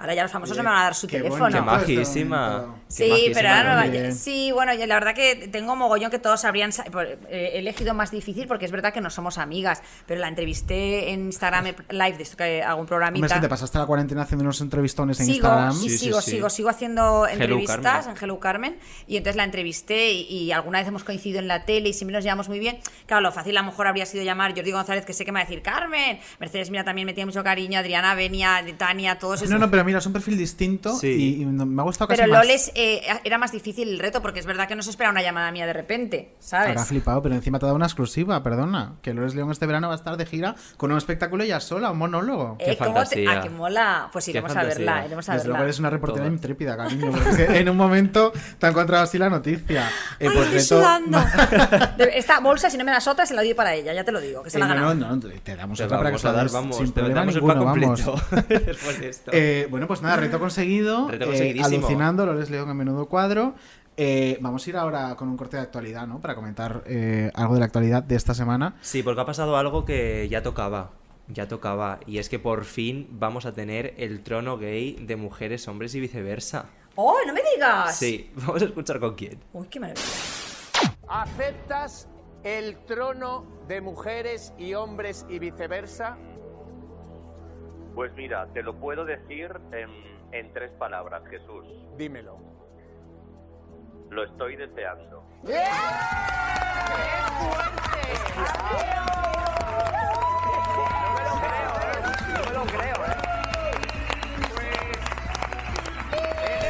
Speaker 4: Ahora ya los famosos no me van a dar su
Speaker 1: Qué
Speaker 4: teléfono.
Speaker 1: Qué majísima. Qué
Speaker 4: Sí,
Speaker 1: majísima,
Speaker 4: pero ahora no
Speaker 1: Loles.
Speaker 4: va- Sí, bueno, yo la verdad que tengo mogollón que todos habrían sa- por- eh, elegido más difícil porque es verdad que no somos amigas, pero la entrevisté en Instagram Live, de esto que hago
Speaker 3: Hombre, es
Speaker 4: un
Speaker 3: que
Speaker 4: programita.
Speaker 3: te pasaste la cuarentena haciendo unos entrevistones en
Speaker 4: Sigo,
Speaker 3: Instagram.
Speaker 4: y sigo, sigo, sigo haciendo
Speaker 3: Hello,
Speaker 4: entrevistas
Speaker 3: Carmen.
Speaker 4: en Hello Carmen y entonces la entrevisté y, y alguna vez hemos coincidido en la tele y siempre nos llevamos muy bien. Claro, lo fácil a lo mejor habría sido llamar a Jordi González que sé que me va a decir Carmen, Mercedes mira también me tiene mucho cariño, Adriana Venia, Tania, todos esos.
Speaker 3: No, no, pero mira, es un perfil distinto y, y no- me ha gustado casi
Speaker 4: Pero
Speaker 3: más.
Speaker 4: LOL es, eh, era más difícil el reto porque es verdad que no se espera una llamada mía de repente, ¿sabes?
Speaker 3: Habrá flipado, pero encima te ha dado una exclusiva, perdona. Que Lores León este verano va a estar de gira con un espectáculo ella sola, un monólogo.
Speaker 4: Eh, ¿cómo te- ah, qué mola. Pues iremos a verla, iremos a
Speaker 3: Desde luego
Speaker 4: verla.
Speaker 3: eres una reportera intrépida, cariño. Porque es que en un momento te ha encontrado así la noticia. Eh, por
Speaker 4: Estoy
Speaker 3: cierto, (laughs)
Speaker 4: sudando. De- Esta bolsa, si no me das otra, se la doy para ella, ya te lo digo, que se
Speaker 3: Eh,
Speaker 4: la
Speaker 3: no,
Speaker 4: gana.
Speaker 3: no, no, te damos
Speaker 1: Te
Speaker 3: otra para que
Speaker 1: vamos
Speaker 3: se
Speaker 1: a
Speaker 3: la
Speaker 1: dar,
Speaker 3: des
Speaker 1: vamos,
Speaker 3: sin
Speaker 1: te
Speaker 3: problema
Speaker 1: damos el pack
Speaker 3: ninguno, vamos.
Speaker 1: completo (laughs) después de esto.
Speaker 3: (laughs) Eh, bueno, pues nada, reto
Speaker 1: (laughs)
Speaker 3: conseguido.
Speaker 1: Reto
Speaker 3: eh,
Speaker 1: conseguidísimo.
Speaker 3: alucinando, Lores León a menudo cuadro. Eh, vamos a ir ahora con un corte de actualidad, ¿no? Para comentar eh, algo de la actualidad de esta semana.
Speaker 1: Sí, porque ha pasado algo que ya tocaba. Ya tocaba. Y es que por fin vamos a tener el trono gay de mujeres, hombres y viceversa.
Speaker 4: ¡Oh, no me
Speaker 3: Ah,
Speaker 4: digas!
Speaker 1: Sí, (laughs) vamos a escuchar con quién.
Speaker 4: Uy, qué maravilla.
Speaker 11: ¿Aceptas el trono de mujeres y hombres y viceversa?
Speaker 12: Pues mira, te lo puedo decir en, en tres palabras, Jesús.
Speaker 11: Dímelo.
Speaker 12: Lo estoy deseando.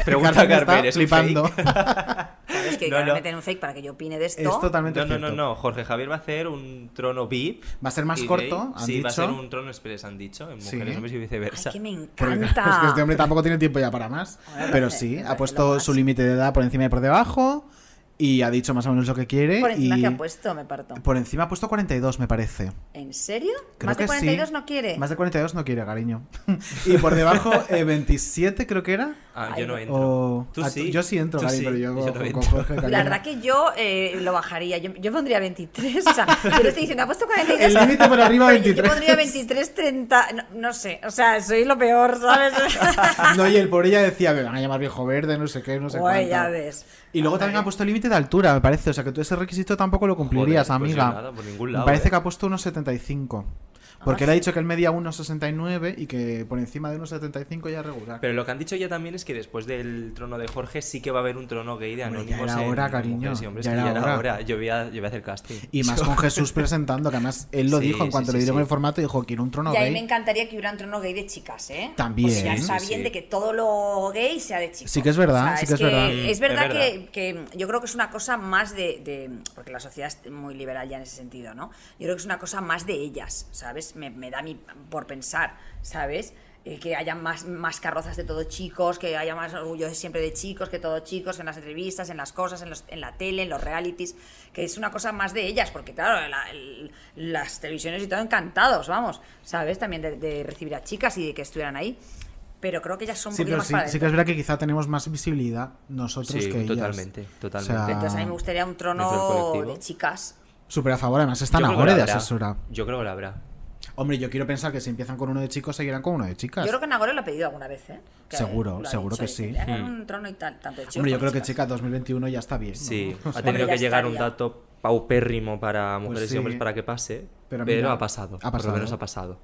Speaker 1: Pregunta
Speaker 3: Carmen está
Speaker 1: Carmen, ¿es un
Speaker 3: flipando.
Speaker 1: (laughs)
Speaker 3: (laughs)
Speaker 4: Es que
Speaker 1: No,
Speaker 4: ya me
Speaker 1: no.
Speaker 4: meten un fake para que yo opine de esto.
Speaker 1: no, no, no, no. Jorge Javier va a hacer un trono VIP.
Speaker 3: Va a ser más
Speaker 1: y
Speaker 3: corto, han
Speaker 1: sí, va a
Speaker 3: dicho.
Speaker 1: ser un trono express, han dicho. En
Speaker 3: Sí.
Speaker 1: mujeres, hombres y viceversa.
Speaker 4: que me
Speaker 3: Porque
Speaker 4: encanta.
Speaker 3: (laughs) Es que este hombre tampoco tiene tiempo ya para más. Pero sí, ha puesto su límite de edad por encima y por debajo. Y ha dicho más o menos lo que quiere.
Speaker 4: Por encima
Speaker 3: y
Speaker 4: que ha puesto, me parto.
Speaker 3: Por encima ha puesto 42, me parece.
Speaker 4: ¿En serio?
Speaker 3: Creo
Speaker 4: ¿Más de
Speaker 3: que
Speaker 4: 42
Speaker 3: sí.
Speaker 4: no quiere?
Speaker 3: Más de 42 no quiere, cariño. (laughs) y por debajo, eh, 27 creo que era.
Speaker 1: Ah, yo no entro.
Speaker 3: O-
Speaker 1: Tú
Speaker 3: ah,
Speaker 1: sí.
Speaker 3: Yo sí entro,
Speaker 1: Tú
Speaker 3: cariño,
Speaker 1: sí,
Speaker 3: pero yo,
Speaker 1: yo no
Speaker 3: con- con
Speaker 1: entro. (laughs)
Speaker 3: Jorge, cariño.
Speaker 4: La verdad que yo eh, lo bajaría. Yo, yo pondría 23.
Speaker 3: (laughs)
Speaker 4: O sea, yo le estoy diciendo, ha puesto 42.
Speaker 3: El límite por arriba,
Speaker 4: pero yo- Yo
Speaker 3: 23.
Speaker 4: pondría 23, 30. No, no sé. O sea, soy lo peor, ¿sabes?
Speaker 3: (laughs) No, y el pobre ya decía, me van a llamar viejo verde, no sé qué, no sé
Speaker 4: Guay,
Speaker 3: cuánto.
Speaker 4: ya ves.
Speaker 3: Y luego también ha puesto límite de altura, me parece. O sea, que tú ese requisito tampoco lo cumplirías,
Speaker 1: Joder, pues yo
Speaker 3: amiga.
Speaker 1: nada, por ningún lado,
Speaker 3: me parece
Speaker 1: ¿eh?
Speaker 3: que ha puesto unos 75. Porque
Speaker 1: Ah,
Speaker 3: él ha
Speaker 1: sí.
Speaker 3: dicho que él medía 1,69 y que por encima de 1,75 ya es regular.
Speaker 1: Pero lo que han dicho ya también es que después del trono de Jorge sí que va a haber un trono gay de
Speaker 3: Hombre, ya
Speaker 1: anónimos.
Speaker 3: era
Speaker 1: en
Speaker 3: hora, cariño,
Speaker 1: mujeres y hombres,
Speaker 3: ya
Speaker 1: que
Speaker 3: era hora.
Speaker 1: Yo voy, a, yo voy a hacer casting.
Speaker 3: Y más
Speaker 1: Yo- (laughs)
Speaker 3: con Jesús presentando, que además él lo
Speaker 1: Sí,
Speaker 3: dijo en
Speaker 1: sí,
Speaker 3: cuanto
Speaker 1: sí,
Speaker 3: le dieron
Speaker 1: sí.
Speaker 3: el formato, dijo, quiero un trono
Speaker 4: y ahí
Speaker 3: gay.
Speaker 4: me encantaría que hubiera un trono gay de chicas, ¿eh?
Speaker 3: También.
Speaker 4: Porque ya
Speaker 3: Sí,
Speaker 4: está
Speaker 3: sí,
Speaker 4: bien
Speaker 3: sí.
Speaker 4: de que todo lo gay sea de chicas.
Speaker 3: Sí que es verdad, sí que es verdad.
Speaker 4: Es
Speaker 3: Mm,
Speaker 4: verdad,
Speaker 3: es
Speaker 4: Que, que yo creo que es una cosa más de, de- Porque la sociedad es muy liberal ya en ese sentido, ¿no? Yo creo que es una cosa más de ellas, ¿sabes? Me, me da mi, por pensar, ¿sabes? Eh, que haya más, más carrozas de todo chicos, que haya más orgullo siempre de chicos, que todo chicos, en las entrevistas, en las cosas, en, los- en la tele, en los realities, que es una cosa más de ellas, porque claro, la- el- las televisiones y todo encantados, vamos, ¿sabes? También de, de recibir a chicas y de que estuvieran ahí, pero creo que ellas son un
Speaker 3: Sí,
Speaker 4: poquito
Speaker 3: pero
Speaker 4: más
Speaker 3: sí,
Speaker 4: para
Speaker 3: sí que es
Speaker 4: adentro.
Speaker 3: verdad que quizá tenemos más visibilidad nosotros
Speaker 1: Sí,
Speaker 3: que ellas.
Speaker 1: totalmente, totalmente.
Speaker 4: Entonces a mí me gustaría un
Speaker 1: Dentro del
Speaker 4: trono
Speaker 1: colectivo.
Speaker 4: de chicas.
Speaker 3: Súper a favor, además están
Speaker 1: Yo creo que
Speaker 3: ahora
Speaker 1: la
Speaker 3: de
Speaker 1: habrá.
Speaker 3: asesora.
Speaker 1: Yo creo que la habrá.
Speaker 3: Hombre, yo quiero pensar que si empiezan con uno de chicos, seguirán con uno de chicas.
Speaker 4: Yo creo que Nagore lo ha pedido alguna vez, ¿eh? Que
Speaker 3: Seguro,
Speaker 4: lo ha
Speaker 3: seguro
Speaker 4: dicho,
Speaker 3: que
Speaker 4: dice,
Speaker 3: sí.
Speaker 4: "Le
Speaker 1: Hmm.
Speaker 4: hagan
Speaker 3: Mm.
Speaker 4: un trono y tal, tanto de chicos
Speaker 3: Hombre, yo
Speaker 4: como
Speaker 3: creo que chica 2021 ya está bien. ¿no?
Speaker 1: Sí,
Speaker 3: O sea,
Speaker 1: ha tenido
Speaker 4: ya
Speaker 1: que llegar un
Speaker 4: estaría.
Speaker 1: dato paupérrimo para mujeres
Speaker 3: Pues sí.
Speaker 1: y hombres para que pase,
Speaker 3: Pero
Speaker 1: pero,
Speaker 3: mira,
Speaker 1: ha pasado.
Speaker 3: ha
Speaker 1: Por
Speaker 3: pasado.
Speaker 1: lo menos ha pasado.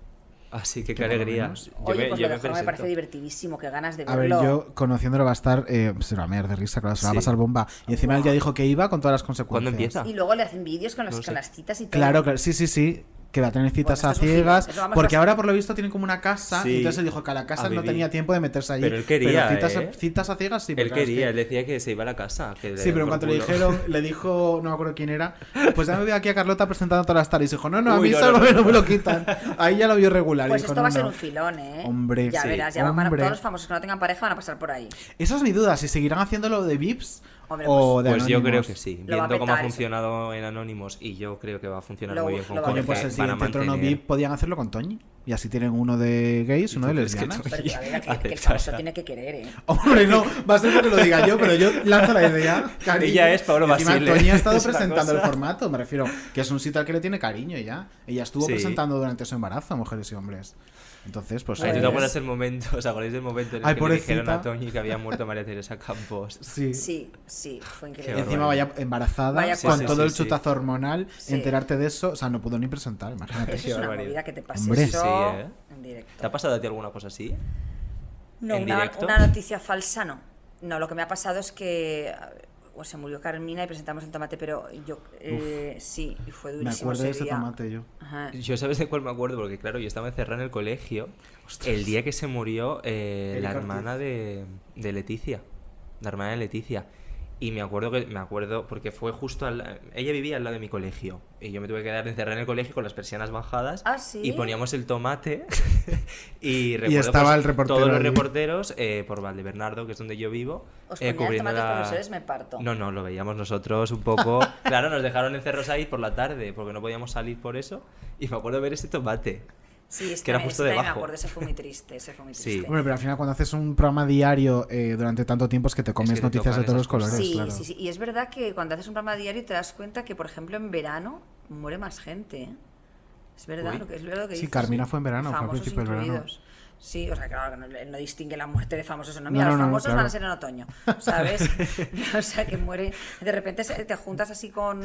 Speaker 1: Así que
Speaker 3: Que
Speaker 1: qué
Speaker 3: por lo
Speaker 1: alegría.
Speaker 3: menos-
Speaker 1: Yo me-
Speaker 4: Oye, pues
Speaker 1: yo me
Speaker 4: lo de Jorge me,
Speaker 1: presento.
Speaker 4: parece divertido, qué ganas de
Speaker 3: A ver,
Speaker 4: verlo.
Speaker 3: yo conociéndolo va a estar. Eh, se va a mear de risa, claro, se va a
Speaker 1: Sí.
Speaker 3: pasar bomba. Y encima él ya dijo que iba con todas las consecuencias.
Speaker 4: Y luego le hacen vídeos con, los-
Speaker 3: No sé.
Speaker 4: con las citas y todo.
Speaker 3: Claro, claro, sí, sí, sí. Que va a tener citas a ciegas.
Speaker 4: eso vamos
Speaker 3: Porque
Speaker 4: a-
Speaker 3: ahora, por lo visto, tienen como una casa.
Speaker 1: Sí,
Speaker 3: y entonces él dijo que a la casa
Speaker 1: a
Speaker 3: no
Speaker 1: vivir.
Speaker 3: tenía tiempo de meterse allí.
Speaker 1: Pero él quería,
Speaker 3: citas, a-
Speaker 1: ¿eh?
Speaker 3: citas a ciegas sí.
Speaker 1: Él
Speaker 3: porque, claro, es
Speaker 1: quería,
Speaker 3: que-
Speaker 1: él decía que se iba a la casa. que le
Speaker 3: Sí, pero
Speaker 1: dieron
Speaker 3: en
Speaker 1: por
Speaker 3: cuanto le
Speaker 1: culo.
Speaker 3: dijeron, le dijo, no me acuerdo quién era, pues ya me veo aquí a Carlota presentando todas las tardes. Y dijo, no, no, a
Speaker 1: Uy,
Speaker 3: mí
Speaker 1: no,
Speaker 3: solo
Speaker 1: no,
Speaker 3: me-
Speaker 1: no,
Speaker 3: no me
Speaker 1: no.
Speaker 3: lo quitan. Ahí ya lo vio regular. y
Speaker 4: Pues
Speaker 3: dijo,
Speaker 4: esto va a
Speaker 3: no,
Speaker 4: ser
Speaker 3: no.
Speaker 4: un filón, ¿eh?
Speaker 3: Hombre,
Speaker 4: ya
Speaker 3: sí,
Speaker 4: verás, ya van
Speaker 3: hombre.
Speaker 4: todos los famosos que no tengan pareja van a pasar por ahí.
Speaker 3: Esa es mi duda, si seguirán haciéndolo de VIPs
Speaker 4: Hombre,
Speaker 3: o de
Speaker 1: Pues yo creo
Speaker 3: anónimos.
Speaker 1: que sí.
Speaker 4: Lo va a
Speaker 1: Viendo cómo ha
Speaker 4: petar eso.
Speaker 1: funcionado en Anónimos, y yo creo que va a funcionar
Speaker 4: Lo-
Speaker 1: muy bien con
Speaker 4: lo va a
Speaker 1: Jorge.
Speaker 3: Coño, pues el
Speaker 1: van a
Speaker 3: siguiente trono
Speaker 1: mantener-
Speaker 3: VIP podían hacerlo con Toñi. Y así tienen uno de gays, uno de
Speaker 1: crees que
Speaker 3: lesbianas.
Speaker 1: Toñi-
Speaker 4: Pero
Speaker 1: (laughs)
Speaker 4: que, la verdad que- que el
Speaker 1: Aceptar.
Speaker 4: famoso tiene que querer, ¿eh?
Speaker 3: (laughs) Hombre, no, va a ser porque lo diga yo, pero yo lanzo la idea.
Speaker 1: (laughs)
Speaker 3: Cariño.
Speaker 1: Ella es Paolo
Speaker 3: Encima,
Speaker 1: Basile.
Speaker 3: Toñi
Speaker 1: (laughs)
Speaker 3: ha estado
Speaker 1: Es una
Speaker 3: presentando el
Speaker 1: cosa.
Speaker 3: formato, me refiero, que es un sitio al que le tiene cariño ya. Ella estuvo
Speaker 1: Sí.
Speaker 3: presentando durante su embarazo, mujeres y hombres. Entonces, pues.
Speaker 1: Ay, ¿tú te
Speaker 3: pues-
Speaker 1: acuerdas el momento? ¿Os acordáis del momento en el
Speaker 3: Ay,
Speaker 1: que
Speaker 3: pobrecita.
Speaker 1: le dijeron a Toñi que había muerto María Teresa Campos?
Speaker 3: Sí.
Speaker 4: Sí, sí, fue increíble.
Speaker 3: Encima vaya embarazada,
Speaker 4: Vaya
Speaker 3: con
Speaker 4: cosa.
Speaker 3: todo el
Speaker 1: Sí, sí, sí.
Speaker 3: chutazo hormonal,
Speaker 4: Sí.
Speaker 3: enterarte de eso, o sea, no pudo ni presentar,
Speaker 4: (laughs)
Speaker 3: imagínate.
Speaker 4: Eso es una
Speaker 1: barbaridad.
Speaker 4: movida que te pase
Speaker 3: Hombre.
Speaker 4: eso
Speaker 1: Sí, ¿eh?
Speaker 4: en directo.
Speaker 1: ¿Te ha pasado a ti alguna cosa así?
Speaker 4: No,
Speaker 1: ¿En
Speaker 4: una,
Speaker 1: directo?
Speaker 4: una noticia falsa no. No, lo que me ha pasado es que a ver, o se murió Carmina y presentamos el tomate, pero yo eh, sí, y fue durísimo.
Speaker 3: acuerdo de
Speaker 4: ese
Speaker 3: ese
Speaker 4: día.
Speaker 3: tomate Eh, yo.
Speaker 4: Ajá.
Speaker 1: Yo sabes de cuál me acuerdo, porque claro, yo estaba encerrado en el colegio el día que se murió eh, la
Speaker 3: Erika Ortiz.
Speaker 1: hermana de, de Leticia. La hermana de Leticia. Y me acuerdo que me acuerdo porque fue justo al ella vivía al lado de mi colegio y yo me tuve que quedar encerrado en el colegio con las persianas bajadas
Speaker 4: Ah, ¿sí?
Speaker 1: y poníamos el
Speaker 3: (laughs)
Speaker 1: tomate y, recuerdo, pues,
Speaker 3: estaba el reportero
Speaker 1: todos los
Speaker 3: allí.
Speaker 1: reporteros eh, por Valdebernardo que es donde yo vivo
Speaker 4: Os
Speaker 1: eh,
Speaker 4: ponían
Speaker 1: cubriendo
Speaker 4: tomates
Speaker 1: la-
Speaker 4: profesores, me parto.
Speaker 1: no, no, lo veíamos nosotros un
Speaker 4: (laughs)
Speaker 1: poco. Claro, nos dejaron encerros ahí por la tarde porque no podíamos salir por eso. Y me acuerdo ver ese tomate.
Speaker 4: Sí, es
Speaker 1: que era
Speaker 4: me-
Speaker 1: justo
Speaker 4: esta me
Speaker 1: debajo.
Speaker 4: acuerdo, ese fue muy triste, ese fue muy
Speaker 1: Sí.
Speaker 4: triste.
Speaker 3: Hombre, pero al final cuando haces un programa diario eh, durante tanto tiempo es que te comes
Speaker 1: que te
Speaker 3: noticias
Speaker 1: tocan
Speaker 3: de todos los
Speaker 1: esas cosas.
Speaker 3: colores,
Speaker 4: sí,
Speaker 3: claro.
Speaker 4: sí, sí. Y es verdad que cuando haces un programa diario te das cuenta que, por ejemplo, en verano muere más gente. ¿eh? Es verdad,
Speaker 3: Uy.
Speaker 4: lo que es verdad lo que
Speaker 3: Sí,
Speaker 4: dices,
Speaker 3: Carmina fue en verano, fue al
Speaker 4: Famosos
Speaker 3: principio del verano.
Speaker 4: incluidos. Sí, o sea, claro, que no, él no distingue la muerte de famosos o no.
Speaker 3: No,
Speaker 4: Mira,
Speaker 3: no,
Speaker 4: los
Speaker 3: no, no,
Speaker 4: famosos van
Speaker 3: claro.
Speaker 4: a ser en otoño,
Speaker 3: (laughs)
Speaker 4: ¿sabes? (laughs) o sea, que muere. De repente se- te juntas así con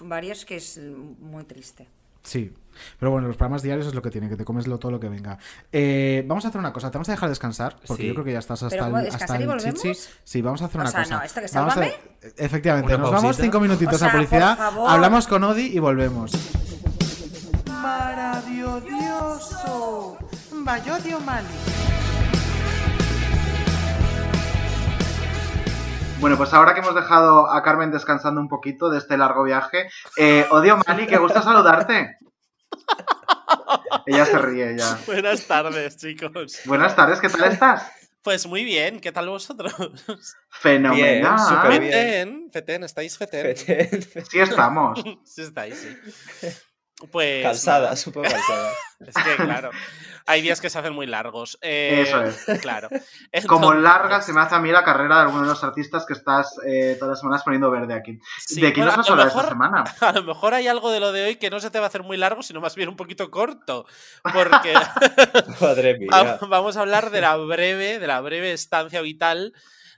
Speaker 4: varios que es muy triste.
Speaker 3: Sí. Pero bueno, los programas diarios es lo que tiene, que te comes lo- todo lo que venga. Eh, vamos a hacer una cosa, te vamos a dejar descansar, porque
Speaker 1: Sí.
Speaker 3: yo creo que ya estás
Speaker 4: ¿Pero
Speaker 3: hasta el,
Speaker 4: cómo,
Speaker 3: hasta
Speaker 4: descansar y
Speaker 3: el
Speaker 4: volvemos?
Speaker 3: chichi. Sí, vamos a hacer
Speaker 4: O
Speaker 3: una
Speaker 4: sea,
Speaker 3: cosa.
Speaker 4: no, esto que es
Speaker 3: Vamos a-
Speaker 4: Sálvame.
Speaker 3: Efectivamente,
Speaker 1: Una
Speaker 3: nos vamos
Speaker 1: pausita.
Speaker 3: cinco minutitos
Speaker 4: O sea,
Speaker 3: a
Speaker 4: por
Speaker 3: publicidad,
Speaker 4: favor.
Speaker 3: hablamos con Odi y volvemos.
Speaker 13: Maravilloso. Vayodio Mali.
Speaker 3: Bueno, pues ahora que hemos dejado a Carmen descansando un poquito de este largo viaje, eh, Odio Mali, que gusto saludarte. Ella se ríe ya.
Speaker 14: Buenas tardes, (laughs) chicos.
Speaker 3: Buenas tardes, ¿qué tal estás?
Speaker 14: Pues muy bien, ¿qué tal vosotros?
Speaker 3: Fenomenal.
Speaker 14: Ah, Feten, Feten, ¿estáis Feten?
Speaker 3: Sí estamos.
Speaker 14: (laughs) Sí estáis, sí. (laughs) Pues...
Speaker 15: Cansada,
Speaker 14: nada.
Speaker 15: súper cansada.
Speaker 14: (laughs) Es que, claro, hay días que se hacen muy largos. Eh,
Speaker 3: Eso es.
Speaker 14: (laughs) Claro.
Speaker 3: Como
Speaker 14: Entonces-
Speaker 3: larga se me hace a mí la carrera de alguno de los artistas que estás eh, todas las semanas poniendo verde aquí.
Speaker 14: Sí,
Speaker 3: ¿De quién nos
Speaker 14: bueno,
Speaker 3: vas
Speaker 14: a
Speaker 3: a
Speaker 14: lo
Speaker 3: hablar esta
Speaker 14: mejor-
Speaker 3: semana?
Speaker 14: (laughs) A lo mejor hay algo de lo de hoy que no se te va a hacer muy largo, sino más bien un poquito corto. Porque
Speaker 15: Madre
Speaker 14: va-
Speaker 15: mía.
Speaker 14: (laughs) vamos a hablar
Speaker 3: (laughs)
Speaker 14: de la breve, de la breve estancia vital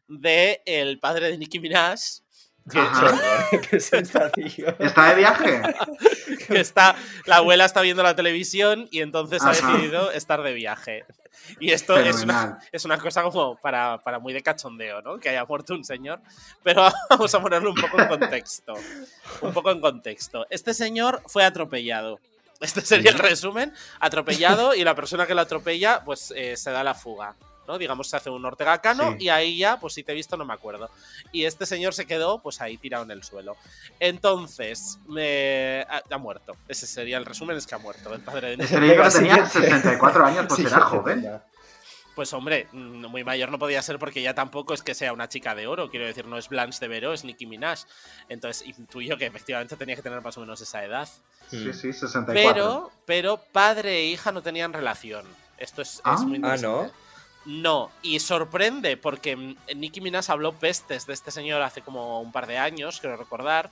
Speaker 14: de el padre de Nicki Minaj.
Speaker 15: Qué horror, (laughs) qué sensación.
Speaker 3: ¿Está de viaje?
Speaker 14: (laughs) que está, la abuela está viendo la televisión y entonces ha
Speaker 3: Ajá.
Speaker 14: decidido estar de viaje. Y esto (laughs) es una,
Speaker 3: Fenomenal.
Speaker 14: es una cosa como para, para muy de cachondeo, ¿no? Que haya muerto un señor. Pero (laughs) vamos a ponerlo un poco en contexto. Un poco en contexto. Este señor fue atropellado. Este sería el resumen. Atropellado y la persona que lo atropella, pues eh, se da la fuga. ¿no? Digamos, se hace un Ortega Cano
Speaker 15: Sí.
Speaker 14: y ahí ya, pues si te he visto, no me acuerdo. Y este señor se quedó, pues ahí tirado en el suelo. Entonces, me... ha, ha muerto. Ese sería el resumen, es que ha muerto el padre
Speaker 3: (laughs)
Speaker 14: de Nicky.
Speaker 3: Pero yo creo que tenía 64 años, pues
Speaker 14: Siguiente
Speaker 3: será joven.
Speaker 14: Pues hombre, mm, muy mayor no podía ser porque ya tampoco es que sea una chica de oro. Quiero decir, no es Blanche de Vero, es Nicki Minaj. Entonces intuyo que efectivamente tenía que tener más o menos esa edad.
Speaker 3: Sí, sí, 64.
Speaker 14: Pero, pero padre e hija no tenían relación. Esto es, es
Speaker 1: Ah.
Speaker 14: muy
Speaker 1: Ah,
Speaker 4: (laughs)
Speaker 14: interesante.
Speaker 1: ¿no?
Speaker 14: No, y sorprende porque mm, Nicki Minaj habló pestes de este señor hace como un par de años, creo recordar,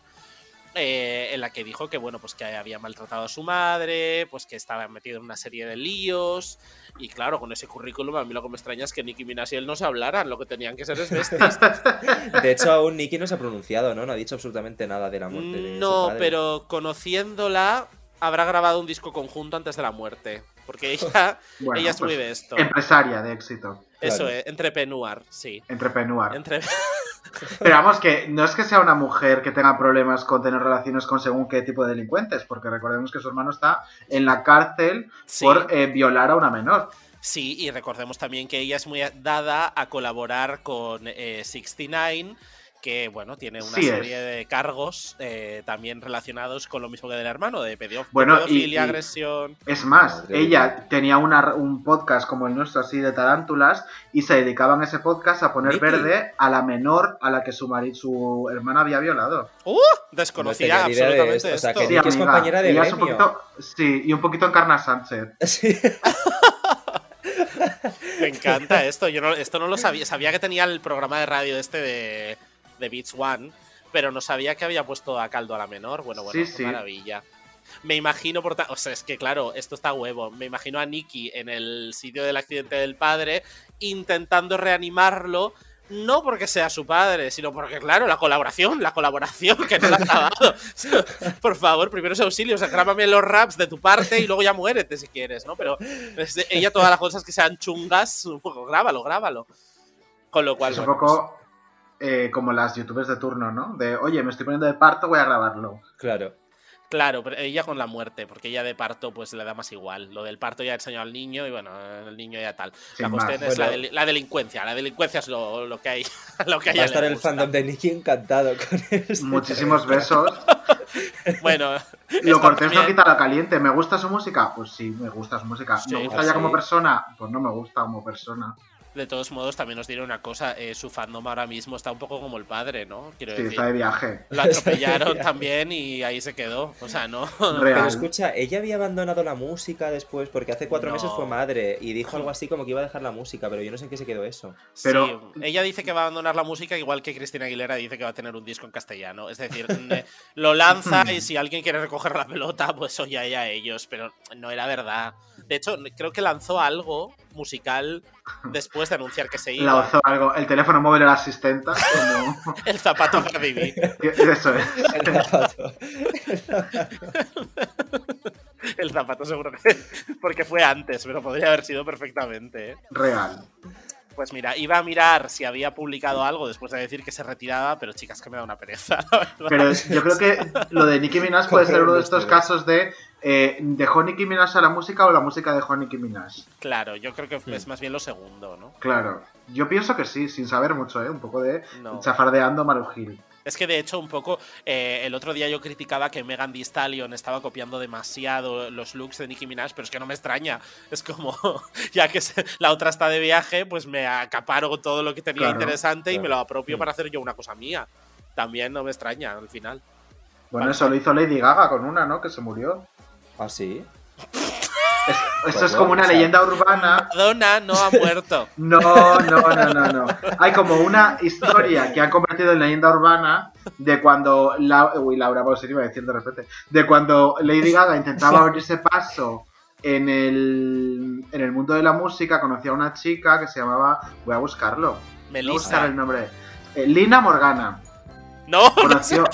Speaker 14: eh, en la que dijo que bueno, pues que había maltratado a su madre, pues que estaba metido en una serie de líos y claro, con ese currículum a mí lo que me extraña es que Nicki Minaj y él no se hablaran, lo que tenían que ser
Speaker 1: (laughs)
Speaker 14: es bestias.
Speaker 1: De hecho, aún Nicky no se ha pronunciado, ¿no? No ha dicho absolutamente nada de la muerte de su
Speaker 14: No,
Speaker 1: padre. (laughs)
Speaker 14: pero conociéndola, habrá grabado un disco conjunto antes de la muerte. Porque ella,
Speaker 3: Bueno,
Speaker 14: ella es
Speaker 3: pues,
Speaker 14: muy de esto.
Speaker 3: Empresaria de éxito.
Speaker 14: Eso es, entrepreneur, sí.
Speaker 3: Entrepreneur.
Speaker 14: Entre- (laughs)
Speaker 3: Pero vamos, que no es que sea una mujer que tenga problemas con tener relaciones con según qué tipo de delincuentes, porque recordemos que su hermano está en la cárcel por eh, violar a una menor.
Speaker 14: Sí, y recordemos también que ella es muy dada a colaborar con eh, 69, que bueno, tiene una
Speaker 3: Sí es.
Speaker 14: serie de cargos eh, también relacionados con lo mismo que del hermano, de pedof-
Speaker 3: Bueno, y-
Speaker 14: pedofilia,
Speaker 3: y-
Speaker 14: agresión.
Speaker 3: Es más,
Speaker 14: Madre
Speaker 3: ella tenía una- un podcast como el nuestro, así de tarántulas, y se dedicaban a ese podcast a poner
Speaker 14: Nicky.
Speaker 3: verde a la menor a la que su, mari- su hermana había violado.
Speaker 14: ¡Uh! Desconocía
Speaker 15: No tenía ni idea de
Speaker 14: absolutamente
Speaker 15: esto, o sea,
Speaker 14: esto.
Speaker 15: que Nicky es compañera de
Speaker 3: y ella es un
Speaker 15: gremio.
Speaker 3: poquito- Sí, y un poquito encarna Sánchez.
Speaker 14: Me encanta esto. Yo no, esto no lo sabía. Sabía que tenía el programa de radio este de, de Beats One, pero no sabía que había puesto a caldo a la menor. Bueno, bueno,
Speaker 3: Sí,
Speaker 14: qué
Speaker 3: sí.
Speaker 14: maravilla. Me imagino, por ta- o sea, es que claro, esto está a huevo. Me imagino a Nicky en el sitio del accidente del padre intentando reanimarlo. No porque sea su padre, sino porque, claro, la colaboración, la colaboración que no la ha
Speaker 3: (laughs)
Speaker 14: dado. (laughs) Por favor, primeros auxilios, acrámame los raps de tu parte y luego ya muérete si quieres, ¿no? Pero es- ella (laughs) todas las cosas que sean chungas, un poco, grábalo, grábalo. Con lo cual,
Speaker 3: Es un
Speaker 14: bueno,
Speaker 3: poco
Speaker 15: pues.
Speaker 3: eh, como las youtubers de turno, ¿no? De, oye, me estoy poniendo de parto, voy a grabarlo.
Speaker 15: Claro.
Speaker 14: pues, Claro, pero ella con la muerte, porque ella de parto pues le da más igual. Lo del parto ya enseñó al niño y bueno, el niño ya tal.
Speaker 15: Sin
Speaker 14: la
Speaker 15: más.
Speaker 14: cuestión es la,
Speaker 15: Bueno.
Speaker 14: del- la delincuencia. La delincuencia es lo, lo que hay. (laughs) Lo que a
Speaker 15: Va
Speaker 14: ella
Speaker 15: a
Speaker 14: le
Speaker 15: estar el
Speaker 14: gusta.
Speaker 15: fandom de Nicky encantado con esto.
Speaker 3: Muchísimos besos.
Speaker 15: (laughs)
Speaker 14: Bueno,
Speaker 3: Lo
Speaker 14: esto
Speaker 3: cortés no
Speaker 14: también-
Speaker 3: quita lo caliente. ¿Me gusta su música? Pues sí, me gusta su música.
Speaker 14: Sí,
Speaker 3: ¿Me gusta
Speaker 14: pues
Speaker 3: ya
Speaker 14: sí.
Speaker 3: como persona? Pues no me gusta como persona.
Speaker 14: De todos modos, también os diré una cosa, eh, su fandom ahora mismo está un poco como el padre, ¿no? Quiero
Speaker 3: Sí, está de viaje.
Speaker 15: Está
Speaker 14: Lo
Speaker 15: de
Speaker 14: atropellaron
Speaker 15: viaje.
Speaker 14: también y ahí se quedó. O sea, no.
Speaker 15: Pero escucha, ella había abandonado la música después porque hace cuatro
Speaker 14: No.
Speaker 15: meses fue madre y
Speaker 14: (laughs)
Speaker 15: dijo algo así como que iba a dejar la música, pero yo no sé en qué se quedó
Speaker 1: (laughs)
Speaker 15: eso.
Speaker 14: Pero... ella dice que va a abandonar la música, igual que Cristina Aguilera dice que va a tener un disco en castellano. Es decir, ne- lo lanza y si alguien quiere recoger la pelota, pues oye ahí a ellos, pero no era verdad. De hecho, creo que lanzó algo musical después de anunciar que se
Speaker 3: La
Speaker 14: iba.
Speaker 3: ozo algo. El teléfono móvil era asistenta.
Speaker 15: (laughs)
Speaker 3: como-
Speaker 14: El zapato para vivir.
Speaker 3: (laughs) Eso es.
Speaker 14: El zapato seguro que... (laughs) Porque fue antes, pero podría haber sido perfectamente. ¿eh?
Speaker 3: Real.
Speaker 14: Pues mira, iba a mirar si había publicado algo después de decir que se retiraba, pero chicas, que me da una pereza, (laughs) la verdad.
Speaker 3: Pero yo creo que lo de Nicki Minaj puede ser uno de estos casos de eh, ¿dejó Nicki Minaj a la música o la música dejó a Nicki Minaj?
Speaker 14: Claro, yo creo que es más bien lo segundo, ¿no?
Speaker 3: Claro. Yo pienso que sí, sin saber mucho, ¿eh? Un poco de
Speaker 14: No.
Speaker 3: chafardeando Maru Gil.
Speaker 14: Es que de hecho, un poco, eh, el otro día yo criticaba que Megan Thee Stallion estaba copiando demasiado los looks de Nicki Minaj, pero es que no me extraña. Es como, (laughs) ya que se- la otra está de viaje, pues me acaparo todo lo que tenía
Speaker 3: Claro,
Speaker 14: interesante y me
Speaker 3: claro.
Speaker 14: lo apropio para hacer yo una cosa mía. También no me extraña al final.
Speaker 3: Bueno, eso lo hizo Lady Gaga con una, ¿no? Que se murió.
Speaker 15: ¿Ah, sí?
Speaker 3: Esto
Speaker 15: Pues
Speaker 3: es como
Speaker 15: bueno,
Speaker 3: una
Speaker 15: o sea-
Speaker 3: leyenda urbana.
Speaker 14: Madonna no (laughs) ha muerto.
Speaker 3: No, no, no, no, no. Hay como una historia que han convertido en leyenda urbana de cuando la, uy, Laura Pausini iba a decir de repente, de cuando Lady Gaga intentaba abrirse paso en el, en el mundo de la música, conocía a una chica que se llamaba, voy a buscarlo, voy a
Speaker 14: Melissa.
Speaker 3: buscar el nombre, eh, Lina Morgana.
Speaker 14: No,
Speaker 3: Conoció,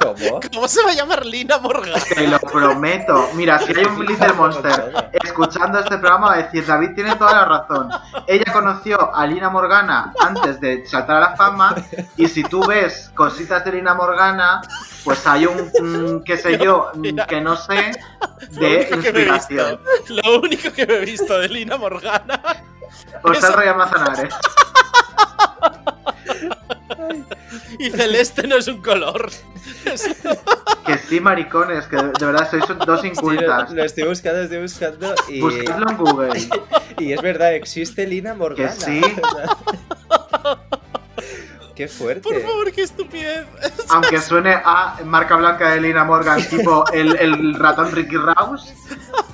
Speaker 15: ¿Cómo?
Speaker 14: ¿Cómo se va a llamar Lina (laughs) Morgan?
Speaker 3: te lo prometo. Mira, si hay un Little Monster escuchando este programa, va a decir, David tiene toda la razón. Ella conoció a Lina Morgana antes de saltar a la fama y si tú ves cositas de Lina Morgana, pues hay un, mm, qué sé yo, mm, que no sé, de
Speaker 14: Lo único que me he
Speaker 3: inspiración.
Speaker 14: visto- Lo único que me he visto de Lina Morgana. (laughs)
Speaker 3: Os
Speaker 14: es-
Speaker 3: Pues el Rey Manzanares.
Speaker 14: Y celeste no es un color.
Speaker 3: Que sí, maricones, que de de verdad sois dos incultas.
Speaker 15: Sí, lo, lo estoy buscando, estoy buscando y...
Speaker 3: Buscadlo en Google.
Speaker 15: y es verdad, existe Lina Morgana.
Speaker 3: Que sí.
Speaker 15: Qué fuerte.
Speaker 14: Por favor, qué estupidez.
Speaker 3: Aunque suene a marca blanca de Lina Morgan, tipo el, el ratón Ricky Rouse,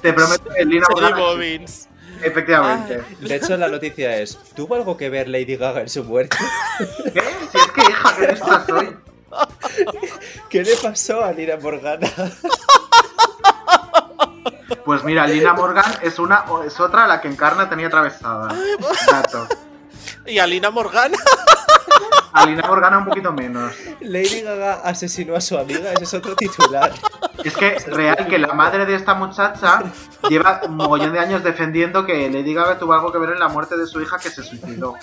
Speaker 3: te prometo que Lina
Speaker 15: Jerry
Speaker 3: Morgan.
Speaker 15: Bobbins.
Speaker 3: Efectivamente.
Speaker 15: De hecho, la noticia es, ¿tuvo algo que ver Lady Gaga en su muerte?
Speaker 3: ¿Qué? Si es que, hija, que lista soy.
Speaker 15: ¿Qué le pasó a Lina Morgana?
Speaker 3: Pues mira, Lina Morgan es una o- es otra a la que encarna tenía atravesada. Dato.
Speaker 14: ¿Y a Lina Morgana? (laughs)
Speaker 3: A Lina Morgana un poquito menos.
Speaker 15: Lady Gaga asesinó a su amiga, ese es otro titular.
Speaker 3: Es que real que la madre de esta muchacha lleva un mogollón de años defendiendo que Lady Gaga tuvo algo que ver en la muerte de su hija que se suicidó.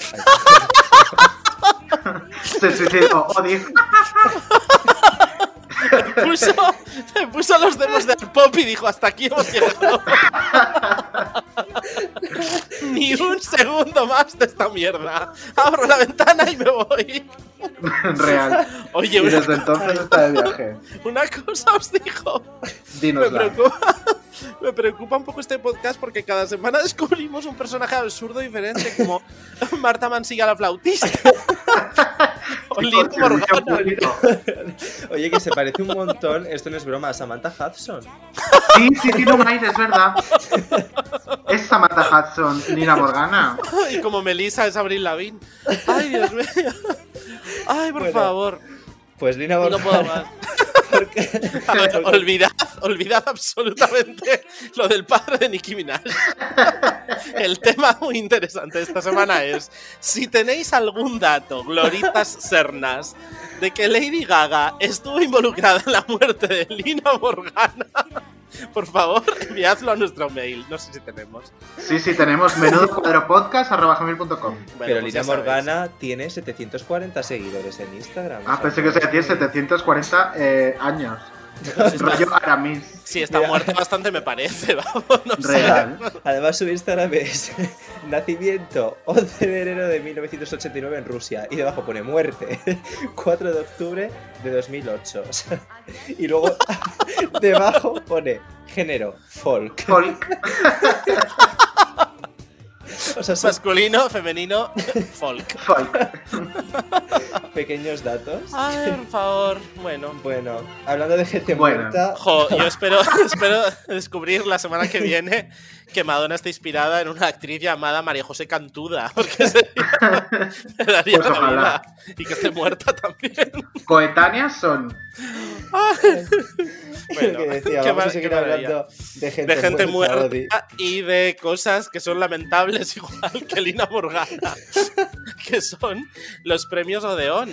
Speaker 3: se suicidó. O dijo,
Speaker 14: Le puso, le puso los dedos del pop y dijo, hasta aquí hemos llegado. (laughs) Ni un segundo más de esta mierda. Abro la ventana y me voy.
Speaker 3: (laughs) real.
Speaker 14: Oye,
Speaker 3: y
Speaker 14: una-
Speaker 3: desde entonces está de viaje.
Speaker 14: Una cosa os digo. Me
Speaker 3: Dínosla.
Speaker 14: preocupa, (laughs) me preocupa un poco este podcast porque cada semana descubrimos un personaje absurdo diferente, como Marta Mansilla la flautista. (laughs) o Lina Morgana.
Speaker 15: Oye, que se parece un montón, esto no es broma, a Samantha Hudson.
Speaker 3: Sí, sí, tiene un aire, es verdad. Es Samantha Hudson, Lina Morgana.
Speaker 14: (laughs) Y como Melissa es Abril Lavín. Ay, Dios mío. Ay, por
Speaker 15: Bueno,
Speaker 14: favor.
Speaker 15: Pues Lina
Speaker 14: No
Speaker 15: Morgana.
Speaker 1: (laughs)
Speaker 14: puedo más. A ver, olvidad, olvidad absolutamente lo del padre de Nicki Minaj. (laughs) El tema muy interesante esta semana es si tenéis algún dato, gloritas cernas, de que Lady Gaga estuvo involucrada en la muerte de Lina Morgana, (laughs) Por favor, enviadlo a nuestro mail. No sé si tenemos.
Speaker 3: Sí, sí, tenemos menudo cuadro podcast arroba gmail.com.
Speaker 1: Pero
Speaker 14: pues
Speaker 1: Lina Morgana tiene 740 seguidores en Instagram.
Speaker 3: Ah, pensé que o sea, tiene 740 eh, años. Rollo Aramis.
Speaker 14: Sí, está muerta bastante, me parece. (laughs) Vamos, no sé.
Speaker 1: Real. (laughs) Además, su Instagram es (laughs) nacimiento 11 de enero de 1989 en Rusia. Y debajo pone muerte (laughs) 4 de octubre de 2008. O sea, (laughs) y luego (laughs) debajo pone género folk.
Speaker 3: Folk.
Speaker 1: O sea, son
Speaker 14: Masculino, femenino, folk. Pues
Speaker 1: pequeños datos.
Speaker 14: Ay, por favor. Bueno.
Speaker 1: Bueno, hablando de gente
Speaker 3: Bueno.
Speaker 1: muerta.
Speaker 14: Jo, yo espero, (laughs) espero descubrir la semana que viene que Madonna está inspirada en una actriz llamada María José Cantuda. (laughs) Porque sería, me daría
Speaker 3: Pues
Speaker 14: la
Speaker 3: ojalá.
Speaker 14: vida. Y que esté muerta
Speaker 1: (laughs)
Speaker 14: también.
Speaker 3: Coetáneas son.
Speaker 14: Bueno,
Speaker 1: que decía,
Speaker 14: qué
Speaker 1: vamos a
Speaker 14: mar-
Speaker 1: seguir
Speaker 14: qué maravilla.
Speaker 1: hablando de gente
Speaker 14: de gente
Speaker 1: muerta,
Speaker 14: muerta
Speaker 1: Odi.
Speaker 14: y de cosas que son lamentables, (laughs) igual que Lina Morgana, (laughs) que son los premios Odeón.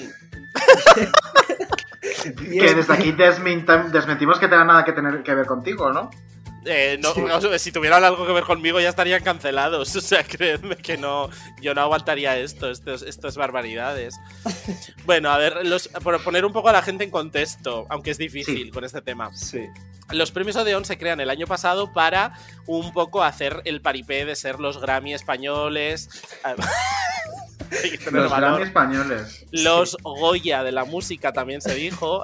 Speaker 3: Que desde aquí desminta- desmentimos que tenga nada que tener que ver contigo, ¿no?
Speaker 14: Eh, no, vamos a ver, si tuvieran algo que ver conmigo ya estarían cancelados. (laughs) O sea, creedme que no, yo no aguantaría esto, estos-
Speaker 3: (laughs)
Speaker 14: estas barbaridades. Bueno, a ver, los, por poner un poco a la gente en contexto, aunque es difícil con este tema.
Speaker 1: Sí.
Speaker 14: Los premios Odeón se crean el año pasado para un poco hacer el paripé de ser los
Speaker 3: (laughs)
Speaker 14: Grammy españoles. (laughs) Hay que tener
Speaker 3: Los
Speaker 14: valor.
Speaker 3: Grammy españoles.
Speaker 14: Los Goya de la música también se dijo.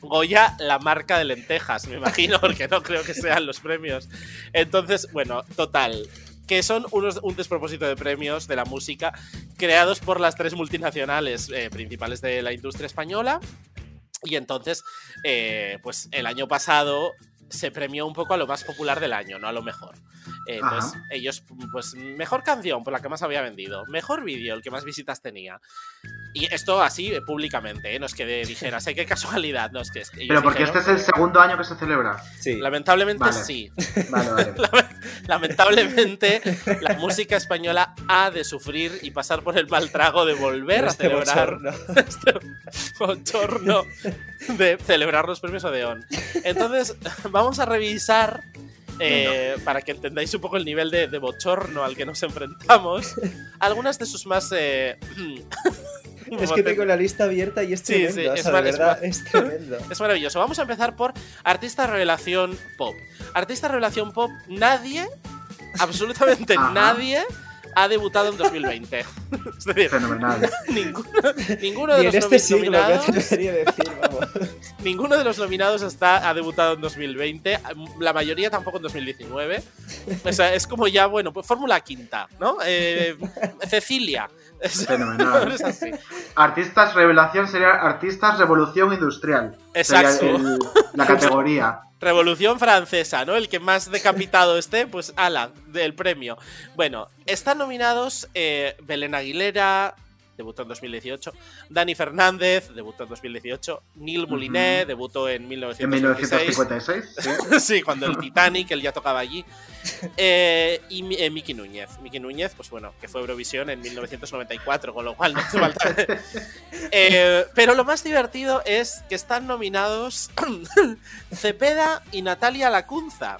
Speaker 14: Goya, la marca de lentejas, me imagino, porque no creo que sean los premios. Entonces, bueno, total. Que son unos, un despropósito de premios de la música creados por las tres multinacionales eh, principales de la industria española. Y entonces, eh, pues el año pasado se premió un poco a lo más popular del año, no a lo mejor. Eh,
Speaker 3: Ajá.
Speaker 14: entonces, ellos, pues, mejor canción, por la que más había vendido, mejor vídeo, el que más visitas tenía. Y esto así eh, públicamente, eh, no es que de- dijeras, "Ay, qué casualidad, no es que. es- ellos
Speaker 3: Pero porque este
Speaker 14: dijeron-
Speaker 3: es el segundo año que se celebra.
Speaker 1: Sí.
Speaker 14: Lamentablemente
Speaker 3: Vale.
Speaker 14: sí.
Speaker 3: Vale,
Speaker 14: (laughs)
Speaker 3: vale.
Speaker 14: Lamentablemente, la música española ha de sufrir y pasar por el mal trago de volver a
Speaker 1: Este
Speaker 14: celebrar (laughs)
Speaker 1: bochorno.
Speaker 14: bochorno de celebrar los premios Odeón. Entonces, vamos a revisar, eh, para que entendáis un poco el nivel de, de bochorno al que nos enfrentamos, algunas de sus más... eh, (clears throat)
Speaker 1: Es que tengo la lista abierta y es
Speaker 14: Sí,
Speaker 1: tremendo.
Speaker 14: sí,
Speaker 1: o
Speaker 14: es
Speaker 1: sea, de
Speaker 14: mar- es
Speaker 1: verdad,
Speaker 14: mar-
Speaker 1: es
Speaker 14: (laughs)
Speaker 1: tremendo.
Speaker 14: Es maravilloso. Vamos a empezar por Artista Revelación Pop. Artista Revelación Pop,
Speaker 1: (laughs)
Speaker 14: nadie, absolutamente
Speaker 3: Ajá.
Speaker 14: nadie, ha debutado en 2020.
Speaker 1: (laughs)
Speaker 14: es decir,
Speaker 3: Fenomenal.
Speaker 14: ninguno, ninguno de
Speaker 1: Ni en
Speaker 14: los
Speaker 1: este
Speaker 14: nomi-
Speaker 1: siglo, me
Speaker 14: nominados.
Speaker 1: atrevería a decir, vamos.
Speaker 14: Ninguno de los nominados está, ha debutado en 2020, la mayoría tampoco en 2019. O sea, es como ya, bueno, pues Fórmula Quinta, ¿no? Eh, Cecilia. (laughs)
Speaker 1: Ah.
Speaker 3: Fenomenal.
Speaker 14: Es así.
Speaker 3: Artistas Revelación sería Artistas Revolución Industrial. Sería
Speaker 14: Exacto.
Speaker 1: eh,
Speaker 3: el- la categoría.
Speaker 14: Revolución Francesa, ¿no? El que más decapitado esté, pues ala, del premio. Bueno, están nominados eh, Belén Aguilera, debutó en 2018, Dani Fernández, debutó en 2018, Neil Moulinet, debutó en
Speaker 3: En
Speaker 14: pues, 1956.
Speaker 3: 1956.
Speaker 14: (laughs)
Speaker 3: sí.
Speaker 14: sí, cuando el Titanic, él ya tocaba allí. Eh, y Mi- eh, Miki Núñez. Miki Núñez, pues bueno, que fue Eurovisión en 1994, con lo cual no hace falta. Eh, pero lo más divertido es que están nominados (coughs) Cepeda y Natalia Lacunza.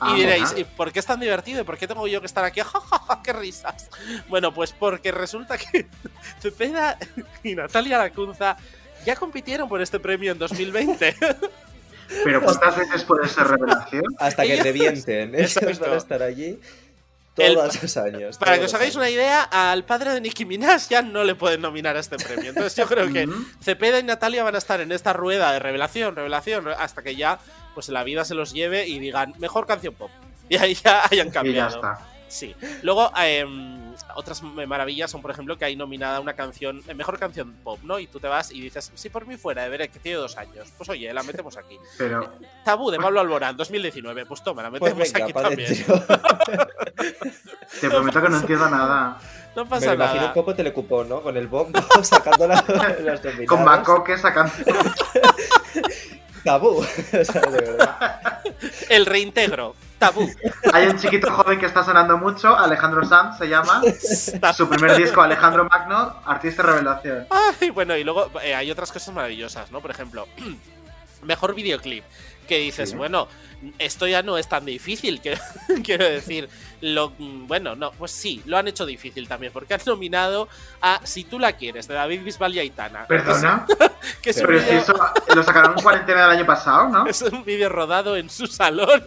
Speaker 3: Ah,
Speaker 14: Y diréis,
Speaker 3: bueno.
Speaker 14: "¿Y ¿por qué es tan divertido? ¿Y ¿Por qué tengo yo que estar aquí? (laughs) ¡Ja, ja, ja! qué risas! Bueno, pues porque resulta que (laughs) Cepeda y Natalia Lacunza ya compitieron por este premio en 2020.
Speaker 3: Pero
Speaker 14: pues,
Speaker 3: ¿cuántas veces puede ser
Speaker 14: (laughs)
Speaker 3: revelación?
Speaker 1: Hasta que
Speaker 14: Ellos- (laughs)
Speaker 1: revienten. Ellos
Speaker 14: Exacto.
Speaker 1: van a estar allí
Speaker 14: El-
Speaker 1: todos los años.
Speaker 14: Para que
Speaker 1: todos
Speaker 14: os hagáis
Speaker 1: los
Speaker 14: una idea, al padre de Nicki Minaj ya no le pueden nominar a este premio. Entonces yo creo
Speaker 3: Mm,
Speaker 14: que Cepeda y Natalia van a estar en esta rueda de revelación, revelación, hasta que ya pues la vida se los lleve y digan mejor canción pop. Y ahí ya (laughs) hayan
Speaker 3: Y ya
Speaker 14: cambiado.
Speaker 3: está.
Speaker 14: Sí. Luego, eh, otras maravillas son, por ejemplo, que hay nominada una canción, eh, mejor canción pop, ¿no? Y tú te vas y dices, si por mí fuera, de ver que tiene dos años. Pues oye, la
Speaker 1: (laughs)
Speaker 14: metemos aquí.
Speaker 3: Pero
Speaker 14: Tabú de Pablo Alborán, 2019. Pues toma, la
Speaker 1: Pues
Speaker 14: metemos
Speaker 1: venga,
Speaker 14: aquí
Speaker 1: pa'
Speaker 14: también.
Speaker 1: dentro.
Speaker 3: te prometo que no entiendo nada.
Speaker 14: No
Speaker 1: Me
Speaker 14: pasa
Speaker 1: lo
Speaker 14: nada.
Speaker 1: imagino un poco telecupón, ¿no? Con el bombo (laughs) sacando la- las dominadas.
Speaker 3: Con Macoque sacando.
Speaker 1: Tabú. O sea, de verdad.
Speaker 14: El reintegro, tabú.
Speaker 3: (laughs) Hay un chiquito joven que está sonando mucho, Alejandro Sanz se
Speaker 14: (laughs)
Speaker 3: llama. Su primer disco, Alejandro Magno, Artista Revelación.
Speaker 14: Ah, (laughs) Ay, bueno, y luego eh, hay otras cosas maravillosas, ¿no? Por ejemplo, (clears throat) mejor videoclip. que dices,
Speaker 1: Sí.
Speaker 14: bueno, esto ya no es tan difícil, (laughs) que, quiero decir, lo, bueno, no, pues sí, lo han hecho difícil también, porque han nominado a Si tú la quieres, de David Bisbal y Aitana.
Speaker 3: ¿Perdona?
Speaker 14: pues, Que es un
Speaker 3: Pero es que
Speaker 14: vídeo-
Speaker 3: eso lo sacaron en cuarentena del año pasado, ¿no?
Speaker 14: eh, (laughs) es un vídeo rodado en su salón.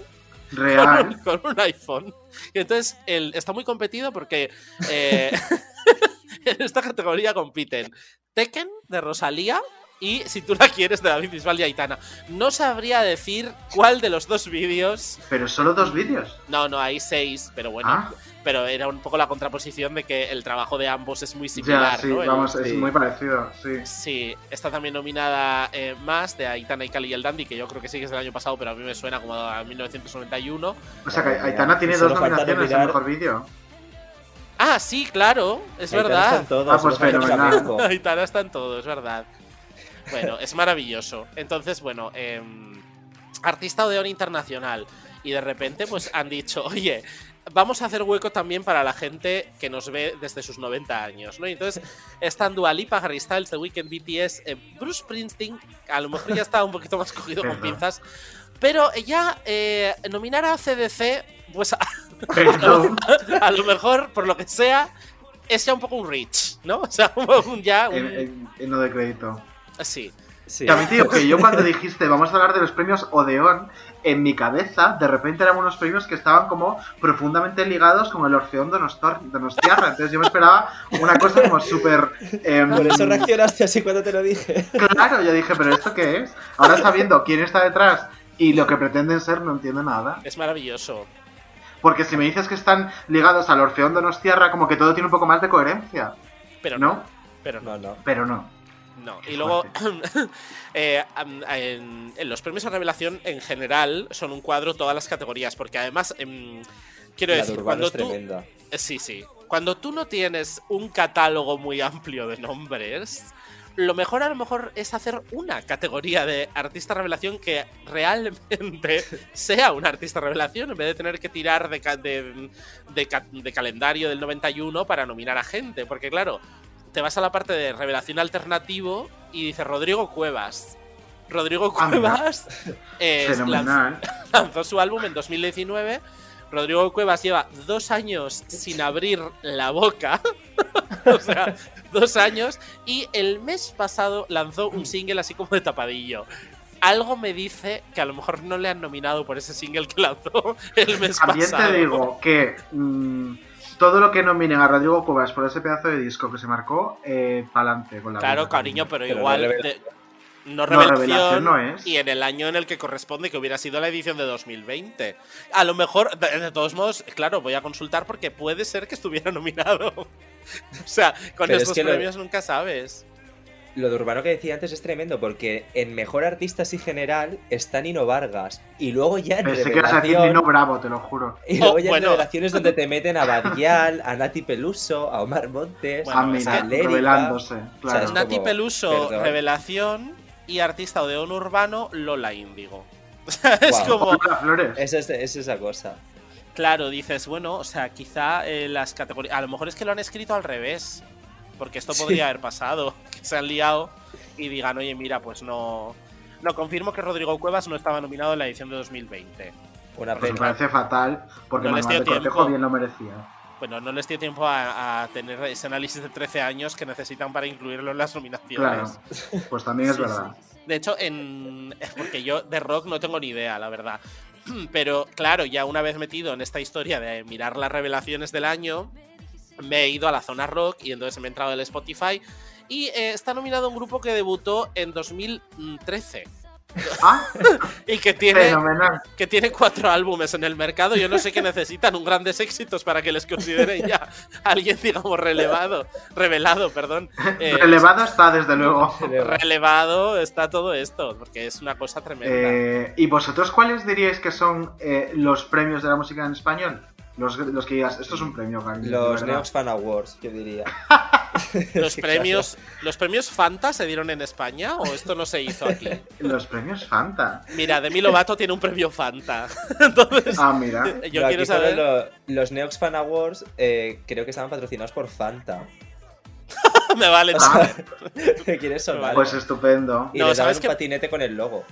Speaker 3: Real.
Speaker 14: (laughs) Con un, con un iPhone. Y entonces el- está muy competido porque eh, (laughs) en esta categoría compiten Tekken de Rosalía y Si tú la quieres de David Bisbal y Aitana. No sabría decir cuál de los dos vídeos.
Speaker 3: Pero solo dos vídeos.
Speaker 14: No, no, hay seis, pero bueno.
Speaker 3: Ah.
Speaker 14: Pero era un poco la contraposición de que el trabajo de ambos es muy similar.
Speaker 3: Ya, sí,
Speaker 14: ¿no? El-
Speaker 3: vamos, es
Speaker 14: Sí.
Speaker 3: muy parecido, sí.
Speaker 14: Sí, está también nominada eh, más de Aitana y Cali y el Dandy, que yo creo que sí que es del año pasado, pero a mí me suena como a 1991.
Speaker 3: O sea, que Aitana tiene dos nominaciones al mejor vídeo.
Speaker 14: Ah, sí, claro, es
Speaker 3: Aitana
Speaker 14: verdad.
Speaker 3: está en todo, Ah, pues solo falta que fenomenal. sea
Speaker 14: (laughs)
Speaker 3: blanco.
Speaker 14: Aitana está en todo, es verdad. Bueno, es maravilloso. Entonces, bueno, em, artista Odeón Internacional. Y de repente, pues han dicho, oye, vamos a hacer hueco también para la gente que nos ve desde sus 90 años, ¿no? Y entonces, están Dualipa, Harry Styles, The Weeknd, BTS, eh, Bruce Springsteen, a lo mejor ya está un poquito más cogido con
Speaker 3: Perdón.
Speaker 14: pinzas. Pero ya eh, nominar a CDC, pues (laughs) a,
Speaker 3: (laughs) Perdón.
Speaker 14: a lo mejor, por lo que sea, es ya un poco un reach, ¿no? O sea, un- un- ya un...
Speaker 3: En, en- en no de crédito.
Speaker 14: sí.
Speaker 3: También te digo que yo cuando dijiste vamos a hablar de los premios Odeón, en mi cabeza de repente eran unos premios que estaban como profundamente ligados con el Orfeón de Donostiarra. Entonces yo me esperaba una cosa como súper... em,
Speaker 1: Por eso reaccionaste así cuando te lo dije.
Speaker 3: Claro, yo dije, pero ¿esto qué es? Ahora sabiendo quién está detrás y lo que pretenden ser, no entiendo nada.
Speaker 14: Es maravilloso.
Speaker 3: Porque si me dices que están ligados al Orfeón de Nostierra, como que todo tiene un poco más de coherencia.
Speaker 14: Pero no.
Speaker 3: ¿No?
Speaker 14: Pero no.
Speaker 3: Pero no.
Speaker 14: No, y luego (laughs) eh, am- en, en los premios a revelación en general son un cuadro todas las categorías, porque además em, quiero
Speaker 1: La de
Speaker 14: decir,
Speaker 1: Urbano
Speaker 14: cuando
Speaker 1: es
Speaker 14: tú
Speaker 1: tremenda.
Speaker 14: Eh, Sí, sí. Cuando tú no tienes un catálogo muy amplio de nombres, lo mejor a lo mejor es hacer una categoría de artista revelación que realmente (laughs) sea un artista revelación, en vez de tener que tirar de, ca- de- de ca- de calendario del 91 para nominar a gente. Porque claro, te vas a la parte de revelación alternativo y dice Rodrigo Cuevas. Rodrigo
Speaker 3: Ah, mira. (laughs)
Speaker 14: Cuevas eh, lanz- (laughs)
Speaker 3: Fenomenal.
Speaker 14: lanzó su álbum en 2019. Rodrigo Cuevas lleva dos años sin abrir la boca. (laughs) o sea, dos años. Y el mes pasado lanzó un single así como de tapadillo. Algo me dice que a lo mejor no le han nominado por ese single que lanzó el mes
Speaker 3: También
Speaker 14: pasado.
Speaker 3: te digo que mm, todo lo que nominen a Rodrigo Cuevas por ese pedazo de disco que se marcó, eh, pa'lante con la
Speaker 14: Claro,
Speaker 3: vida.
Speaker 14: cariño, pero,
Speaker 3: Pero no
Speaker 14: igual.
Speaker 3: revelación.
Speaker 14: te- No
Speaker 3: No,
Speaker 14: revelación,
Speaker 3: revelación no es.
Speaker 14: y en el año en el que corresponde, que hubiera sido la edición de 2020. A lo mejor, de, de todos modos, claro, voy a consultar porque puede ser que estuviera (laughs) nominado. o sea, con
Speaker 1: Pero es
Speaker 14: estos
Speaker 1: que lo-
Speaker 14: premios nunca sabes.
Speaker 1: Lo de Urbano que decía antes es tremendo porque en Mejor Artista y General está Nino Vargas y luego ya en
Speaker 3: Pensé que ibas a decir
Speaker 1: Revelación...
Speaker 3: Nino Bravo, te lo juro.
Speaker 1: Y luego
Speaker 3: Oh,
Speaker 1: ya
Speaker 3: bueno.
Speaker 1: en Revelaciones donde te meten a Badial, a Nati Peluso, a Omar Montes,
Speaker 3: Bueno,
Speaker 1: a,
Speaker 3: es que-
Speaker 1: Lérica.
Speaker 3: revelándose,
Speaker 1: O sea,
Speaker 3: claro.
Speaker 1: es
Speaker 14: Nati
Speaker 1: como,
Speaker 14: Peluso,
Speaker 1: perdón.
Speaker 14: Revelación y artista Odeón Urbano, Lola Índigo. O sea, es
Speaker 1: Guau.
Speaker 14: como.
Speaker 1: Esa es, es esa cosa.
Speaker 14: Claro, dices, bueno, o sea, quizá eh, las categorías. A lo mejor es que lo han escrito al revés. Porque esto
Speaker 1: Sí.
Speaker 14: podría haber pasado. (laughs) Que se han liado y digan, oye, mira, pues no. No, confirmo que Rodrigo Cuevas no estaba nominado en la edición de 2020.
Speaker 1: Una
Speaker 3: Pues Me parece fatal, porque
Speaker 14: No les
Speaker 3: Manuel
Speaker 14: dio
Speaker 3: de Cortejo
Speaker 14: tiempo.
Speaker 3: bien lo merecía.
Speaker 14: Bueno, no les dio tiempo a, a tener ese análisis de 13 años que necesitan para incluirlo en las nominaciones.
Speaker 3: Claro, pues también es
Speaker 14: Sí,
Speaker 3: verdad.
Speaker 14: sí. De hecho, en... (laughs) porque yo de rock no tengo ni idea, la verdad. (clears throat) Pero claro, ya una vez metido en esta historia de mirar las revelaciones del año, me he ido a la zona rock y entonces me he entrado en el Spotify. Y eh, está nominado un grupo que debutó en 2013. y que tiene,
Speaker 3: Ah, Fenomenal.
Speaker 14: que tiene cuatro álbumes en el mercado. Yo no sé qué necesitan, un grandes éxitos para que les consideren ya (laughs) alguien, digamos, relevado, revelado,
Speaker 3: (laughs)
Speaker 14: perdón. Eh,
Speaker 3: Relevado está, desde luego.
Speaker 14: relevado está todo esto, porque es una cosa tremenda.
Speaker 3: Eh, ¿Y vosotros cuáles diríais que son eh, los premios de la música en español? Los, los que digas, esto es un premio, cariño,
Speaker 1: Los
Speaker 3: de verdad.
Speaker 1: Neox Fan Awards, yo diría.
Speaker 14: (laughs)
Speaker 1: (laughs)
Speaker 14: los premios, los premios Fanta se dieron en España o esto no se hizo aquí.
Speaker 3: Los premios
Speaker 1: (laughs)
Speaker 3: Fanta.
Speaker 14: Mira, Demi Lovato tiene un premio Fanta. (laughs) Entonces,
Speaker 3: Ah, mira.
Speaker 14: yo
Speaker 1: Pero
Speaker 14: quiero
Speaker 1: aquí solo
Speaker 14: saber.
Speaker 1: lo- los Neox Fan Awards eh, creo que estaban patrocinados por Fanta. (laughs)
Speaker 14: Me vale.
Speaker 3: Ah.
Speaker 1: O sea, ¿Te quieres sonar?
Speaker 3: Pues estupendo.
Speaker 1: Y no,
Speaker 3: sabes
Speaker 14: (laughs)
Speaker 1: un patinete con el logo.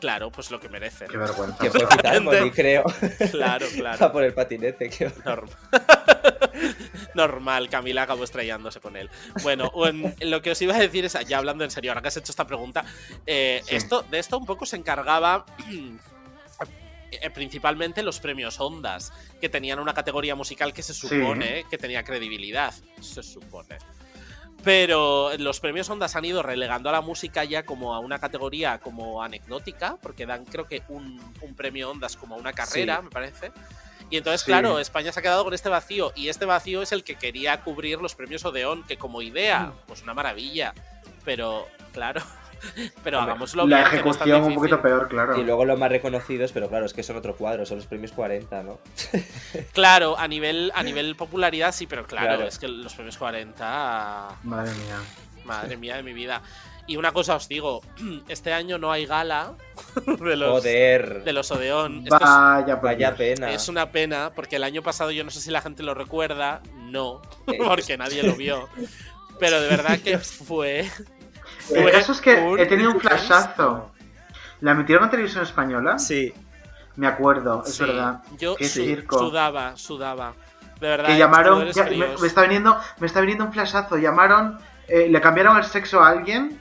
Speaker 14: Claro, pues lo
Speaker 3: (laughs)
Speaker 14: que merecen.
Speaker 3: Qué vergüenza.
Speaker 1: Que fue Fitarmoni, creo. (laughs)
Speaker 14: Claro, claro.
Speaker 1: A por el patinete, que
Speaker 14: (laughs) Normal, Camila acabó estrellándose con él. Bueno, en- lo que os iba a decir es, ya hablando en serio, ahora que has hecho esta pregunta, eh,
Speaker 3: Sí.
Speaker 14: esto, de esto un poco se encargaba (clears throat) eh, principalmente los premios Ondas, que tenían una categoría musical que se supone que tenía credibilidad. Se supone. Pero los premios Ondas han ido relegando a la música ya como a una categoría como anecdótica, porque dan creo que un, un premio Ondas como a una carrera,
Speaker 1: Sí.
Speaker 14: me parece. Y entonces,
Speaker 1: Sí.
Speaker 14: claro, España se ha quedado con este vacío, y este vacío es el que quería cubrir los premios Odeón, que como
Speaker 1: Mm.
Speaker 14: idea, pues una maravilla. Pero, claro, (laughs) pero hagámoslo bien. que no es tan difícil.
Speaker 3: peor, claro.
Speaker 1: Y luego los más reconocidos, pero claro, es que son otro cuadro, son los premios 40, ¿no?
Speaker 14: Claro, a nivel, a nivel popularidad sí, pero claro,
Speaker 1: Claro.
Speaker 14: es que los premios 40.
Speaker 3: Madre mía.
Speaker 14: Madre mía de mi vida. Y una cosa os digo, (clears throat) este año no hay gala (laughs) de los,
Speaker 1: Joder.
Speaker 14: De los Odeón. Esto es-
Speaker 3: Vaya, por
Speaker 1: Mm, Vaya
Speaker 3: Dios.
Speaker 1: pena.
Speaker 14: es una pena, porque el año pasado yo no sé si la gente lo recuerda, no,
Speaker 1: Eh,
Speaker 14: (laughs) porque nadie lo vio. Pero de verdad que fue.
Speaker 3: El
Speaker 14: fue
Speaker 3: caso Eh, es que
Speaker 14: un-
Speaker 3: he tenido un flashazo. ¿La emitieron en televisión española?
Speaker 1: Sí.
Speaker 3: Me acuerdo, es
Speaker 14: Sí,
Speaker 3: verdad.
Speaker 14: Yo
Speaker 3: Qué
Speaker 14: su-
Speaker 3: circo.
Speaker 14: sudaba, sudaba. De verdad.
Speaker 3: que
Speaker 14: eh,
Speaker 3: llamaron.
Speaker 14: sudores
Speaker 3: ya- me,
Speaker 14: fríos.
Speaker 3: me está viniendo, me está viniendo un flashazo. Llamaron. eh, le cambiaron el sexo a alguien.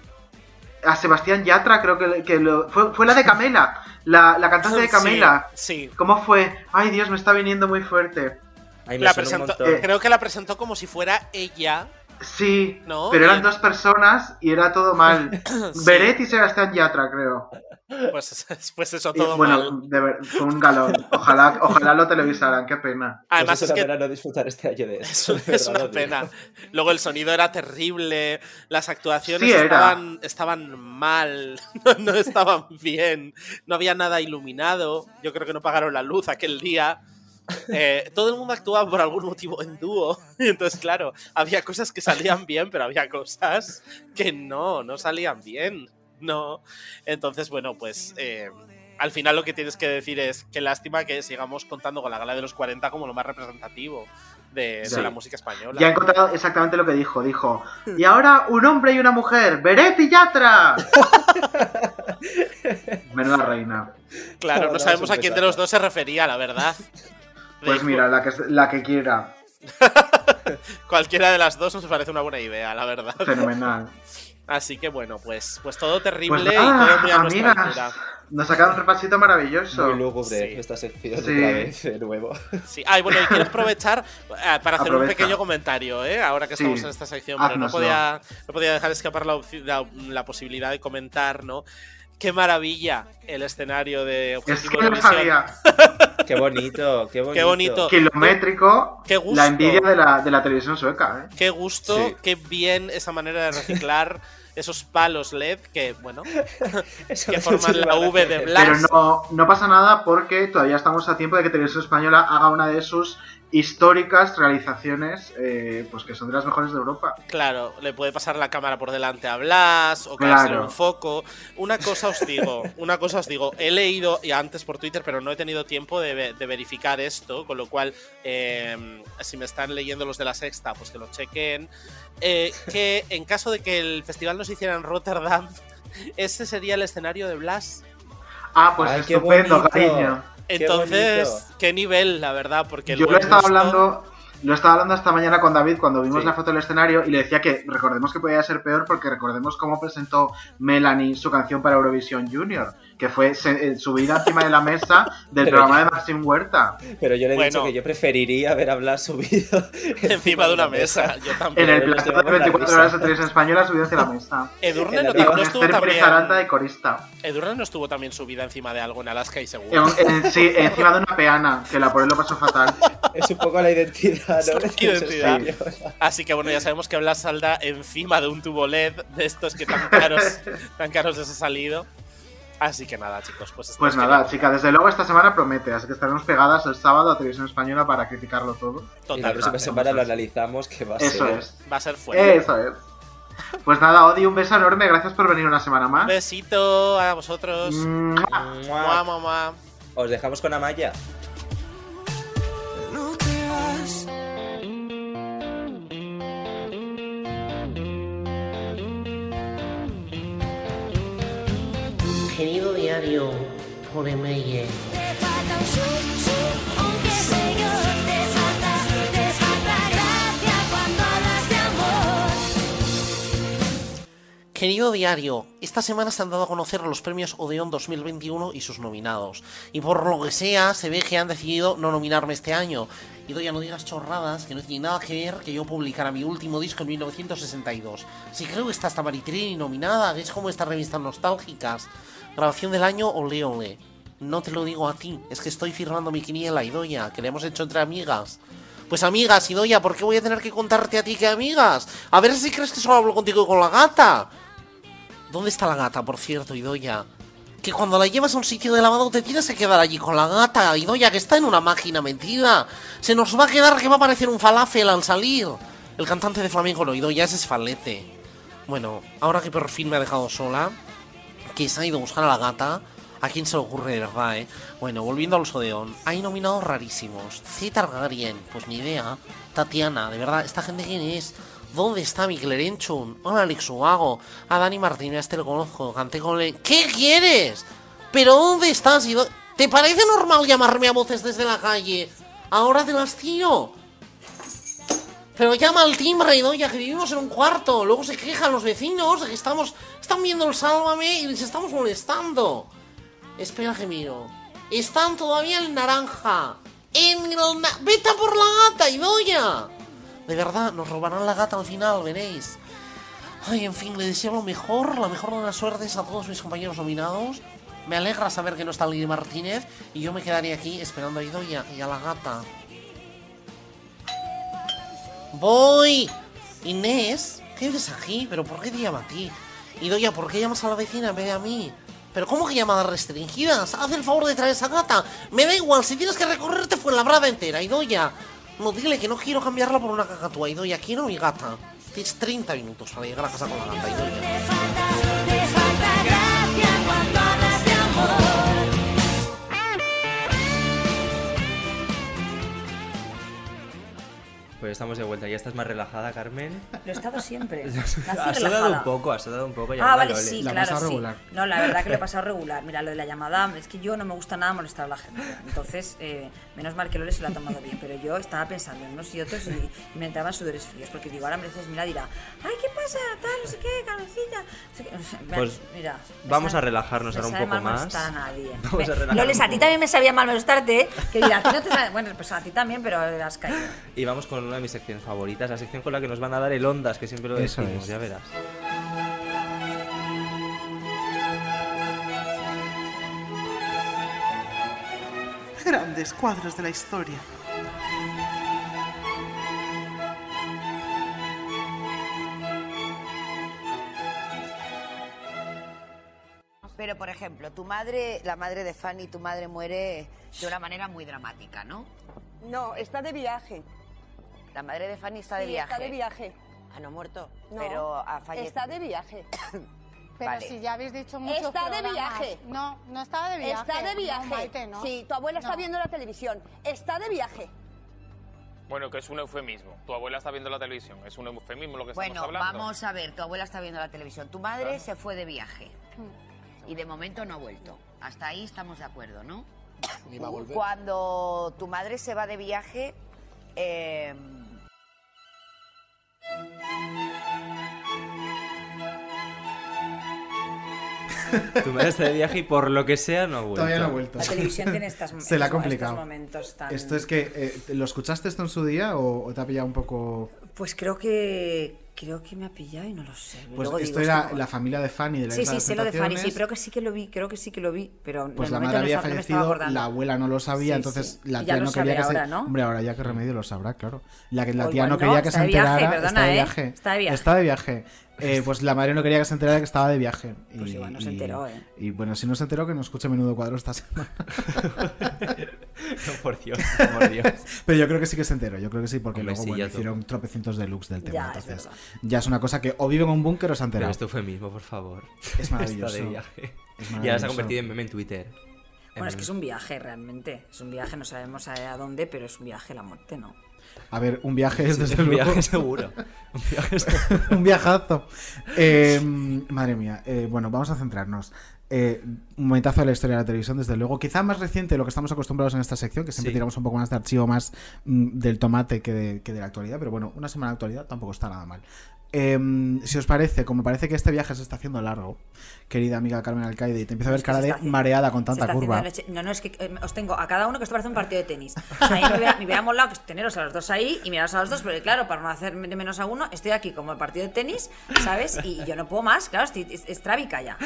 Speaker 3: A Sebastián Yatra, creo que, que lo- fue, fue la de Camela. La, la cantante de
Speaker 14: Sí,
Speaker 3: Camela.
Speaker 14: sí.
Speaker 3: ¿Cómo fue? Ay, Dios, me está viniendo muy fuerte.
Speaker 1: Ay, me
Speaker 14: La eh,
Speaker 1: suena un
Speaker 14: presentó-
Speaker 1: montón.
Speaker 14: creo que la presentó como si fuera ella.
Speaker 3: Sí,
Speaker 14: No,
Speaker 3: pero eran
Speaker 14: bien.
Speaker 3: dos personas y era todo mal.
Speaker 14: (coughs) Sí.
Speaker 3: Beret y Sebastián Yatra, creo.
Speaker 14: Pues, (laughs) pues eso
Speaker 3: Y,
Speaker 14: todo mal.
Speaker 3: bueno, de ver- fue un galón. Ojalá, ojalá lo televisaran, qué pena.
Speaker 14: Además
Speaker 1: Pues es
Speaker 14: es
Speaker 1: una
Speaker 14: que- (laughs)
Speaker 1: pena no disfrutar este año de
Speaker 14: Es,
Speaker 1: eso.
Speaker 14: un-
Speaker 1: (laughs) de
Speaker 14: es
Speaker 1: verdad,
Speaker 14: una
Speaker 1: tío.
Speaker 14: pena. Luego el sonido era terrible, las actuaciones
Speaker 3: Sí, era.
Speaker 14: estaban, estaban mal, (laughs) no, no estaban bien, no había nada iluminado, yo creo que no pagaron la luz aquel día. Eh, todo el mundo actuaba por algún motivo en dúo, (laughs) y entonces claro, había cosas que salían bien, pero había cosas que no, no salían bien. No, entonces bueno, pues eh, al final lo que tienes que decir es que lástima que sigamos contando con la gala de los 40 como lo más representativo de, de
Speaker 3: Sí.
Speaker 14: la música española.
Speaker 3: Ya he encontrado exactamente lo que dijo. Dijo, y ahora un hombre y una mujer, Beret y Yatra.
Speaker 14: (laughs)
Speaker 3: Menuda reina.
Speaker 14: Claro, no
Speaker 1: Ahora
Speaker 14: sabemos
Speaker 1: vamos
Speaker 14: a
Speaker 1: a
Speaker 14: quién de
Speaker 1: empezar.
Speaker 14: los dos se refería, la verdad.
Speaker 3: (laughs) Pues
Speaker 14: Dijo,
Speaker 3: mira, la que, la que quiera.
Speaker 14: Cualquiera de las dos nos parece una buena idea, la verdad. (laughs)
Speaker 3: Fenomenal.
Speaker 14: Así que bueno, pues, pues todo
Speaker 3: Pues
Speaker 14: terrible y todo
Speaker 3: nada,
Speaker 14: muy a nuestra altura.
Speaker 3: amigas, nos sacaron un repasito maravilloso.
Speaker 1: Muy lúgubre
Speaker 14: Sí.
Speaker 1: esta sección
Speaker 3: Sí.
Speaker 1: otra vez, de nuevo.
Speaker 14: Sí. Ay, bueno, y quiero aprovechar eh, para hacer un
Speaker 3: Aprovecha.
Speaker 14: pequeño comentario, ¿eh? Ahora que
Speaker 3: Sí,
Speaker 14: estamos en esta sección, pero no
Speaker 3: haznoslo.
Speaker 14: podía, no podía dejar escapar la, opci- la- la posibilidad de comentar, ¿no? Qué maravilla el escenario de
Speaker 3: Es
Speaker 14: Objetivo
Speaker 3: que lo
Speaker 14: Eurovisión.
Speaker 3: sabía.
Speaker 1: (laughs) Qué bonito, qué bonito.
Speaker 14: Qué bonito.
Speaker 3: Kilométrico,
Speaker 14: Qué gusto.
Speaker 3: la envidia de la, de la televisión sueca. ¿eh?
Speaker 14: Qué gusto,
Speaker 1: Sí.
Speaker 14: qué bien esa manera de reciclar esos palos LED que, bueno,
Speaker 1: (laughs) Eso
Speaker 14: que
Speaker 1: me
Speaker 14: forman
Speaker 1: suena
Speaker 14: la
Speaker 1: bastante
Speaker 14: V de
Speaker 1: bien.
Speaker 14: Blas.
Speaker 3: Pero no, no pasa nada porque todavía estamos a tiempo de que Televisión Española haga una de sus históricas realizaciones, eh, pues que son de las mejores de Europa.
Speaker 14: Claro, le puede pasar la cámara por delante a Blas o quedárselo
Speaker 3: Claro.
Speaker 14: un foco. Una cosa os digo, una cosa os digo, he leído y antes por Twitter, pero no he tenido tiempo de, ve- de verificar esto, con lo cual, eh, si me están leyendo los de la sexta, pues que lo chequen. eh, que en caso de que el festival no se hiciera en Rotterdam, (laughs) ese sería el escenario de Blas.
Speaker 3: Ah, pues
Speaker 1: Ay, qué
Speaker 3: estupendo,
Speaker 1: bonito.
Speaker 3: cariño.
Speaker 1: Qué
Speaker 14: Entonces,
Speaker 1: bonito.
Speaker 14: qué, nivel, la verdad, porque el
Speaker 3: Yo lo
Speaker 14: buen
Speaker 3: estaba
Speaker 14: gusto-
Speaker 3: hablando. Lo estaba hablando esta mañana con David cuando vimos
Speaker 1: Sí.
Speaker 3: la foto del escenario y le decía que recordemos que podía ser peor porque recordemos cómo presentó Melanie su canción para Eurovisión Junior, que fue se- eh, subida encima de la mesa
Speaker 1: (laughs)
Speaker 3: del
Speaker 1: Pero
Speaker 3: programa
Speaker 1: ya.
Speaker 3: de Maxim Huerta.
Speaker 1: Pero yo le he dicho
Speaker 14: Bueno.
Speaker 1: que yo preferiría ver hablar subido
Speaker 14: (laughs) encima de una mesa. Yo
Speaker 3: En
Speaker 14: también.
Speaker 3: el
Speaker 1: Pero nos
Speaker 3: plato de
Speaker 1: llevamos la
Speaker 3: 24
Speaker 1: risa.
Speaker 3: horas de televisión española subida hacia la mesa.
Speaker 14: Edurne
Speaker 1: en
Speaker 14: no,
Speaker 1: la
Speaker 3: Y
Speaker 14: no
Speaker 3: con
Speaker 14: estuvo
Speaker 3: Esther Pérez
Speaker 14: también.
Speaker 3: Aranda de corista.
Speaker 14: Edurne no estuvo también subida encima de algo en Alaska y seguro.
Speaker 3: En- en- sí, encima de una peana, que la por él lo pasó fatal.
Speaker 1: (laughs) Es un poco la identidad,
Speaker 14: Es
Speaker 1: ¿no?
Speaker 14: (laughs) la
Speaker 1: de Televisión
Speaker 14: identidad.
Speaker 1: Española.
Speaker 14: Así que bueno, ya sabemos que Blas salda encima de un tubo LED de estos que
Speaker 3: (laughs)
Speaker 14: tan caros, tan caros les ha salido. Así que nada, chicos, pues
Speaker 3: Pues
Speaker 14: estamos
Speaker 3: nada, chica, desde luego esta semana promete, así que estaremos pegadas el sábado a televisión española para criticarlo todo.
Speaker 1: Y la
Speaker 14: Total, Ah,
Speaker 1: próxima semana lo analizamos, que va a
Speaker 3: Eso
Speaker 1: ser.
Speaker 3: es.
Speaker 14: va a ser fuerte.
Speaker 3: Eso es. Pues nada, Odi, un beso enorme. Gracias por venir una semana
Speaker 14: Un
Speaker 3: más.
Speaker 14: besito a vosotros.
Speaker 3: Mua.
Speaker 14: Mua,
Speaker 1: Mua.
Speaker 14: mua, mua.
Speaker 1: Os dejamos con Amaya.
Speaker 4: No te vas. querido diario por email.
Speaker 7: Aunque Señor te falta, te falta gracia cuando hablas de amor.
Speaker 4: Querido diario, esta semana se han dado a conocer los premios Odeón 2021 y sus nominados. Y por lo que sea, se ve que han decidido no nominarme este año. Y doy a no digas chorradas, que no tiene nada que ver que yo publicara mi último disco en 1962. Si creo que está hasta Maritrini nominada, que es como estas revistas nostálgicas. Grabación del año, ole ole. No te lo digo a ti, es que estoy firmando mi quiniela, Idoya, que le hemos hecho entre amigas. Pues amigas, Idoya, ¿por qué voy a tener que contarte a ti que amigas? A ver si crees que solo hablo contigo y con la gata. ¿Dónde está la gata, por cierto, Idoya? Que cuando la llevas a un sitio de lavado te tienes que quedar allí con la gata, Idoya, que está en una máquina mentira. Se nos va a quedar que va a parecer un falafel al salir. El cantante de flamenco, no, Idoya, ese es falete. Bueno, ahora que por fin me ha dejado sola, que se ha ido a buscar a la gata, ¿a quién se le ocurre de verdad, eh? Bueno, volviendo a los Odeón, hay nominados rarísimos. C. Targaryen, pues ni idea. Tatiana, de verdad, ¿esta gente quién es? ¿Dónde está mi Clerenchun? Hola, Alex Ubago. A Dani Martínez este lo conozco. Canté con le... ¿Qué quieres? ¿Pero dónde estás? y dó- ¿Te parece normal llamarme a voces desde la calle? Ahora te las tiro. Pero llama al timbre, ¿no? Ya que vivimos en un cuarto. Luego se quejan los vecinos de que estamos. Están viendo el sálvame y les estamos molestando. Espera que miro. Están todavía en naranja. En el na- ¡Vete a por la gata, Idoya! De verdad, nos robarán la gata al final, veréis. Ay, en fin, le deseo lo mejor, la mejor de las suertes a todos mis compañeros nominados. Me alegra saber que no está Lili Martínez y yo me quedaré aquí esperando a Idoya y a la gata. ¡Voy! Inés, ¿qué haces aquí? ¿Pero por qué te llama a ti? Idoya, ¿por qué llamas a la vecina en vez de a mí? ¿Pero cómo que llamadas restringidas? Haz el favor de traer esa gata. Me da igual, si tienes que recorrerte fue la brada entera, Idoya. No, dile que no quiero cambiarla por una cacatúa, Idoya. Quiero mi gata. Tienes 30 minutos para llegar a casa con la gata, Idoya.
Speaker 7: Te falta gracia cuando hablas de amor.
Speaker 1: Pues estamos de vuelta. Ya estás más relajada, Carmen.
Speaker 2: Lo he estado (laughs) siempre. Nací
Speaker 1: (laughs) Has sudado un
Speaker 2: relajada.
Speaker 1: poco, has sudado un poco. ya
Speaker 2: Ah,
Speaker 1: no
Speaker 2: vale,
Speaker 1: duele.
Speaker 2: sí, claro, sí. No, la verdad que lo he pasado regular. Mira, lo de la llamada, es que yo no me gusta nada molestar a la gente. Entonces, eh, menos mal que Lore se lo ha tomado bien, pero yo estaba pensando en unos y otros y, y me entraban sudores fríos, porque digo, ahora a veces mira, dirá, ay, ¿qué pasa? Tal, no sé qué, Carmencita. no sé qué". O sea, me-
Speaker 1: Pues
Speaker 2: mira, me
Speaker 1: vamos
Speaker 2: sabe-
Speaker 1: a relajarnos
Speaker 2: me
Speaker 1: ahora un
Speaker 2: sabe
Speaker 1: poco
Speaker 2: mal
Speaker 1: más.
Speaker 2: molestar a nadie.
Speaker 1: (laughs) Vamos
Speaker 2: Me-
Speaker 1: a relajarnos
Speaker 2: Loles, a
Speaker 1: un
Speaker 2: ti
Speaker 1: poco.
Speaker 2: también me sabía mal molestarte, ¿eh? que dirá, "A ti no te sabe-". Bueno, pues a ti también, pero has caído.
Speaker 1: Y vamos con una de mis secciones favoritas, la sección con la que nos van a dar el ondas, que siempre lo
Speaker 3: Eso
Speaker 1: decimos,
Speaker 3: es.
Speaker 1: ya verás.
Speaker 16: Grandes cuadros de la historia.
Speaker 17: Pero, por ejemplo, tu madre, la madre de Fanny, tu madre muere de una manera muy dramática, ¿no?
Speaker 18: No, está de viaje.
Speaker 17: La madre de Fanny está de
Speaker 18: Sí,
Speaker 17: viaje.
Speaker 18: Está de viaje.
Speaker 17: Ah, no muerto,
Speaker 18: No,
Speaker 17: pero ha fallecido.
Speaker 18: Está de viaje.
Speaker 17: Pero Vale. si
Speaker 18: ya habéis dicho
Speaker 19: muchos
Speaker 18: Está de
Speaker 19: programas.
Speaker 18: viaje.
Speaker 19: No, no estaba de viaje.
Speaker 18: Está de
Speaker 19: No,
Speaker 18: viaje.
Speaker 19: Maite, no.
Speaker 18: Sí, tu abuela
Speaker 19: No.
Speaker 18: está viendo la televisión. Está de viaje.
Speaker 13: Bueno, que es un eufemismo. Tu abuela está viendo la televisión. Es un eufemismo lo que estamos
Speaker 17: pues Bueno,
Speaker 13: hablando.
Speaker 17: vamos a ver, tu abuela está viendo la televisión. Tu madre
Speaker 13: Claro.
Speaker 17: se fue de viaje
Speaker 18: Mm.
Speaker 17: y de momento no ha vuelto. Hasta ahí estamos de acuerdo,
Speaker 3: (coughs)
Speaker 17: ¿no?
Speaker 20: Ni va a volver.
Speaker 17: Cuando tu madre se va de viaje, eh,
Speaker 1: Tu madre está de viaje y por lo que sea no ha vuelto.
Speaker 3: Todavía no ha vuelto.
Speaker 2: La televisión
Speaker 3: (laughs)
Speaker 2: tiene estas-
Speaker 3: Pues Se la ha
Speaker 2: estos-
Speaker 3: complicado.
Speaker 2: estos momentos tan-
Speaker 3: Esto es que. eh, ¿Lo escuchaste esto en su día o, o te ha pillado un poco.?
Speaker 2: Pues creo que creo que me ha pillado y no lo sé.
Speaker 3: Pues
Speaker 2: Luego
Speaker 3: esto
Speaker 2: digo,
Speaker 3: era
Speaker 2: esto no-
Speaker 3: la familia de Fanny de la
Speaker 2: Sí,
Speaker 3: isla
Speaker 2: sí, sé lo de Fanny, sí,
Speaker 3: Tentaciones.
Speaker 2: creo que sí que lo vi, creo que sí que lo vi, pero
Speaker 3: Pues
Speaker 2: en
Speaker 3: la
Speaker 2: el
Speaker 3: madre
Speaker 2: momento no
Speaker 3: había
Speaker 2: sa- no me
Speaker 3: fallecido,
Speaker 2: estaba acordando.
Speaker 3: la abuela no lo sabía,
Speaker 2: Sí,
Speaker 3: entonces
Speaker 2: sí.
Speaker 3: la
Speaker 2: Y ya
Speaker 3: tía
Speaker 2: lo
Speaker 3: no quería
Speaker 2: sabe
Speaker 3: que
Speaker 2: ahora,
Speaker 3: se.
Speaker 2: ¿no?
Speaker 3: Hombre, ahora ya que remedio lo sabrá, claro. La que la
Speaker 2: O
Speaker 3: tía
Speaker 2: igual
Speaker 3: no
Speaker 2: no,
Speaker 3: quería que
Speaker 2: está
Speaker 3: se
Speaker 2: de viaje,
Speaker 3: enterara.
Speaker 2: perdona,
Speaker 3: está de
Speaker 2: ¿eh?
Speaker 3: viaje.
Speaker 2: Está de viaje.
Speaker 3: Está de viaje.
Speaker 2: (laughs)
Speaker 3: Eh, pues la madre no quería que se enterara que estaba de viaje.
Speaker 2: Pues igual no se enteró, ¿eh?
Speaker 3: Y bueno, si no se enteró, que no escuche menudo cuadro esta semana. (laughs)
Speaker 1: No, (laughs) por Dios, por Dios.
Speaker 3: Pero yo creo que sí que se enteró, yo creo que sí, porque
Speaker 1: Hombre,
Speaker 3: luego
Speaker 1: sí,
Speaker 3: bueno,
Speaker 1: ya tú.
Speaker 3: hicieron tropecientos deluxe del tema.
Speaker 1: Ya, es
Speaker 3: entonces,
Speaker 1: verdad.
Speaker 3: ya es una cosa que o vive en un búnker o se
Speaker 1: Pero
Speaker 3: ha enterado.
Speaker 1: esto fue mismo, por favor. (laughs)
Speaker 3: Es maravilloso.
Speaker 1: Está de viaje. Y
Speaker 3: Es
Speaker 1: ahora se
Speaker 3: maravilloso.
Speaker 1: ha convertido en meme en Twitter.
Speaker 2: Bueno, es que es un viaje realmente, es un viaje, no sabemos a, a dónde, pero es un viaje la muerte, ¿no?
Speaker 3: A ver, un viaje es
Speaker 1: Sí, (laughs)
Speaker 3: desde
Speaker 1: un
Speaker 3: luego.
Speaker 1: viaje seguro.
Speaker 3: (laughs)
Speaker 1: Un viaje seguro.
Speaker 3: Em, Un viajazo. Eh, madre mía. eh, bueno, vamos a centrarnos. eh, un momentazo de la historia de la televisión, desde luego. Quizá más reciente de lo que estamos acostumbrados en esta sección, que siempre
Speaker 1: Sí.
Speaker 3: tiramos un poco más de archivo más mm, del tomate que de, que de la actualidad, pero bueno, una semana de actualidad tampoco está nada mal. Em, si os parece, como parece que este viaje se está haciendo largo, querida amiga Carmen Alcaide, y te empiezo a ver cara de mareada con
Speaker 2: Se
Speaker 3: tanta
Speaker 2: está
Speaker 3: curva.
Speaker 2: haciendo leche- No, no, es que eh, os tengo a cada uno que esto parece un partido de tenis. A mí me hubiera, me hubiera molado que teneros a los dos ahí y miraros a los dos, pero claro, para no hacer de menos a uno, estoy aquí como el partido de tenis, ¿sabes? Y yo no puedo más, claro, estoy es- estrábica ya.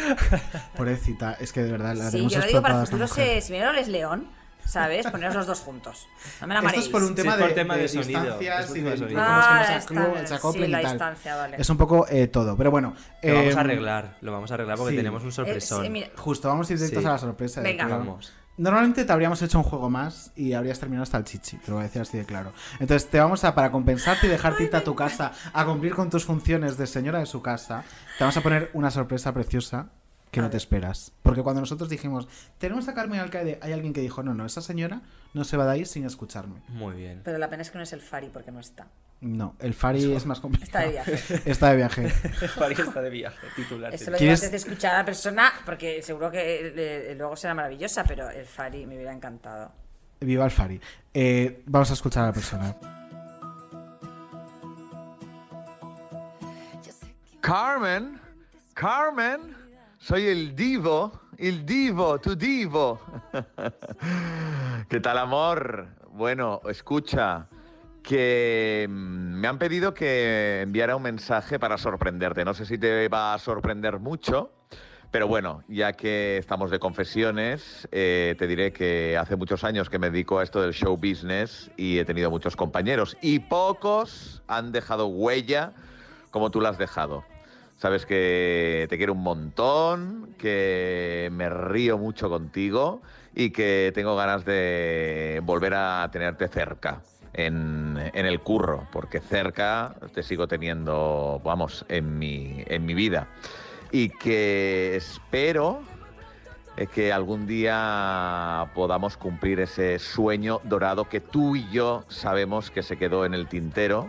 Speaker 3: Pobrecita, es que de verdad la
Speaker 2: Sí,
Speaker 3: tenemos
Speaker 2: yo lo digo para
Speaker 3: explotada esta
Speaker 2: futuros,
Speaker 3: mujer.
Speaker 2: eh, si primero les león, (laughs) ¿sabes? Poneros los dos juntos. No me la
Speaker 3: Esto es por un
Speaker 2: mareéis.
Speaker 3: tema
Speaker 1: Sí,
Speaker 3: de,
Speaker 1: por tema de
Speaker 3: de
Speaker 1: sonido,
Speaker 3: distancias
Speaker 1: es por
Speaker 3: y
Speaker 1: tema
Speaker 3: de
Speaker 1: de sonido.
Speaker 3: micrófonos que
Speaker 2: Ah,
Speaker 3: no se
Speaker 2: la
Speaker 3: aclu-
Speaker 2: distancia,
Speaker 3: se acoplen
Speaker 2: sí, la
Speaker 3: y tal.
Speaker 2: distancia, vale.
Speaker 3: Es un poco eh, todo, pero bueno.
Speaker 1: Lo vamos
Speaker 3: em,
Speaker 1: a arreglar, lo vamos a arreglar porque
Speaker 3: sí.
Speaker 1: tenemos un sorpresón.
Speaker 2: Eh, sí, mira.
Speaker 3: Justo, vamos a ir directos
Speaker 1: Sí.
Speaker 3: a la sorpresa. de
Speaker 1: Venga.
Speaker 3: que-
Speaker 1: Vamos.
Speaker 3: Normalmente te habríamos hecho un juego más y habrías terminado hasta el chichi, te lo voy a decir así de claro. Entonces te vamos a, para compensarte y dejarte irte a tu casa a cumplir con tus funciones de señora de su casa, te vamos a poner una sorpresa preciosa que no te esperas. Porque cuando nosotros dijimos, tenemos a Carmen Alcaide, hay alguien que dijo, no, no, esa señora no se va de ahí sin escucharme.
Speaker 1: Muy bien.
Speaker 2: Pero la pena es que no es el Fari porque no está.
Speaker 3: No, el Fari es más complicado.
Speaker 2: Está de viaje.
Speaker 3: (laughs) Está de
Speaker 1: (laughs)
Speaker 3: viaje.
Speaker 21: Fari está de viaje, titular.
Speaker 2: Eso lo digo
Speaker 3: ¿Quieres-
Speaker 2: antes de escuchar a la persona porque seguro que eh, luego será maravillosa, pero el Fari me hubiera encantado.
Speaker 3: Viva el Fari. Eh, vamos a escuchar a la persona.
Speaker 4: Carmen, Carmen, soy el divo, el divo, tu divo. ¿Qué tal, amor? Bueno, escucha, que mm, me han pedido que enviara un mensaje para sorprenderte. No sé si te va a sorprender mucho, pero bueno, ya que estamos de confesiones, eh, te diré que hace muchos años que me dedico a esto del show business y he tenido muchos compañeros y pocos han dejado huella como tú la has dejado. Sabes que te quiero un montón, que me río mucho contigo y que tengo ganas de volver a tenerte cerca en, en el curro, porque cerca te sigo teniendo, vamos, en mi, en mi vida. Y que espero eh, que algún día podamos cumplir ese sueño dorado que tú y yo sabemos que se quedó en el tintero,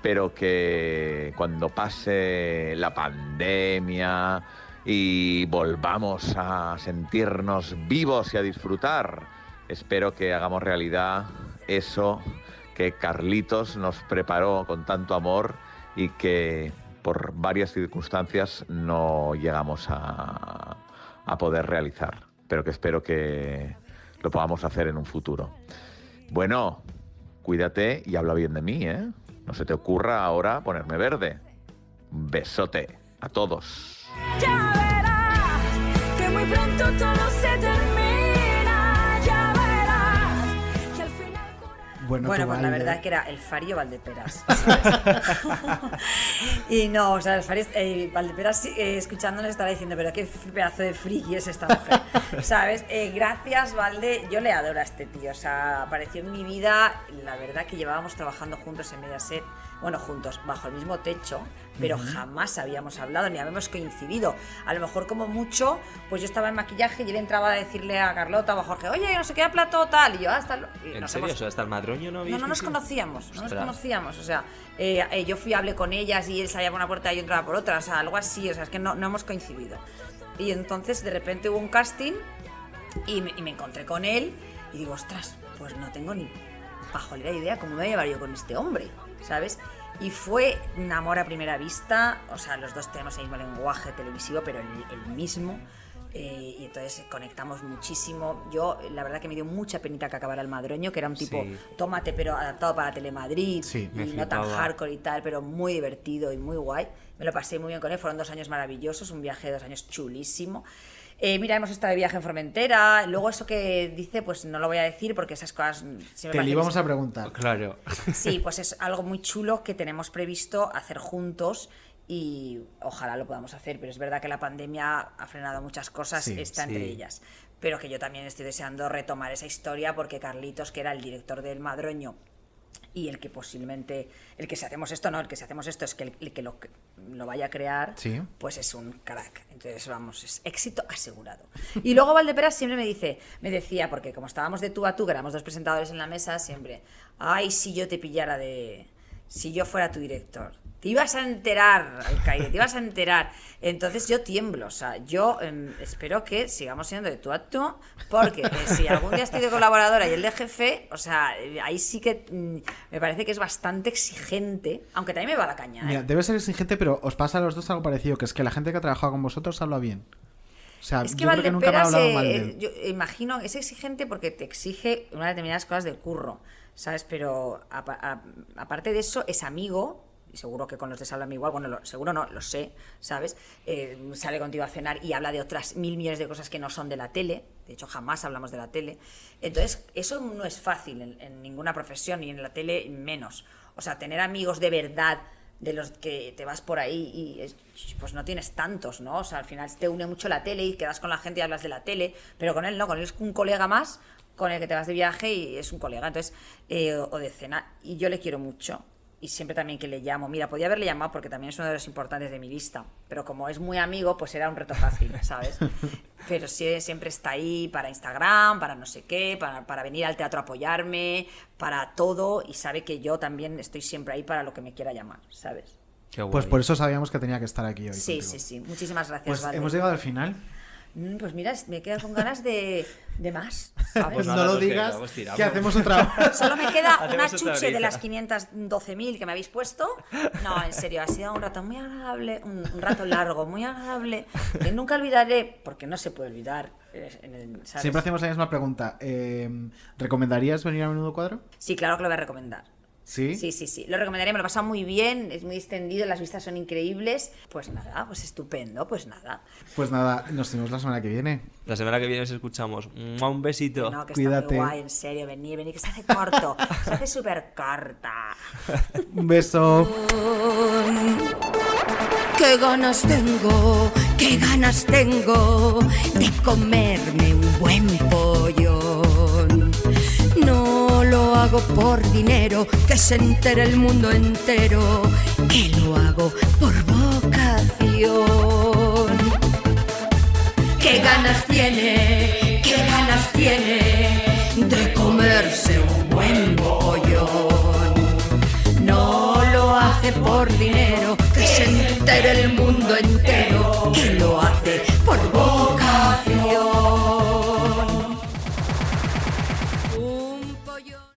Speaker 4: pero que cuando pase la pandemia y volvamos a sentirnos vivos y a disfrutar, espero que hagamos realidad eso que Carlitos nos preparó con tanto amor y que por varias circunstancias no llegamos a, a poder realizar, pero que espero que lo podamos hacer en un futuro. Bueno, cuídate y habla bien de mí, ¿eh? No se te ocurra ahora ponerme verde. Un besote a todos.
Speaker 22: Que muy pronto todo se termina, ya verás. que al final-
Speaker 3: Bueno,
Speaker 2: Bueno,
Speaker 3: tú,
Speaker 2: pues la
Speaker 3: Valde.
Speaker 2: verdad que era el Fari o Valdeperas. ¿sabes? (laughs) y no, o sea, el Fari, eh, Valdeperas sí, eh, escuchándonos estará diciendo, pero qué f- pedazo de friki es esta mujer. ¿Sabes? Eh, gracias, Valde. Yo le adoro a este tío. O sea, apareció en mi vida. La verdad que llevábamos trabajando juntos en Mediaset. Bueno, juntos, bajo el mismo techo, pero
Speaker 23: Ujú.
Speaker 2: jamás habíamos hablado ni habíamos coincidido. A lo mejor, como mucho, pues yo estaba en maquillaje y él entraba a decirle a Carlota o a Jorge, oye, no sé qué plato tal. Y yo, hasta. lo-". Y
Speaker 1: ¿En
Speaker 2: nos
Speaker 1: serio?
Speaker 2: hemos-
Speaker 1: O sea, hasta el madroño no habéis
Speaker 2: no, no nos
Speaker 1: visto?
Speaker 2: conocíamos, no nos
Speaker 1: Ostras.
Speaker 2: conocíamos. O sea, eh, eh, yo fui, hablé con ellas y él salía por una puerta y yo entraba por otra, o sea, algo así, o sea, es que no, no hemos coincidido. Y entonces de repente hubo un casting y me, y me encontré con él y digo, ostras, pues no tengo ni pajolera idea cómo me voy a llevar yo con este hombre, ¿sabes? Y fue un amor a primera vista, o sea, los dos tenemos el mismo lenguaje televisivo, pero el, el mismo. eh, y entonces conectamos muchísimo. Yo, la verdad que me dio mucha penita que acabara el madroño, que era un tipo
Speaker 23: Sí.
Speaker 2: tómate, pero adaptado para Telemadrid
Speaker 23: Sí, me
Speaker 2: y no tan
Speaker 23: flipaba.
Speaker 2: hardcore y tal, pero muy divertido y muy guay. Me lo pasé muy bien con él, fueron dos años maravillosos, un viaje de dos años chulísimo. Eh, mira, hemos estado de viaje en Formentera, luego eso que dice, pues no lo voy a decir porque esas cosas... mm, se me
Speaker 3: Te
Speaker 2: parecen-
Speaker 3: lo íbamos a
Speaker 1: (laughs)
Speaker 3: preguntar.
Speaker 1: Claro.
Speaker 2: Sí, pues es algo muy chulo que tenemos previsto hacer juntos y ojalá lo podamos hacer, pero es verdad que la pandemia ha frenado muchas cosas,
Speaker 23: Sí,
Speaker 2: está
Speaker 23: sí.
Speaker 2: entre ellas. Pero que yo también estoy deseando retomar esa historia porque Carlitos, que era el director del Madroño, y el que posiblemente, el que si hacemos esto, no, el que si hacemos esto es que el, el que lo, lo vaya a crear,
Speaker 3: Sí.
Speaker 2: pues es un crack. Entonces, vamos, es éxito asegurado. Y luego Valdeperas siempre me dice, me decía, porque como estábamos de tú a tú, que éramos dos presentadores en la mesa, siempre, ay, si yo te pillara de, si yo fuera tu director.
Speaker 4: Te ibas a enterar, Alcaide, te ibas a enterar. Entonces yo tiemblo, o sea, yo em, espero que sigamos siendo de tú a tú, porque eh, si algún día estoy de colaboradora y el de jefe, o sea, eh, ahí sí que mm, me parece que es bastante exigente, aunque también me va la caña. ¿eh?
Speaker 3: Mira, debe ser exigente, pero os pasa a los dos algo parecido, que es que la gente que ha trabajado con vosotros habla bien. O sea,
Speaker 4: Es que
Speaker 3: yo creo que nunca me ha
Speaker 4: Valdeperas,
Speaker 3: hablado
Speaker 4: eh,
Speaker 3: mal de
Speaker 4: eh, yo imagino, es exigente porque te exige unas determinadas cosas del curro, ¿sabes? Pero apa- a- aparte de eso, es amigo, y seguro que con los de Sálvame igual, bueno, lo- seguro no, lo sé, ¿sabes? Eh, sale contigo a cenar y habla de otras mil millones de cosas que no son de la tele, de hecho jamás hablamos de la tele. Entonces, eso no es fácil en, en ninguna profesión y en la tele menos. O sea, tener amigos de verdad de los que te vas por ahí y es- pues no tienes tantos, ¿no? O sea, al final te une mucho la tele y quedas con la gente y hablas de la tele, pero con él no, con él es un colega más con el que te vas de viaje y es un colega, entonces, eh, o o de cena. Y yo le quiero mucho y siempre también que le llamo. Mira, podía haberle llamado porque también es uno de los importantes de mi lista, pero como es muy amigo, pues era un reto fácil,
Speaker 3: (laughs)
Speaker 4: ¿sabes? Pero sí, siempre está ahí para Instagram, para no sé qué, para, para venir al teatro a apoyarme, para todo y sabe que yo también estoy siempre ahí para lo que me quiera llamar, ¿sabes?
Speaker 3: Pues por eso sabíamos que tenía que estar aquí hoy.
Speaker 4: Sí,
Speaker 3: contigo.
Speaker 4: sí, sí. Muchísimas gracias,
Speaker 3: Pues
Speaker 4: Valde.
Speaker 3: hemos llegado al final.
Speaker 4: Mm, Pues mira, me quedo con ganas de, de
Speaker 3: (laughs)
Speaker 4: más.
Speaker 3: Ah,
Speaker 4: ¿sabes?
Speaker 3: pues no lo digas,
Speaker 24: vamos tirando.
Speaker 3: que hacemos (laughs) otra.
Speaker 4: Solo me queda una
Speaker 24: Hacemos otra
Speaker 4: chuche de
Speaker 24: horita.
Speaker 4: las 512.000 que me habéis puesto. No, en serio, ha sido un rato muy agradable, un, un rato largo, muy agradable, que nunca olvidaré, porque no se puede olvidar. eh, en el- ¿sabes?
Speaker 3: Siempre hacemos la misma pregunta. eh, ¿Recomendarías venir a Menudo Cuadro?
Speaker 4: Sí, claro que lo voy a recomendar.
Speaker 3: Sí.
Speaker 4: Sí, sí, sí. Lo recomendaría, me lo he pasado muy bien, es muy distendido, las vistas son increíbles. Pues nada, pues estupendo, pues nada.
Speaker 3: Pues nada, nos vemos la semana que viene.
Speaker 24: La semana que viene nos escuchamos. ¡Mua! Un besito.
Speaker 4: No, que está muy guay, en serio, venir, venir, que se hace corto, se hace súper corta.
Speaker 3: Un beso.
Speaker 5: Qué ganas tengo, qué ganas tengo de comerme un buen pollón. No lo hago por dinero, que se entere el mundo entero, que lo hago por vocación. Qué ganas tiene, qué ganas tiene de comerse un buen pollón. No lo hace por dinero, que se entere el mundo entero, que lo hace por boca.